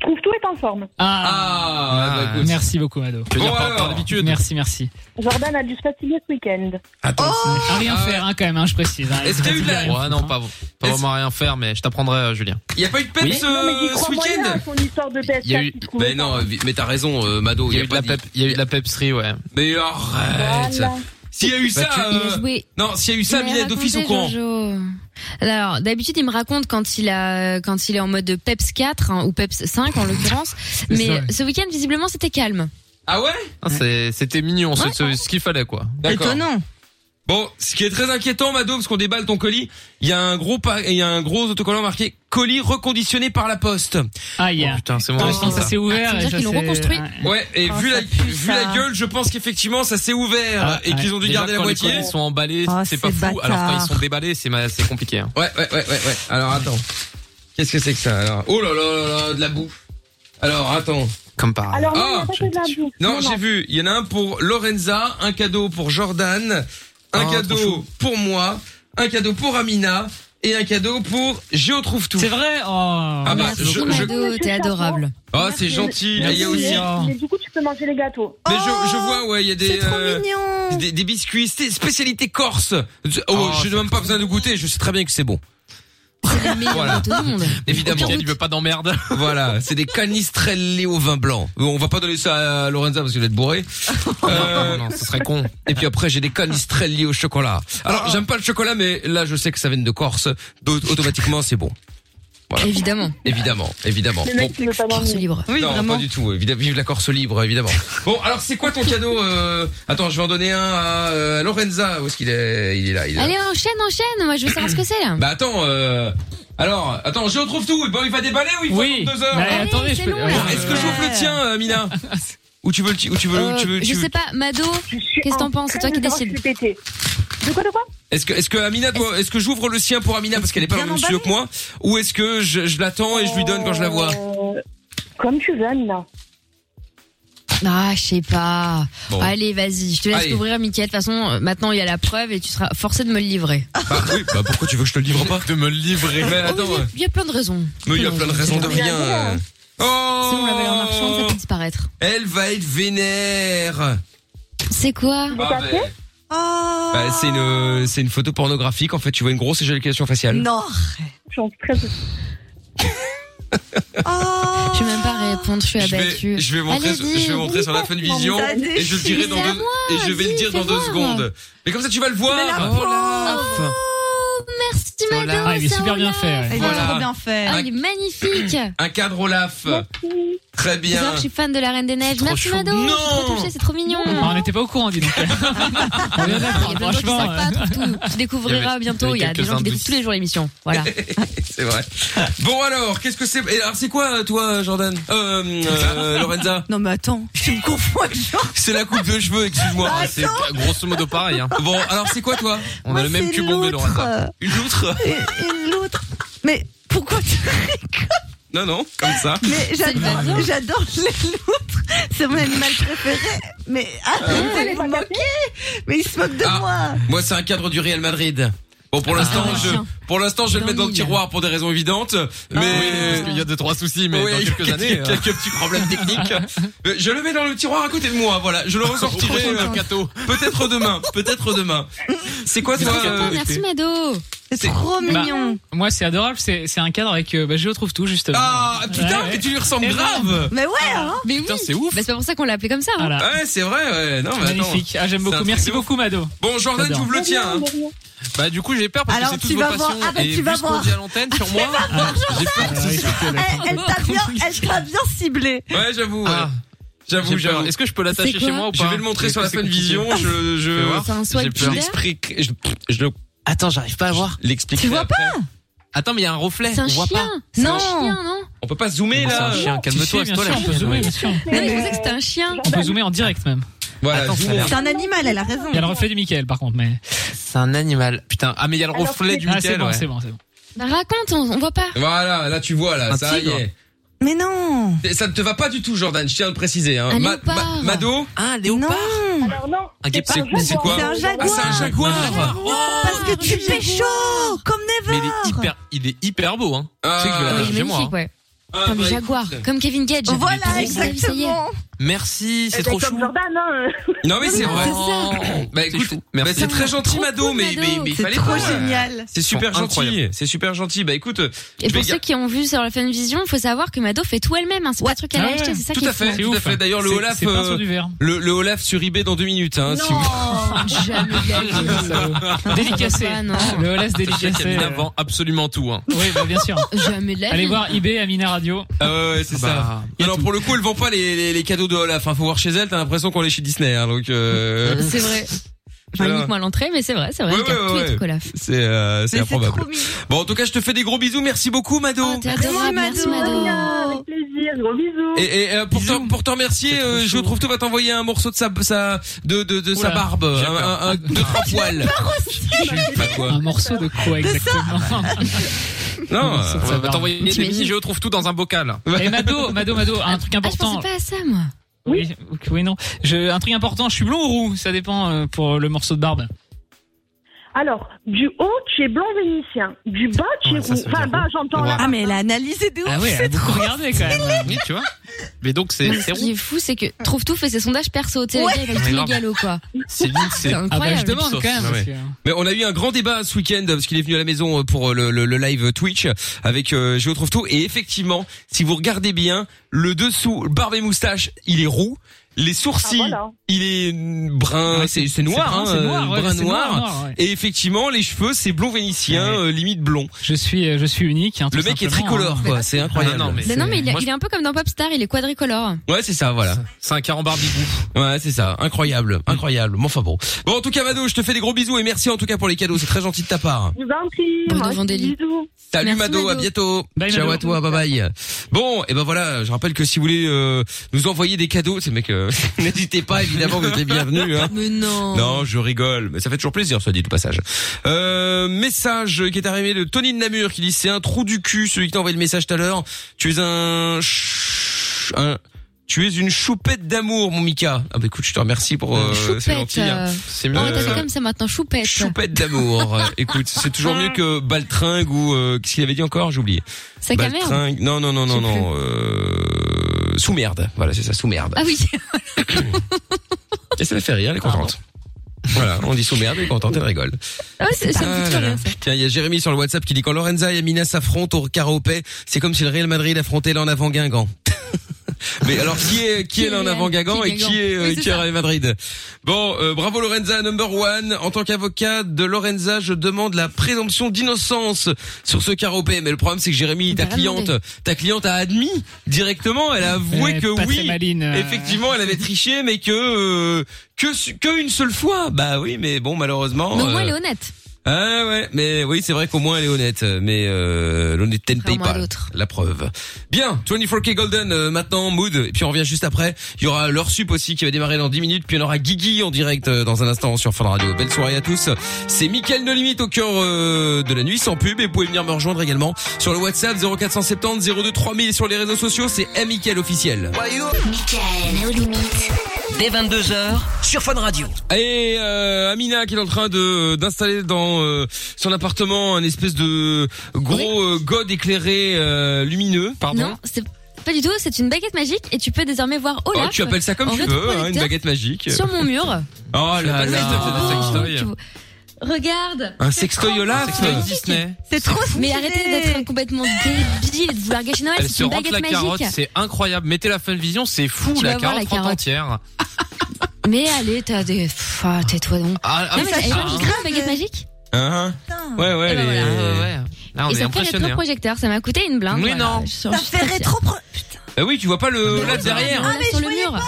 Trouve tout est en forme.
Ah, bah, écoute.
merci beaucoup, Mado.
veux dire, par- par d'habitude.
Merci, merci.
Jordan a dû se fatiguer ce week-end.
Oh.
à rien
Ah
faire, hein, quand même, hein, je précise. hein.
Est-ce qu'il y a eu de
Rien hein.
la... Ouais, non, pas, pas
Est-ce-
vraiment rien faire, mais je t'apprendrai, euh, Julien.
Il y a pas eu de peps
Oui.
Non, mais j'y
euh,
crois
ce
moyen,
week-end
son histoire de PS4
Il y a eu.
qui se trouve
Mais non, mais t'as raison, euh, Mado.
Il y a eu de la pep- il y a eu de la pepserie, ouais.
Mais arrête
Voilà.
S'il y a eu
Bah,
ça.
tu-
euh,
Il a joué.
Non, s'il y a eu ça,
Il m'a
Minet d'office au
raconté,
courant.
Jojo. Alors, d'habitude, il me raconte quand il a, quand il est en mode PEPS 4, hein, ou PEPS 5, en l'occurrence.
Mais c'est
Mais
vrai.
ce week-end, visiblement, c'était calme.
Ah ouais
Ah, c'est- C'était mignon, c'est ce, ce qu'il fallait quoi.
Étonnant.
Bon, ce qui est très inquiétant, Mado, parce qu'on déballe ton colis, il y a un gros, pa- il y a un gros autocollant marqué colis reconditionné par la poste.
Aïe.
Oh,
putain, c'est
Dans
mon
le sens,
Ah,
ça s'est ouvert. et ça s'est-
Ouais, et
Oh,
vu
ça
la vu la gueule, je pense qu'effectivement ça s'est ouvert
Ah,
et qu'ils ont dû
déjà,
garder la
quand les
moitié.
colis sont emballés,
Oh,
c'est pas fou. Alors quand ils sont déballés, c'est ma- c'est compliqué. hein.
Ouais, ouais, ouais, ouais, ouais. Alors attends. Qu'est-ce que c'est que ça alors Oh là là là là, de la boue. Alors attends.
Comme par
Alors, non, il y
Ah
a pas que de la bouffe.
non, j'ai vu. Il y en a un pour Lorenza, un cadeau pour Jordan, un cadeau pour moi, un cadeau pour Amina et un cadeau pour Géo trouve tout. C'est
vrai. Oh.
Ah bah je, je...
Mado, t'es adorable.
Oh, c'est gentil. Il y a aussi.
Mais du coup, tu peux manger les gâteaux.
Mais je, je vois, ouais, il y a des, euh, des, des biscuits, c'est spécialité corse. Oh, je n'ai même pas besoin de goûter, je sais très bien que c'est bon.
C'est le meilleur
Voilà.
de tout le monde.
Évidemment.
Aucun doute.
Il veut pas d'emmerde. Voilà, c'est des canistrelli au vin blanc. Bon, On va pas donner ça à Lorenza parce qu'elle va être bourrée.
non, non, ce serait con.
Et puis après, j'ai des canistrelli au chocolat. Alors, j'aime pas le chocolat, mais là, je sais que ça vient de Corse. Donc, automatiquement, c'est bon. Voilà.
Évidemment.
Évidemment, évidemment.
Le
Bon.
mec qui veut pas dormir. libre.
non, pas du tout. Évidemment, vive la Corse libre, évidemment. Bon, alors c'est quoi ton cadeau euh, Attends, je vais en donner un à euh, Lorenza. Où est-ce qu'il est Il est là. Il est là.
Allez, enchaîne, enchaîne. Moi, je veux savoir ce que c'est là.
Bah attends. euh, Alors, attends, je retrouve tout. Bon, il va déballer ou il
Oui.
faut deux heures
Bah,
Mais Allez, attendez, je
Ah c'est
peux-
long,
Bon,
là.
Est-ce que j'ouvre le tien, euh, Mina Ou tu veux le ti- ou tu veux,
Euh,
tu veux, tu
je
veux-
sais pas, Mado, qu'est-ce que t'en penses C'est toi qui décides.
De quoi, de quoi
Est-ce que est-ce que Amina doit- est-ce que j'ouvre le sien pour Amina parce qu'elle est pas dans le même studio que moi ou est-ce que je, je l'attends et je lui donne quand je la vois
Oh.
Euh, Comme tu veux, Amina.
Ah, je sais pas.
Bon.
Allez, vas-y, je te laisse
Allez.
ouvrir, Mickaël. De toute façon, euh, maintenant, il y a la preuve et tu seras forcé de me le livrer.
Bah oui, bah pourquoi tu veux que je te le livre pas De me le livrer. Mais attends,
Oh, Il y a plein de raisons.
mais il y a plein de raisons de rien. euh.
Si on l'avait en marchand, ça
Oh
peut disparaître.
Elle va être vénère.
C'est quoi
Ah, ben,
Ah.
bah, c'est une c'est une photo pornographique en fait. Tu vois une grosse éjaculation faciale.
Non.
J'en suis très.
Oh,
Je vais même pas répondre, je suis
Je
abattue.
vais, je vais montrer,
Allez,
je vais
dis,
montrer sur la
dis
fun
pas,
vision
maman, t'as
et je le dirai
déchiré.
dans
C'est à
deux,
moi,
et je vais le
dis,
dire dans
fais
deux
voir.
secondes. Mais comme ça tu vas le
la
voir.
Oh, merci, Mado.
Olaf. Ah, il est
c'est
super bien
Olaf.
fait, ouais. Il est Voilà. trop bien
fait.
Ah, il est magnifique.
Un cadre Olaf. Très
Vous savez que
bien.
Je suis fan de la Reine des Neiges. Merci,
chou.
Mado. Je suis trop touchée, c'est trop mignon.
Ah, on n'était pas au courant, dis donc. On vient
Il y
d'apprendre,
a plein de gens qui
franchement. euh,
savent pas, trouve tout. Tu
Il y
découvriras
avait-
bientôt.
il y
Il y
avait
a des gens
quelques
qui découvrent tous les jours l'émission. Voilà.
C'est vrai. Bon alors, qu'est-ce que c'est et Alors c'est quoi toi Jordan Euh, euh, Lorenza
Non mais attends, je me confonds avec Jordan.
C'est la coupe de cheveux, excuse-moi.
Bah,
C'est grosso modo pareil. hein.
Bon, alors c'est quoi toi
On a le même cube en
euh,
Une loutre
Et, et l'autre. Mais pourquoi tu rigoles
Non non, comme ça.
Mais j'adore, j'adore les loutres. C'est mon animal préféré. Mais arrêtez de vous moquer. Mais il se moque de moi.
Moi, c'est un cadre du Real Madrid. Bon,
Ah,
pour l'instant, je, pour l'instant, je vais le mettre dans le tiroir pour des raisons évidentes, mais
Ah, parce qu'il y a deux trois soucis, mais
Oui,
dans
il y a
quelques années, euh,
quelques petits problèmes techniques. Euh, je le mets dans le tiroir à côté de moi, voilà. Je le
Ah,
ressortirai
prochain
euh, peut-être demain, peut-être demain. C'est quoi toi euh,
Merci, Mado.
C'est trop
Bah, moi, c'est adorable. C'est c'est un cadre avec. euh, bah, je trouve tout justement.
Ah putain,
Ouais,
mais
ouais.
tu lui ressembles
Et
grave.
Mais ouais, hein
Mais oui.
c'est ouf.
Bah, c'est pas pour ça qu'on l'a appelé comme ça. hein.
Ouais, c'est vrai. Ouais. Non, ah, mais attends.
Ah Magnifique. Ah, j'aime
C'est un
beaucoup.
truc
Merci
de ouf.
beaucoup, Mado.
Bon, Jordan, tu
J'adore.
ouvres le tien. hein.
Bah du coup j'ai peur parce
Alors,
que c'est
tu
toutes vos
vas voir.
passions
Ah, bah,
et
tu
vu
vas
ce qu'on
voir.
dit à l'antenne sur moi, j'ai
Ah,
peur que ce
euh,
soit-
Elle, elle t'a bien, elle t'a bien ciblé.
Ouais, j'avoue.
Ah.
ouais. J'avoue,
J'ai peur.
j'avoue.
Est-ce que je peux l'attacher
C'est quoi
chez moi ou pas
Je vais le montrer
Est-ce
sur
que
la
c'est
fin de
compliqué
vision. Je, je,
Fais voir.
C'est un
J'ai
swipe
peur.
Tinder.
l'explique- Je, je le-
Attends, j'arrive pas à voir.
L'explique.
Tu vois
pas
Attends, mais il y a un reflet.
C'est un
on voit
chien.
pas.
C'est un
Non.
chien, non
On peut pas zoomer
Mais c'est
là.
un chien, calme-toi,
Si,
c'est
si,
toi
bien
la
sûr, on peut zoomer, bien sûr.
Non, mais je pensais que c'était un chien.
On peut zoomer en direct même.
Voilà,
Attends, ça a l'air-
C'est un animal, elle a raison.
Il y a le reflet du Michael par contre, mais.
C'est un animal. Putain, ah mais il y a le
Alors,
reflet
c'est-
du
Ah,
Michael.
c'est bon,
ouais.
c'est bon, c'est bon.
Bah, raconte, on, on voit pas.
Voilà, là tu vois là,
Un
ça y
tigre.
est.
Mais non.
Et Ça ne te va pas du tout, Jordan. Je tiens à le préciser. Hein.
Un
Ma-
léopard.
Ma- Mado,
Ah,
Non.
Alors, non.
un
guépard.
c'est- C'est quoi
C'est un jaguar.
Ah, c'est un jaguar.
Parce que tu
Oh,
pécho comme
Mais il
Never.
est hyper, il est hyper beau hein.
Ah.
tu sais que je vais
Ah,
l'attacher
Il est
chez moi.
magnifique,
hein.
ouais.
Ah,
Comme
bah,
Jaguar,
écoute.
comme Kevin Gage.
Voilà,
Mais ça y est, ça y est.
exactement.
Merci, c'est
C'est
trop
Eh, comme
chou.
Jordan, hein.
Non mais c'est vrai.
Oh,
Bah écoute,
chou.
bah,
Merci.
c'est très gentil Mado,
cool,
mais,
Mado.
mais, mais il
C'est
fallait euh,
trop
pas.
génial.
C'est super
Ils sont
gentil.
incroyables.
C'est super gentil. Bah écoute,
Et
je vais
pour ceux qui ont vu sur la fan vision, faut savoir que Mado fait tout elle-même. hein. C'est pas un truc qu'elle a
Ouais,
acheté, c'est ça
tout
qui
à
est fou.
fait,
C'est
tout à
ouf,
fait.
hein.
D'ailleurs, le
C'est-
Olaf,
C'est peint
euh,
sur du verre.
le, le Olaf sur eBay dans deux minutes. Hein, si vous-
Non, jamais de la
Ah,
vie.
Ça- Dédicacé.
Ah, non.
Le Olas
Sachez
dédicacé.
qu'Amina vend absolument tout hein.
Oui, bah, bien sûr.
Jamais de la vie.
Allez voir eBay Amina radio.
Ah ouais, ouais, c'est ça. Alors pour le coup, elle vend pas les, les, les cadeaux de Olaf. Hein. Faut voir chez elle, t'as l'impression qu'on est chez Disney. Hein, donc euh...
C'est vrai. Enfin,
Voilà.
uniquement à l'entrée, mais c'est vrai, c'est vrai.
Ouais,
il garde
ouais,
tous les
ouais.
trucs Olaf.
C'est euh, c'est
Mais c'est
improbable.
trop
Bon, en tout cas, je te fais des gros bisous. Merci beaucoup, Mado.
Oh, t'es adorable, merci Mado. Ah,
Avec plaisir, gros bisous.
Et, et, euh, pour, te, pour te remercier, euh, je trouve tout va t'envoyer un morceau de sa, sa de, de, de sa
Oula,
barbe,
j'ai
un,
peur.
un- un- deux trois poils.
Un morceau de quoi exactement
Non,
euh,
on va
va.
t'envoyer des
T'imagines
mini-jeux, trouve tout dans un bocal.
Et Mado, Mado, Mado, un truc
Ah, je
important.
pensais pas à ça, moi.
Oui, ok, oui, non. Je, un truc important, je suis blond ou roux Ça dépend euh, pour le morceau de barbe.
Alors, du haut, tu es blond vénitien. Du bas, tu es roux. Enfin, bas, j'entends là.
Ah, mais elle a analysé de ouf.
Ah ouais, elle a
c'est
beaucoup
trop
regardé, quand même.
stylé.
Oui, tu vois. Mais donc c'est
Mais
c'est
ce
roux.
qui est fou, c'est que trouve tout fait ses sondages perso. Tu sais,
Ouais.
le gars, il
Mais
va tous les
grave.
galos, quoi.
C'est limite, c'est-
C'est incroyable.
Ah bah, je demande quand même,
Ah ouais.
parce que-
Mais on a eu un grand débat ce week-end parce qu'il est venu à la maison euh, pour le, le- le live Twitch avec euh, Géo trouve tout et effectivement, si vous regardez bien, le dessous, barbe et moustache, il est roux. Les sourcils,
Ah, voilà.
il est brun,
Ouais,
Euh, c'est
c'est-
c'est noir,
c'est brun,
hein,
c'est noir,
euh,
ouais,
brun
c'est
noir.
noir, noir, ouais.
Et effectivement, les cheveux, c'est blond vénitien, euh, limite blond.
Je suis, euh, je suis unique. hein, tout
Le mec est
simplement,
tricolore,
hein.
quoi. C'est incroyable.
Mais non, mais il, a- il est un peu comme dans Popstar, il est quadricolore.
Ouais, c'est ça, voilà.
C'est un carambar bigou.
Ouais, c'est ça. Incroyable, incroyable. Mais enfin bon. Bon, en tout cas, Mado, je te fais des gros bisous et merci en tout cas pour les cadeaux. C'est très gentil de ta part.
Je vous en prie.
Bruno
moi aussi,
Vandelli.
Bisous.
Salut
Merci,
Mado, à
Mado.
bientôt.
Bye,
Ciao
Mado.
à toi, bye bye. Bon, et ben voilà, je rappelle que si vous voulez euh, nous envoyer des cadeaux, ces mecs, euh, n'hésitez pas, évidemment, vous êtes les bienvenus. Hein.
Mais non.
Non, je rigole, mais ça fait toujours plaisir, soit dit au passage. Euh, message qui est arrivé de Tony de Namur qui dit c'est un trou du cul, celui qui t'a envoyé le message tout à l'heure. Tu es un... ch- un- Tu es une choupette d'amour, mon Mika. Ah bah écoute, je te remercie pour... euh, c'est
Choupette.
gentil. hein.
euh, On va t'appeler comme ça maintenant, choupette.
Choupette d'amour. Euh, Écoute, c'est toujours mieux que baltringue ou euh, qu'est-ce qu'il avait dit encore, j'ai oublié.
Sac
bah,
à merde
Baltringue. Non non non non
hein Je sais
non. Euh, sous merde. Voilà, c'est ça, sous merde.
Ah oui.
Et ça la fait rire, elle est contente. Voilà, on dit sous merde, elle est contente, elle rigole.
Ah ouais, c'est- ça me fait
Ah
toujours
là là.
bien, ça.
Tiens, il y a Jérémy sur le WhatsApp qui dit quand Lorenza et Amina s'affrontent au Caraopé, c'est comme si le Real Madrid affrontait l'en avant Guingamp. Mais alors qui est qui est là en avant Guingamp et qui est euh, qui est Real Madrid Bon, euh, bravo Lorenza number one. En tant qu'avocat de Lorenza, je demande la présomption d'innocence sur ce caropé. Mais le problème c'est que Jérémy, ta
T'as rien
cliente, ta cliente a admis directement, elle a avoué
Euh,
que
pas
oui,
très maline, euh.
effectivement, elle avait triché, mais que euh, que su- que une seule fois. Bah oui, mais bon, malheureusement.
Mais au moins,
euh,
elle est honnête.
ah ouais, mais oui, c'est vrai qu'au moins elle est honnête, mais euh, l'honnêteté ne paye
Contrairement à
pas.
l'autre.
La preuve. Bien, 24K Golden euh, maintenant mood et puis on revient juste après, il y aura leur sup aussi qui va démarrer dans 10 minutes, puis on aura Guigui en direct euh, dans un instant sur Fun Radio. Belle soirée à tous. C'est Mickaël No Limite au cœur euh, de la nuit sans pub et vous pouvez venir me rejoindre également sur le WhatsApp 0470 02 3000 et sur les réseaux sociaux, c'est M Mickaël officiel.
Michael, aux limites.
Dès 22h sur Fun Radio.
Et euh, Amina qui est en train de d'installer dans euh, son appartement un espèce de gros euh, god éclairé euh, lumineux.
Non, c'est pas du tout, c'est une baguette magique et tu peux désormais voir
Oh,
Olaf.
tu appelles ça comme
en
tu veux, hein, une
rétroprojecteur
baguette magique.
Sur mon mur.
Oh là là.
Tu vois- Regarde.
Un sextoy euh, Olaf.
C'est trop magnifique.
Disney.
C'est trop Mais arrêtez d'être complètement débile et de vouloir gâcher Noël,
Elle
c'est
se
une
rentre
baguette
la carotte,
magique.
c'est incroyable. Mettez la fin de vision, c'est fou,
Tu
la
vas voir
carotte,
la
prend
carotte.
entière.
Mais allez, t'as des. Pff, ah, tais-toi donc.
Ah, ah,
non,
mais
mais
ça
genre,
change.
je crée une baguette magique
Hein Ouais ouais.
Et ben
les-
voilà.
Là, on
et
est
ça fait
impressionné. hein.
rétroprojecteur, ça m'a coûté une blinde.
Mais
voilà.
non.
Je suis-
Ça
je suis
fait
sortie.
rétro
Bah oui, tu vois pas le là derrière.
Ah, mais Ah, sur le mur.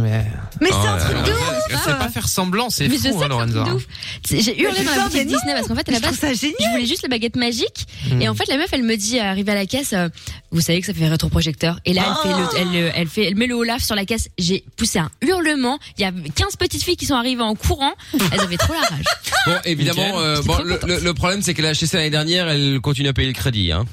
Mais
Ah
c'est
Oh
un
là
truc
là.
de
Elle sait pas faire semblant, c'est
hein. Mais je sais
fou, hein,
que c'est un truc
Lorenza.
de ouf. C'est- J'ai hurlé
Mais
dans la
putain,
boutique
mais non.
Disney parce qu'en fait, à la base, je voulais juste la baguette magique.
Hmm.
Et en fait, la meuf, elle me dit, arrivée à la caisse, euh, vous savez que ça fait rétroprojecteur. Et là, elle, fait
Oh.
le- elle, euh, elle fait, elle met le Olaf sur la caisse. J'ai poussé un hurlement. Il y a 15 petites filles qui sont arrivées en courant. Elles avaient trop la rage.
Bon évidemment, euh, bon, le, le- le problème c'est qu'elle a acheté ça l'année dernière, elle continue à payer le crédit. Hein.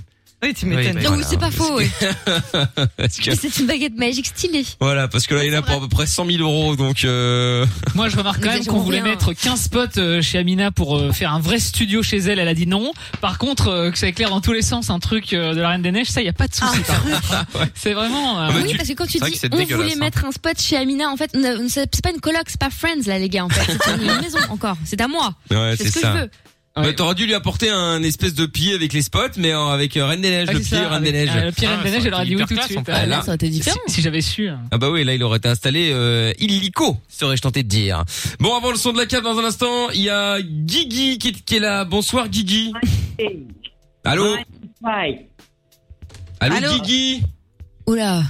Oui, tu
m'étonnes.
Donc, c'est pas faux, ouais.
que...
Mais C'est une baguette magique stylée.
Voilà, parce que là il est là pour à peu près 100 000 euros, donc. Euh...
Moi, je remarque quand même qu'on voulait
hein.
mettre 15 potes euh, chez Amina pour euh, faire un vrai studio chez elle. Elle a dit non. Par contre, euh, que ça éclaire dans tous les sens, un truc euh, de la Reine des Neiges, ça, y a pas de
Ah.
souci. par contre. C'est vraiment. euh,
Ah,
oui, parce que quand tu
c'est vrai
dis
que c'est
on
dégueulasse,
voulait
hein.
mettre un spot chez Amina, en fait, on a- on- c'est c'est pas une coloc, c'est pas Friends là, les gars. En fait, c'est une maison encore. C'est à moi.
Ouais, Ah,
c'est
c'est
ce que
ça.
je veux.
Bah, t'aurais dû lui apporter un espèce de pied avec les spots, mais euh, avec euh, Reine des Neiges,
Ah,
le
c'est
pied
ça,
Reine des
avec-
Neiges.
euh,
ah, le pied Reine des Neiges, elle aurait dit oui tout de suite.
Ah, là.
Si, si j'avais su. hein.
Ah bah oui, là il aurait été installé euh, illico, serais-je tenté de dire. Bon, avant le son de la cave, dans un instant, il y a Guigui qui est, qui est là. Bonsoir Guigui. Allô Allô,
Allô
Guigui
Oula.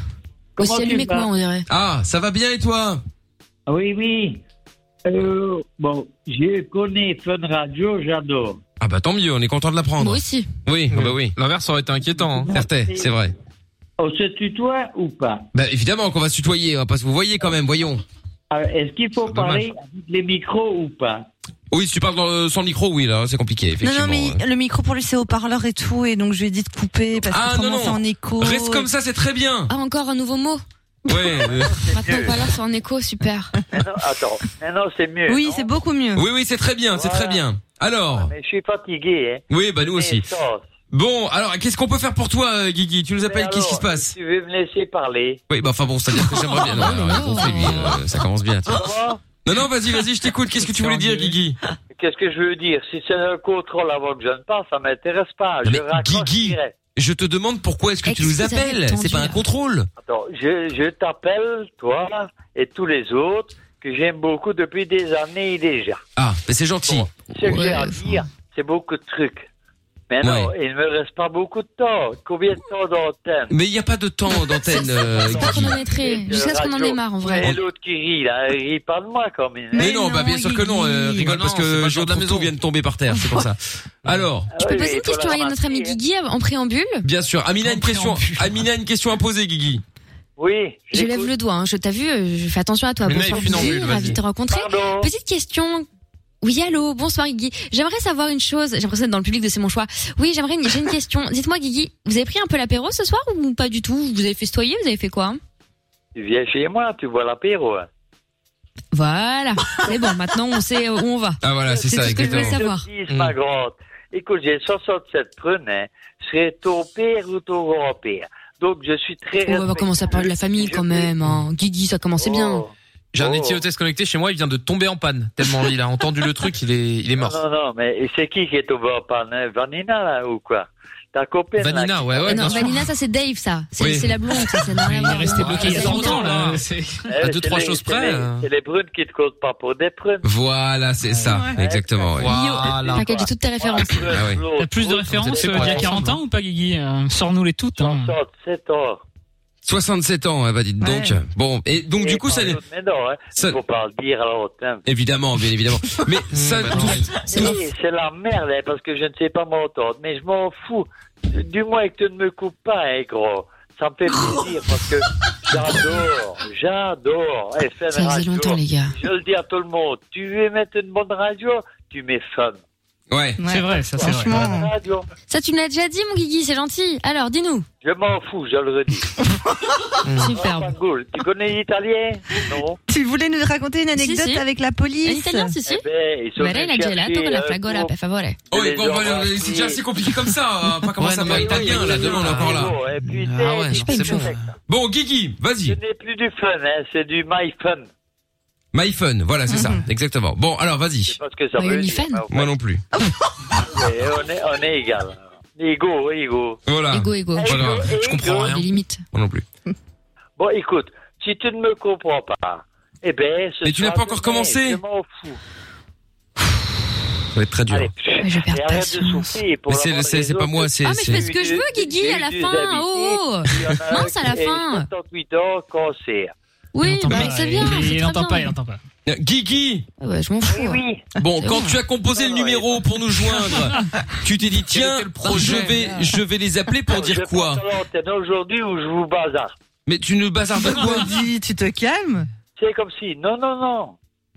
Comment
Aussi
tu
allumé que
vas
moi, on dirait.
Ah, ça va bien et toi
Ah Oui, oui. Euh, bon, je connais Fun Radio, j'adore.
Ah bah tant mieux, on est content de l'apprendre.
Moi aussi.
Oui, ah bah oui. L'inverse aurait été inquiétant. Hein. Certes, c'est vrai.
On se tutoie ou pas
Bah évidemment qu'on va se tutoyer, hein, parce que vous voyez quand même, voyons.
Ah, Est-ce qu'il faut
dommage.
parler avec les micros ou pas
Oui, si tu parles dans le- sans le micro, oui, là, c'est compliqué,
Non, non,
effectivement.
mais le micro pour lui, c'est haut-parleur et tout, et donc je lui ai dit de couper parce que
Ah,
autrement,
non,
c'est
non.
en écho.
Reste comme ça, c'est très bien.
Ah, encore un nouveau mot.
Ouais. euh,
Maintenant, pas là, c'est en écho, super.
Attends, maintenant c'est mieux.
Oui, c'est beaucoup mieux.
oui, oui, c'est très bien, c'est très bien. Alors,
Mais je suis fatigué, hein.
oui, bah nous aussi.
Essence.
Bon, alors, qu'est-ce qu'on peut faire pour toi, euh, Guigui Tu nous appelles, qu'est-ce qui se passe
Tu veux me laisser parler
Oui, bah enfin bon, c'est-à-dire que j'aimerais bien. Non, alors, il est gonflé, lui, euh, ça commence bien. tiens. Non, non, vas-y, vas-y, je t'écoute. Qu'est-ce que tu voulais dire, Guigui
Qu'est-ce que je veux dire Si c'est un contrôle avant que je ne parte, ça m'intéresse pas. Je raccroche direct.
Je te demande pourquoi est-ce Eh, que tu nous appelles C'est pas un contrôle.
Attends, je, je t'appelle, toi et tous les autres, que j'aime beaucoup depuis des années déjà.
Ah, mais c'est gentil.
Ce que j'ai à dire, c'est beaucoup de trucs. Mais non, il ne me reste pas beaucoup de temps. Combien de temps d'antenne
Mais il n'y a pas de temps d'antène, euh,
Pas qu'on
Guigui.
en est très- Jusqu'à
euh,
ce qu'on en ait marre, en
Et
vrai.
l'autre qui rit, là, il rit pas de moi quand même.
Mais non, bah bien sûr que non, euh, rigole parce que Jour de la maison vient de tomber par terre, c'est pour ça. Alors,
Je peux poser une question à notre ami Guigui en préambule
bien sûr, Amina a une question, Amina a une question à poser, Guigui.
Oui.
Je lève le doigt, hein. je t'as vu, euh, je fais attention à toi.
Mais
bonsoir
naïf, une
Guigui,
embûche,
ravi
vas-y.
de te rencontrer. Petite question. Oui, allô, bonsoir Guigui. J'aimerais savoir une chose, j'ai l'impression d'être dans le public de C'est mon choix. Oui, j'aimerais une, j'ai une question. Dites-moi Guigui, vous avez pris un peu l'apéro ce soir ou pas du tout Vous avez festoyé, vous avez fait quoi
Tu viens chez moi, tu vois l'apéro. hein.
Voilà, c'est bon, maintenant on sait où on va.
Ah voilà,
tout ce que je voulais savoir.
Je te dis,
Mm.
ma grande. Écoute, j'ai 67 prunes. Hein. Je serai ton père ou ton grand-père. Donc, je suis très.
Oh, on va commencer à parler de la famille quand même. hein. Guigui, ça commençait bien.
J'ai un
Oh.
étiotesse connecté chez moi, il vient de tomber en panne. Tellement il a entendu le truc, il est, il est mort.
Non, non, non, mais c'est qui qui est tombé en panne hein Vanina, là, ou quoi Ta copine.
Vanina,
là,
ouais,
Ah non, Vanina, ça c'est Dave, ça. C'est
Oui.
c'est la blonde, ça, ça hein. n'a rien à voir.
resté bloqué
il y a longtemps, là.
Eh,
À deux,
c'est
trois
les-
choses
c'est
près.
les-
euh.
C'est les prunes qui ne comptent pas pour des prunes.
Voilà, c'est ça,
Ouais.
exactement. ouais.
Yo, T'inquiète, j'ai toutes tes références.
Ah oui.
T'as plus de références euh, d'il y a 40 ans ou pas, Guigui Euh, Sors-nous les toutes. Hein.
67 ans.
67 ans, eh bah dites donc.
Ouais.
Bon, et donc du
Et
coup, ça...
parler autre- Mais non, hein. Faut pas le dire, alors, tiens.
Évidemment, bien évidemment. Mais ça... tout-
Oui, c'est la merde, hein, parce que je ne sais pas m'entendre, mais je m'en fous. Du moins que tu ne me coupes pas, hein, gros. Ça me fait plaisir, parce que j'adore, j'adore FM
Ça faisait
Radio.
longtemps, les gars.
Je le dis à tout le monde, tu veux mettre une bonne radio, tu mets fun.
Ouais,
c'est vrai, ça c'est vrai.
Ah.
Bonne radio.
Ça, tu me l'as déjà dit, mon Guigui, c'est gentil. Alors, dis-nous.
Je m'en fous, je le redis.
Superbe.
Fangoul, Tu connais l'italien Non
Tu voulais nous raconter une
Si,
anecdote
si.
avec la police
Un italien, si, si.
Eh ben, ils sont
Ma lei l'ha
venus
gelato
chercher,
con la
euh,
flagola, per favore.
Oh, oui,
Les
bon, voilà,
oranges
c'est déjà assez compliqué comme ça, hein, pas comment
Ouais,
ça
non,
va
mais-
italien, là, demain, on est encore là.
Et puis,
Ah ouais,
t'es-
je sais
t'es-
pas. Bon, Guigui,
Ce
vas-y.
n'est plus du fun, hein, c'est du my fun.
My fun, voilà, c'est ça, exactement. Bon, alors, vas-y.
Parce que ça
Bah,
veut dire, hein,
Moi non plus.
Et on est, on est égal. Ego, ego.
Ah. Voilà.
Ego, ego.
je comprends
Des limites.
Moi non plus.
Bon, écoute, si tu ne me comprends pas, eh ben, ce
Mais tu n'as
soir,
pas encore
demain,
commencé.
Je m'en fous.
Ça va être très dur.
Allez, je perds patience.
Mais c'est- c'est- c'est pas moi, c'est-
Ah, mais je fais ce que je veux, Guigui, à la fin. Oh, oh. Mince, à la fin.
78 ans, cancer.
Oui, bah, c'est bien. c'est très bien. Ah
pas.
Guigui
Ouais, je m'en fous.
Eh Oui.
Bon, quand tu as composé le numéro pour nous joindre, tu t'es dit tiens, je vais, je vais les appeler pour dire quoi
C'est aujourd'hui où je vous bazarde.
Mais tu ne bazardes pas quoi
Dis, tu te calmes
C'est comme si. Non, non, non.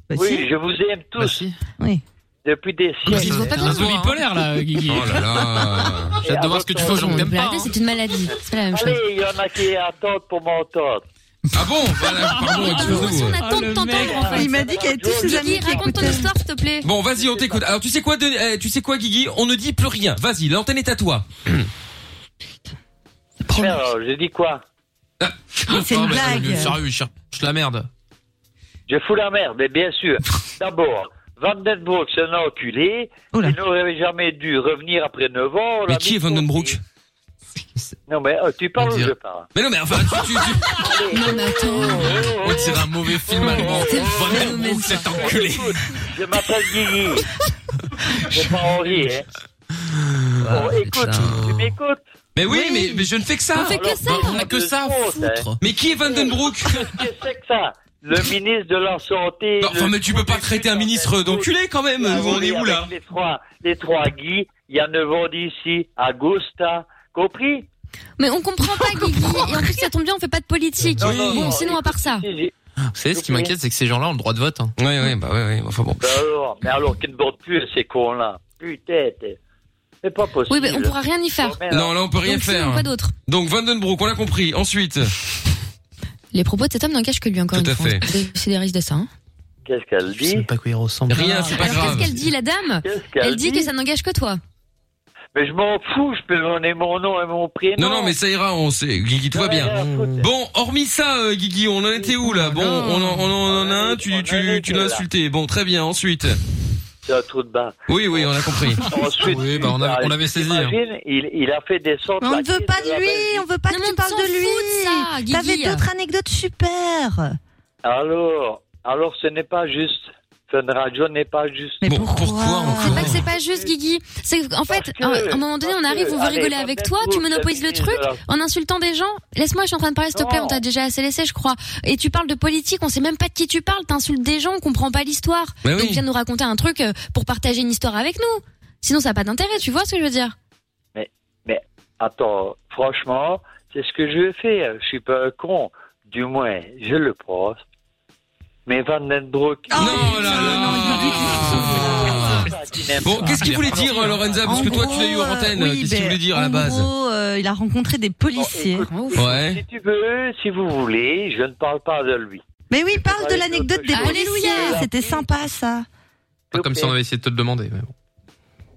Bah,
Bah,
oui,
si.
je vous aime tous.
Oui.
Depuis des siècles.
Un
hein.
peu bipolaire, là, Guigui.
Oh là là.
J'ai hâte de voir ce que tu fais aux gens que t'aimes pas,
Arrêtez, C'est une maladie. C'est pas la même chose.
Allez, Ah il y en a qui attendent pour m'entendre.
Ah bon Voilà, pardon, excuse-nous.
Attends de t'entendre, en fait.
Il m'a dit qu'il y avait tous ses amis
Guigui,
qui
raconte ton
écoutaient.
histoire, s'il te plaît.
Bon, vas-y, on t'écoute. Alors, tu sais quoi, Denis- eh, tu sais quoi, Guigui On ne dit plus rien. Vas-y, l'antenne est à toi.
Frère, j'ai dit quoi
C'est une blague.
Sérieux, il cherche la merde.
Je fous la merde, mais bien sûr. D'abord, Vandenbroek, c'est un enculé. Il n'aurait jamais dû revenir après 9 ans. On
Oh Mais
l'a
qui est
mis-
Vandenbroek
Non, mais euh, tu parles ou je parle
Mais non, mais enfin, tu, tu, tu...
Non, mais attends.
On dirait un mauvais film allemand. Vandenbroek, cet enculé.
Je m'appelle Guigui.
Ah,
je vais pas en rire. Hein. Bon, écoute, tu m'écoutes
Mais oui,
Oui.
mais, mais je ne fais que ça.
On fait que Alors, ça. on a que ça à foutre.
Mais qui est Vandenbroek
C'est hein. que ça. Le ministre de la Santé.
Non, enfin,
le-
mais tu peux pas traiter un ministre d'enculé quand même.
Ah
On
oui,
est où
avec
là
Les trois, les trois Guy, il y a neuf ans d'ici, Augusta, compris
Mais on comprend pas, Guigui. Et en plus, ça tombe bien, on fait pas de politique.
Non, non,
bon,
non,
sinon, à part ça.
Vous savez, ce qui m'inquiète, c'est que ces gens-là ont le droit de vote. Hein.
Ouais, ouais, bah ouais, ouais. Enfin bon.
Ben alors, mais alors qu'ils ne votent plus hein, ces cons-là. Putain, t'es- c'est pas possible.
Oui,
Oh,
mais on pourra rien y faire.
Non, là on peut rien
Donc, sinon,
faire.
Quoi d'autre
Donc Vandenbroek, on l'a compris. Ensuite,
Les propos de cet homme n'engagent que lui encore
Tout
une
à
fois.
fait.
C'est- C'est des risques de ça. hein.
Qu'est-ce qu'elle dit Je sais
pas quoi il ressemble.
rien, c'est pas
Ah, Alors,
grave.
qu'est-ce qu'elle dit, la dame
qu'elle
Elle dit que ça n'engage que toi.
Mais je m'en fous, je peux donner mon nom et mon prénom.
Non, non, mais ça ira, on sait. Guigui,
Ah,
tout va bien. Mmh. Bon, hormis ça, euh, Guigui, on en était où là Bon, on en, on en- on en a un, tu, tu, tu l'as insulté. Bon, très bien, ensuite.
C'est un trou de bain.
Oui, oui, on a compris.
Ensuite,
Oui, bah, on avait- on l'avait saisi, hein.
t'imagines, Il, il a fait descendre.
Mais on
la
ne veut
crise
pas
de la
de lui, on veut pas que tu parles de lui. T'avais d'autres anecdotes super.
Alors, alors ce n'est pas juste. Fun Radio n'est pas juste.
Mais
pourquoi,
C'est pas que c'est pas juste, Guigui. C'est en fait, à un moment donné, on
parce
arrive,
Ah. que-
on veut
allez,
rigoler
quand
avec
même,
toi, tu
vous, euh,
monopolises le
David,
truc
alors.
en insultant des gens. Laisse-moi, je suis en train de parler, s'il te plaît, on t'a déjà assez laissé, je crois. Et tu parles de politique, on sait même pas de qui tu parles, t'insultes des gens, on comprend pas l'histoire.
Mais
Donc
Bah Eh oui.
viens nous raconter un truc euh, pour partager une histoire avec nous. Sinon, ça n'a pas d'intérêt, tu vois ce que je veux dire
Mais, mais attends, franchement, c'est ce que je vais faire. Je suis pas un con. Du moins, je le pense. Mais Vandenbroek.
non, Oh là, là. euh, Bon, qu'est-ce qu'il voulait dire, euh, Lorenza Parce
En
que toi, tu
gros,
l'as eu en antenne.
euh, oui,
Qu'est-ce qu'il
ben,
voulait dire à la
en
base
gros, euh, il a rencontré des policiers.
Ouais.
Si tu veux, si vous voulez, je ne parle pas de lui.
Mais oui, parle de
Allez,
l'anecdote des
Alléluia.
policiers. C'était sympa ça.
Pas comme si on avait essayé de te le demander. mais bon.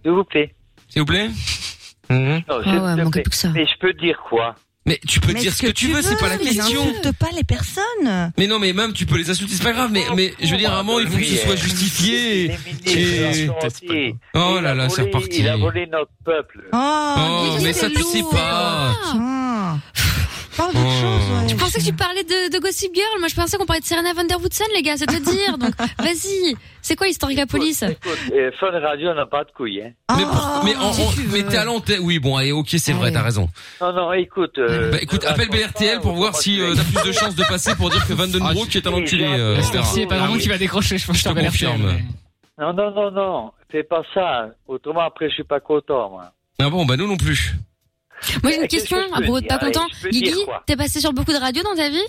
S'il vous plaît.
S'il vous plaît
Ah
Non, s'il te plaît. Mais je peux dire quoi
Mais tu peux
Mais
dire ce que tu veux, c'est pas la
mais
question.
N'insulte pas les personnes.
Mais non, mais même tu peux les insulter, c'est pas grave. Mais, mais je veux dire, à un moment, il faut que ce soit justifié. Et...
Et
Oh là
il a
là, c'est
volé-
reparti.
Il a volé notre peuple.
Oh, mais ça, tu sais pas. Oh.
Ah. Je pensais que tu parlais de, de Gossip Girl. Moi, je pensais qu'on parlait de Serena Van Der Woodsen, les gars, c'est te dire. Donc, vas-y. C'est quoi l'histoire de la police
Et euh, Fun Radio n'a pas de couilles. Hein.
Mais,
Oh,
pour- mais, en- en- mais t'es à l'antenne. Oui, bon, allez, ok, c'est vrai, t'as raison.
Non, non, écoute. euh,
Bah écoute, appelle BRTL pour voir si euh, t'as plus de chances de passer pour dire que Vandenbroek est un enculé, euh, etc.
Merci, il y a pas grand monde qui va décrocher, je pense, je
Je te confirme.
Non, non, non, non. Fais pas ça. Autrement, après, je suis pas content, moi.
Ah bon, bah nous non plus.
Moi, j'ai une
Mais qu'est-ce
question
que je
à
peux
propos de
dire
pas
Allez,
content.
je peux dire
Guigui,
quoi
t'es passé sur beaucoup de radios dans ta vie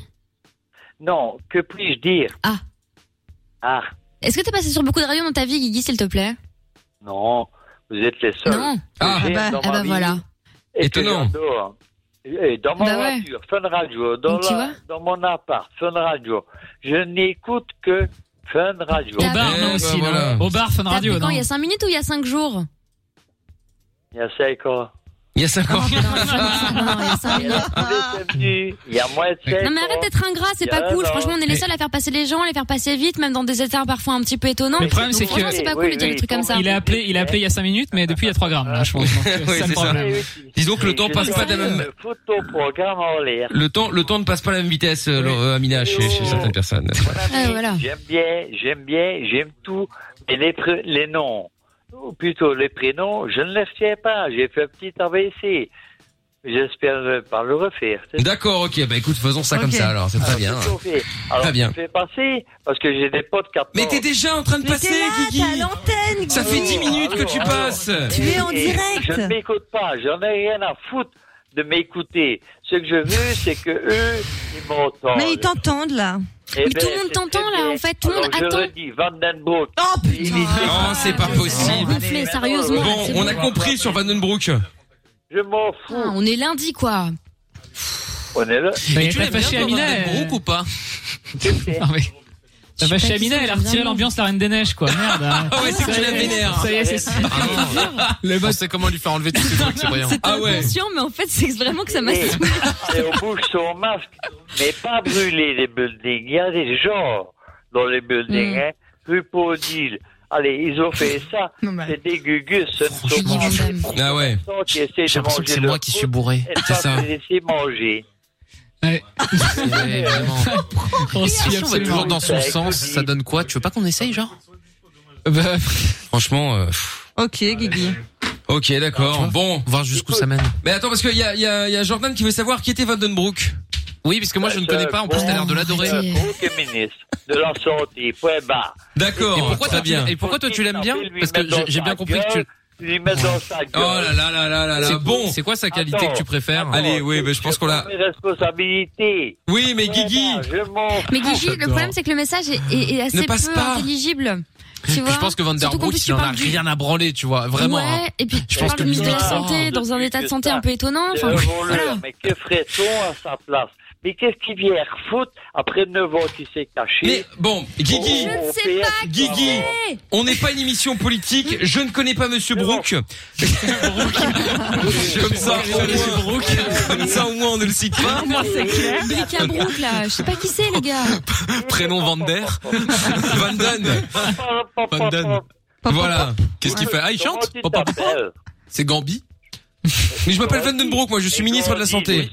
Non, que puis-je dire
Ah.
Ah,
Est-ce que t'es passé sur beaucoup de radios dans ta vie, Guigui, s'il te plaît
non. Vous êtes les seuls.
Non.
Ah,
bah, ah bah voilà.
Étonnant.
Dans ma
Bah ouais.
voiture, Fun Radio, dans,
Donc, tu
la-
vois
dans mon appart, Fun Radio. Je n'écoute que Fun Radio.
Ah.
Au bar, non, aussi. non. Au bar, Fun
T'as appelé
Radio,
quand
non
Il y a 5 minutes ou il y a 5 jours
Il y a cinq ans.
Il y a 5 ans. Ah.
Il y a moins de cinq
Non mais arrête
ans.
d'être ingrat, c'est
Il y a
pas cool.
un an.
Franchement, on est les seuls à faire passer les gens, à les faire passer vite, même dans des états parfois un petit peu étonnants.
Mais le problème, c'est que.
Franchement, c'est pas cool de dire des trucs comme ça.
Il a appelé, il a appelé il y a 5 minutes, mais depuis il y a 3 grammes, là, je pense. Donc,
Oui,
c'est ça le
c'est ça.
problème.
Disons que le temps
Je
passe
suis
pas de la
en train
même.
de foutre ton programme en l'air.
Le temps, le temps ne passe pas à la même vitesse, euh, euh, Amina, chez, chez certaines personnes.
Ah,
J'aime bien, j'aime bien, j'aime tout. Mais les, pr- les noms, ou plutôt les prénoms, je ne les retiens pas. J'ai fait un petit AVC. J'espère ne pas le refaire. C'est
D'accord, ok, bah écoute, faisons ça comme
Ok. Ah,
ça alors, c'est très bien.
tout fait. Alors,
Très bien.
Je fais passer parce que j'ai des potes qui
Mais t'es déjà en train de passer, Guigui.
l'antenne,
Ça fait 10 minutes que tu
Alors,
passes.
Tu es en
Et
direct.
Je ne m'écoute pas, j'en ai rien à foutre de m'écouter. Ce que je veux, c'est que eux, ils m'entendent.
Mais ils t'entendent là.
Eh ben, c'est très bien. Alors, Je redis, Vandenbroek.
Oh
Ah,
Non, c'est pas possible.
Gonflé, sérieusement.
Bon,
c'est
on a compris sur Vandenbroek.
Je m'en
Putain, On est lundi quoi.
On est là.
Mais tu l'as fâché
bien,
Amina
Vandenbroek,
elle-
ou pas
Non, mais- T'as
Je sais
fâché
pas qui
Amina,
c'est,
elle a retiré
vraiment.
l'ambiance la Reine des Neiges, quoi. Merde. hein.
Ah ouais, c'est que tu
Ça
la
y est,
vénères.
Ça y est, c'est fini.
Le boss sait comment lui faire enlever tous ses trucs, c'est brillant.
C'est
Ah
inconscient, mais en fait, c'est vraiment que ça m'a.
Et on bouge son masque. Mais pas brûler les buildings. Il y a des gens dans les buildings.
Mm.
Hein. Rue Paudil. Allez, ils ont fait ça. C'est des gugus. Ce ne sont pas des
Ah ouais.
gens qui essaient de manger
c'est
leur
moi qui
croûte
suis bourré.
et de pas
ça.
se laisser manger.
Ouais, vraiment.
absolument.
on va toujours dans son sens, ça donne quoi Tu veux pas qu'on essaye, genre
Franchement, euh, pff,
Ok, Guigui.
Ok, d'accord. Bon,
voir jusqu'où ça mène.
Mais attends, parce qu'il y a, il y, a, il y a Jordan qui veut savoir qui était Vandenbroek.
Oui, parce que moi je ne connais pas. En plus, t'as l'air de l'adorer.
Premier ministre de la santé, point barre.
D'accord.
Et pourquoi
très
toi, tu-
bien.
et pourquoi toi, tu l'aimes bien
Faut-il lui
Parce que
mettre
j'ai-
dans
j'ai bien
sa
compris que tu-
gueule, Lui mettre dans sa gueule.
Oh là là là là là là.
C'est-
Bon.
c'est quoi sa qualité Attends, que tu préfères attends,
Allez, oui, mais je pense qu'on l'a.
Mes responsabilités.
Oui, mais Guigui.
Je m'en
Mais Guigui, le problème c'est que le message est, est- est assez
Ne
peu
passe pas.
intelligible. Tu vois
Puis je pense que Van der
Surtout qu'en
Broek,
plus, tu
il en a
parles du-
rien à branler, tu vois, vraiment. hein.
Ouais, et puis
Je
tu
pense
parles
que
de ministre de la
bizarre.
Santé dans un état de santé un peu étonnant.
C'est
Enfin,
un voleur,
voilà.
mais que ferait-on à sa place Mais qu'est-ce qu'il vient foutre après 9 ans qui s'est caché Oh, Mais
bon, Guigui.
Je ne
sais
pas
Guigui, on n'est pas une émission politique. Je ne connais pas Monsieur Brook. Comme ça, au moins, comme ça, au moins, on ne le cite pas.
Bric à broc, là, je sais pas qui c'est les gars.
Prénom Van Der.
Van Dan.
Van Dan.
Voilà.
Qu'est-ce qu'il fait Ah, il chante
Pop, pop, pop.
C'est Gambi
Mais je m'appelle Vandenbroek, moi, je suis ministre de la Santé.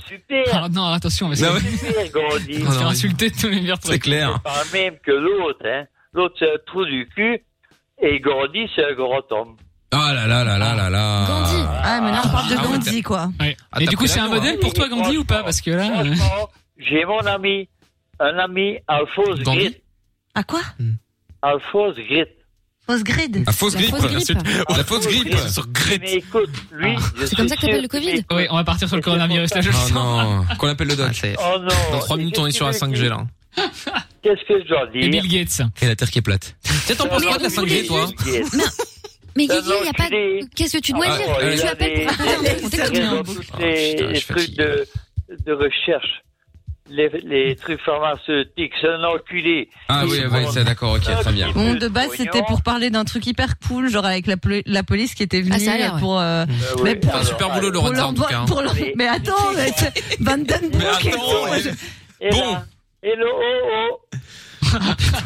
Ah, non, attention, on va se
Non,
faire-
Super Gandhi.
on va se faire insulter de tous les meilleurs trucs.
Pas même que l'autre, hein. L'autre, c'est un trou du cul. Et Gandhi, c'est un grand homme.
Ah là là là là là là.
Ah, mais là, on parle de
Ah ouais,
Gandhi, quoi.
Ah,
Et
t'as
du coup,
pris
c'est un
l'avion,
modèle
hein.
pour toi, Gandhi, ou pas Parce que là. euh,
J'ai mon ami, un ami, Alphonse Grit.
À quoi
Alphonse Grit.
Fausse grid.
La fausse grippe. La fausse grippe.
Ah, Mais écoute,
Ah.
lui, je suis sûr-
Oui, on va partir sur le coronavirus là, je le
Oh
sens.
non, qu'on appelle le doc.
Oh non.
Dans 3 minutes, on est sur la 5G là.
Qu'est-ce que je dois dire
Et
Bill Gates.
Et la Terre qui est plate.
Tiens, t'en penses
Mais
quoi de la
on
5G toi
voulait juste-
Mais Guigui, il y a pas. Qu'est-ce que tu dois
Ah,
dire
ouais, il
Tu
a
appelles
des-
pour faire un
des-
contexte.
des- dans tous les les trucs de, de recherche. Les, les trucs pharmaceutiques, c'est un enculé.
Ah oui, oui, c'est d'accord, ok, très bien.
Bon, de base, c'était pour parler d'un truc hyper cool, genre avec la, poli- la police qui était venue
Ah, ça a l'air, ouais.
pour. euh,
ouais.
mais pour-
Enfin, super boulot, Laurent,
pour leur
en tout
doigt-
cas, hein.
pour leur-
Mais-
Mais attends, mais c'est Van Den Broek et tout. moi, je-
Et bon. Et le oh oh.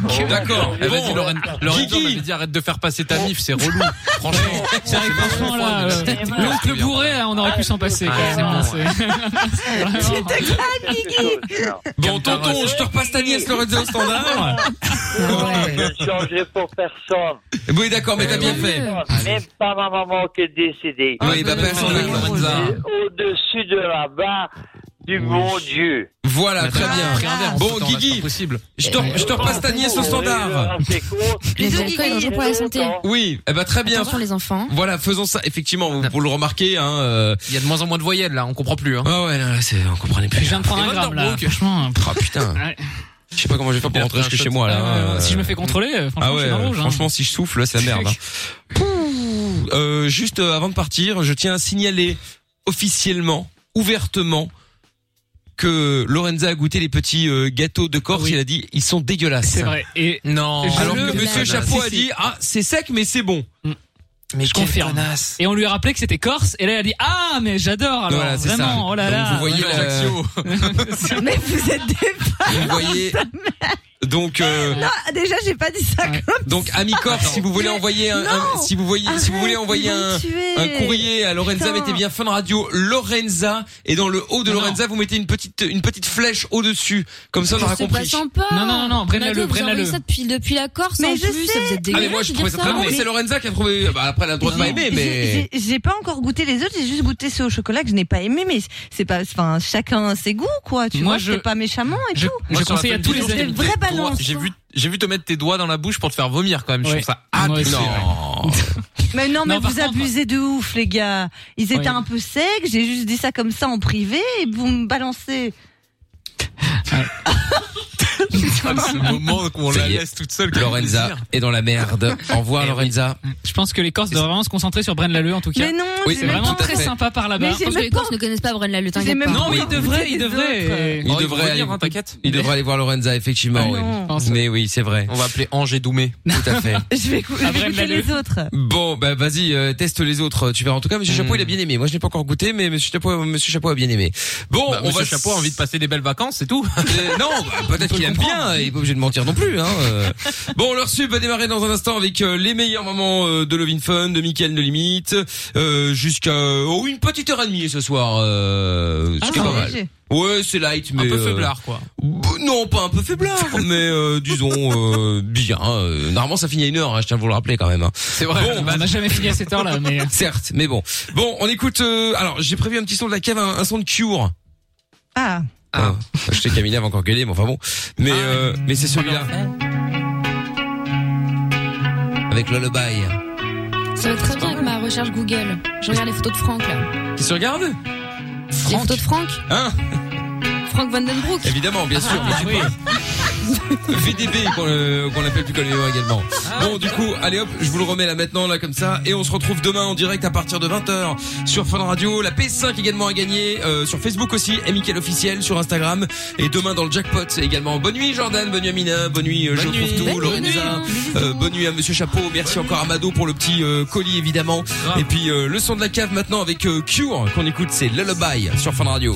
D'accord. Eh, vas-y, Lorraine. Lorraine, on m'avait dit arrête de faire passer ta mif, c'est relou. Franchement, c'est
Franchement là, euh, l'oncle bourré, hein, on aurait pu s'en passer. quoi.
Ouais, c'est
Non,
bon,
c'est-
Je te
Ah,
crains, Guigui.
Bon, tonton, je te repasse ta nièce Lorenzo au standard.
Je ne changerai pour personne.
Oui, d'accord, mais t'as bien fait.
Même pas ma maman qui est décédée.
Oui, bah, personne avec Lorenza.
Au-dessus de la barre du bon Dieu.
Voilà,
Bah,
très bien. Bon,
attends, là,
Guigui, je te,
euh,
je te repasse ta nièce au standard.
Les alcools est dangereux pour la santé.
Oui, eh ben, très bien.
Attention les enfants.
Voilà, faisons ça. Effectivement, vous, vous le remarquez, hein, euh,
Il y a de moins en moins de voyelles là, on comprend plus. Hein.
Ah ouais, là, là, c'est- on comprenait plus.
Je viens de prendre un gramme là. Franchement. hein,
Ah putain.
Ouais.
Je sais pas comment je vais faire pour rentrer jusque chez moi, là.
Euh,
hein.
Si je me fais contrôler, euh, franchement,
Ah
je
ouais,
suis dans le
euh,
rouge. hein.
franchement, si je souffle, c'est la merde. hein. Pouh. Euh, juste euh, avant de partir, je tiens à signaler officiellement, ouvertement, que Lorenza a goûté les petits euh, gâteaux de Corse. Il a dit, ils sont dégueulasses.
C'est vrai. Et
non.
Je
Alors
le
que Monsieur
blague.
Chapeau
Si,
a
si.
dit, ah, c'est sec, mais c'est bon.
Mais
je confirme. Et on lui a rappelé que c'était corse. Et là, elle a dit ah mais j'adore. Alors
Voilà, c'est ça.
vraiment, oh là
Donc,
là.
vous voyez
vraiment.
l'Ajaccio.
Mais vous êtes des
Vous voyez. Donc. euh,
Non, déjà, j'ai pas dit ça comme
Donc ami Corse, si vous voulez envoyer un, un- si vous voyez si vous voulez
Ah,
envoyer un, un courrier à Lorenza,
Putain.
mettez bien Fun Radio Lorenza et dans le haut de Lorenza vous mettez une petite une petite flèche au dessus comme ça on aura
C'est pas
compris.
sympa.
Non, non, non, non, Brenna-le,
Regardez, vous
Brenna-le.
envoyez ça depuis, depuis la Corse,
Mais
en
je
plus,
sais.
ça vous êtes
Ah
dégueulasse.
mais moi je
de
trouvais
dire
ça très bon. Mais c'est Lorenza qui a trouvé. Bah, après elle a le droit de pas aimer mais.
J'ai- j'ai- J'ai pas encore goûté les autres, j'ai juste goûté ceux au chocolat que je n'ai pas aimé, mais c'est pas, enfin, chacun ses goûts, quoi, tu vois,
Moi, je-
je pas méchamment et tout.
Moi,
Je
sur la
conseille à
feuille
tous
de
les
jour,
amis.
j'ai mis
Des vraies
tes doigts-
balances,
J'ai vu, j'ai vu te mettre tes doigts dans la bouche pour te faire vomir quand même. Je
Ouais.
trouve ça
Moi aussi,
atroce.
Mais non, mais
Non, par
vous
contre-
abusez de ouf, les gars. Ils étaient
Oui.
un peu secs, j'ai juste dit ça comme ça en privé et vous me balancez.
ce moment où on
Ça
la
y est.
laisse toute seule.
Lorenza est dans la merde. Au revoir Lorenza.
Je pense que les Corses devraient vraiment se concentrer sur Bren Laleu en tout cas.
Mais non,
Oui,
c'est
mais
vraiment
tout à
très
fait.
sympa par
Mais
là-bas.
je pense que les Corses ne connaissent pas Brenna le
J'ai
t'inquiète
même
pas.
Non mais il
Encore
devrait,
goûter
il
les
devrait.
Il devrait aller,
revenir, hein, t'inquiète.
il devrait aller voir Lorenza
Ah
effectivement. oui.
Ah
Mais oui c'est vrai.
On va appeler Ange et Doumé.
Tout à fait.
Je vais, cou- je vais
Après,
goûter
Manu.
les autres.
Bon, bah vas-y, euh, teste les autres. Tu verras. En tout cas, Monsieur Chapeau,
Hmm.
il a bien aimé. Moi, je n'ai pas encore goûté, mais Monsieur Chapeau, Monsieur Chapeau a bien aimé. Bon,
Bah,
on
Monsieur
va.
Chapeau a envie de passer des belles vacances, c'est tout.
Euh, non, bah, peut-être qu'il aime bien. hein, il est pas obligé de mentir non plus. Hein. euh. Bon, leur sub va démarrer dans un instant avec euh, les meilleurs moments euh, de Lovin Fun, de Mickaël No Limite, euh, jusqu'à oh, une petite heure et demie ce soir. Euh, ce
Ah,
qui est
c'est
pas mal.
léger.
Ouais, c'est light, mais
Un peu
euh,
faiblard, quoi.
non, pas un peu faiblard, mais euh, disons euh, bien. euh, normalement, ça finit à une heure. hein, je tiens à vous le rappeler quand même. C'est
vrai,
bah,
on n'a jamais fini à cette heure-là, mais- euh,
certes, mais bon. Bon, on écoute. euh, alors, j'ai prévu un petit son de la cave, un, un son de Cure.
Ah.
Ah. Je sais qu'Amina va encore gueuler, mais enfin bon. Mais euh, mais c'est celui-là. Avec Lullaby.
Ça va très bien avec ma recherche Google. Je regarde les photos de Franck là.
Qui se regarde
Les photos de Franck
Hein
Franck Vandenbroek
Évidemment, bien sûr. bien sûr. VDB qu'on euh, qu'on l'appelle plus comme les gens également. Bon, du coup, allez hop, je vous le remets là maintenant, là comme ça, et on se retrouve demain en direct à partir de 20h sur Fun Radio. La PS5 également à gagner, euh, sur Facebook aussi, Michael officiel, sur Instagram, et demain dans le jackpot également. Bonne nuit Jordan, bonne nuit Amina, bonne nuit euh, Je retrouve tout, Lorenza, euh, bonne nuit à Monsieur Chapeau, merci encore à Mado pour le petit euh, colis évidemment. Et puis euh, le son de la cave maintenant avec euh, Cure qu'on écoute, c'est Lullaby sur Fun Radio.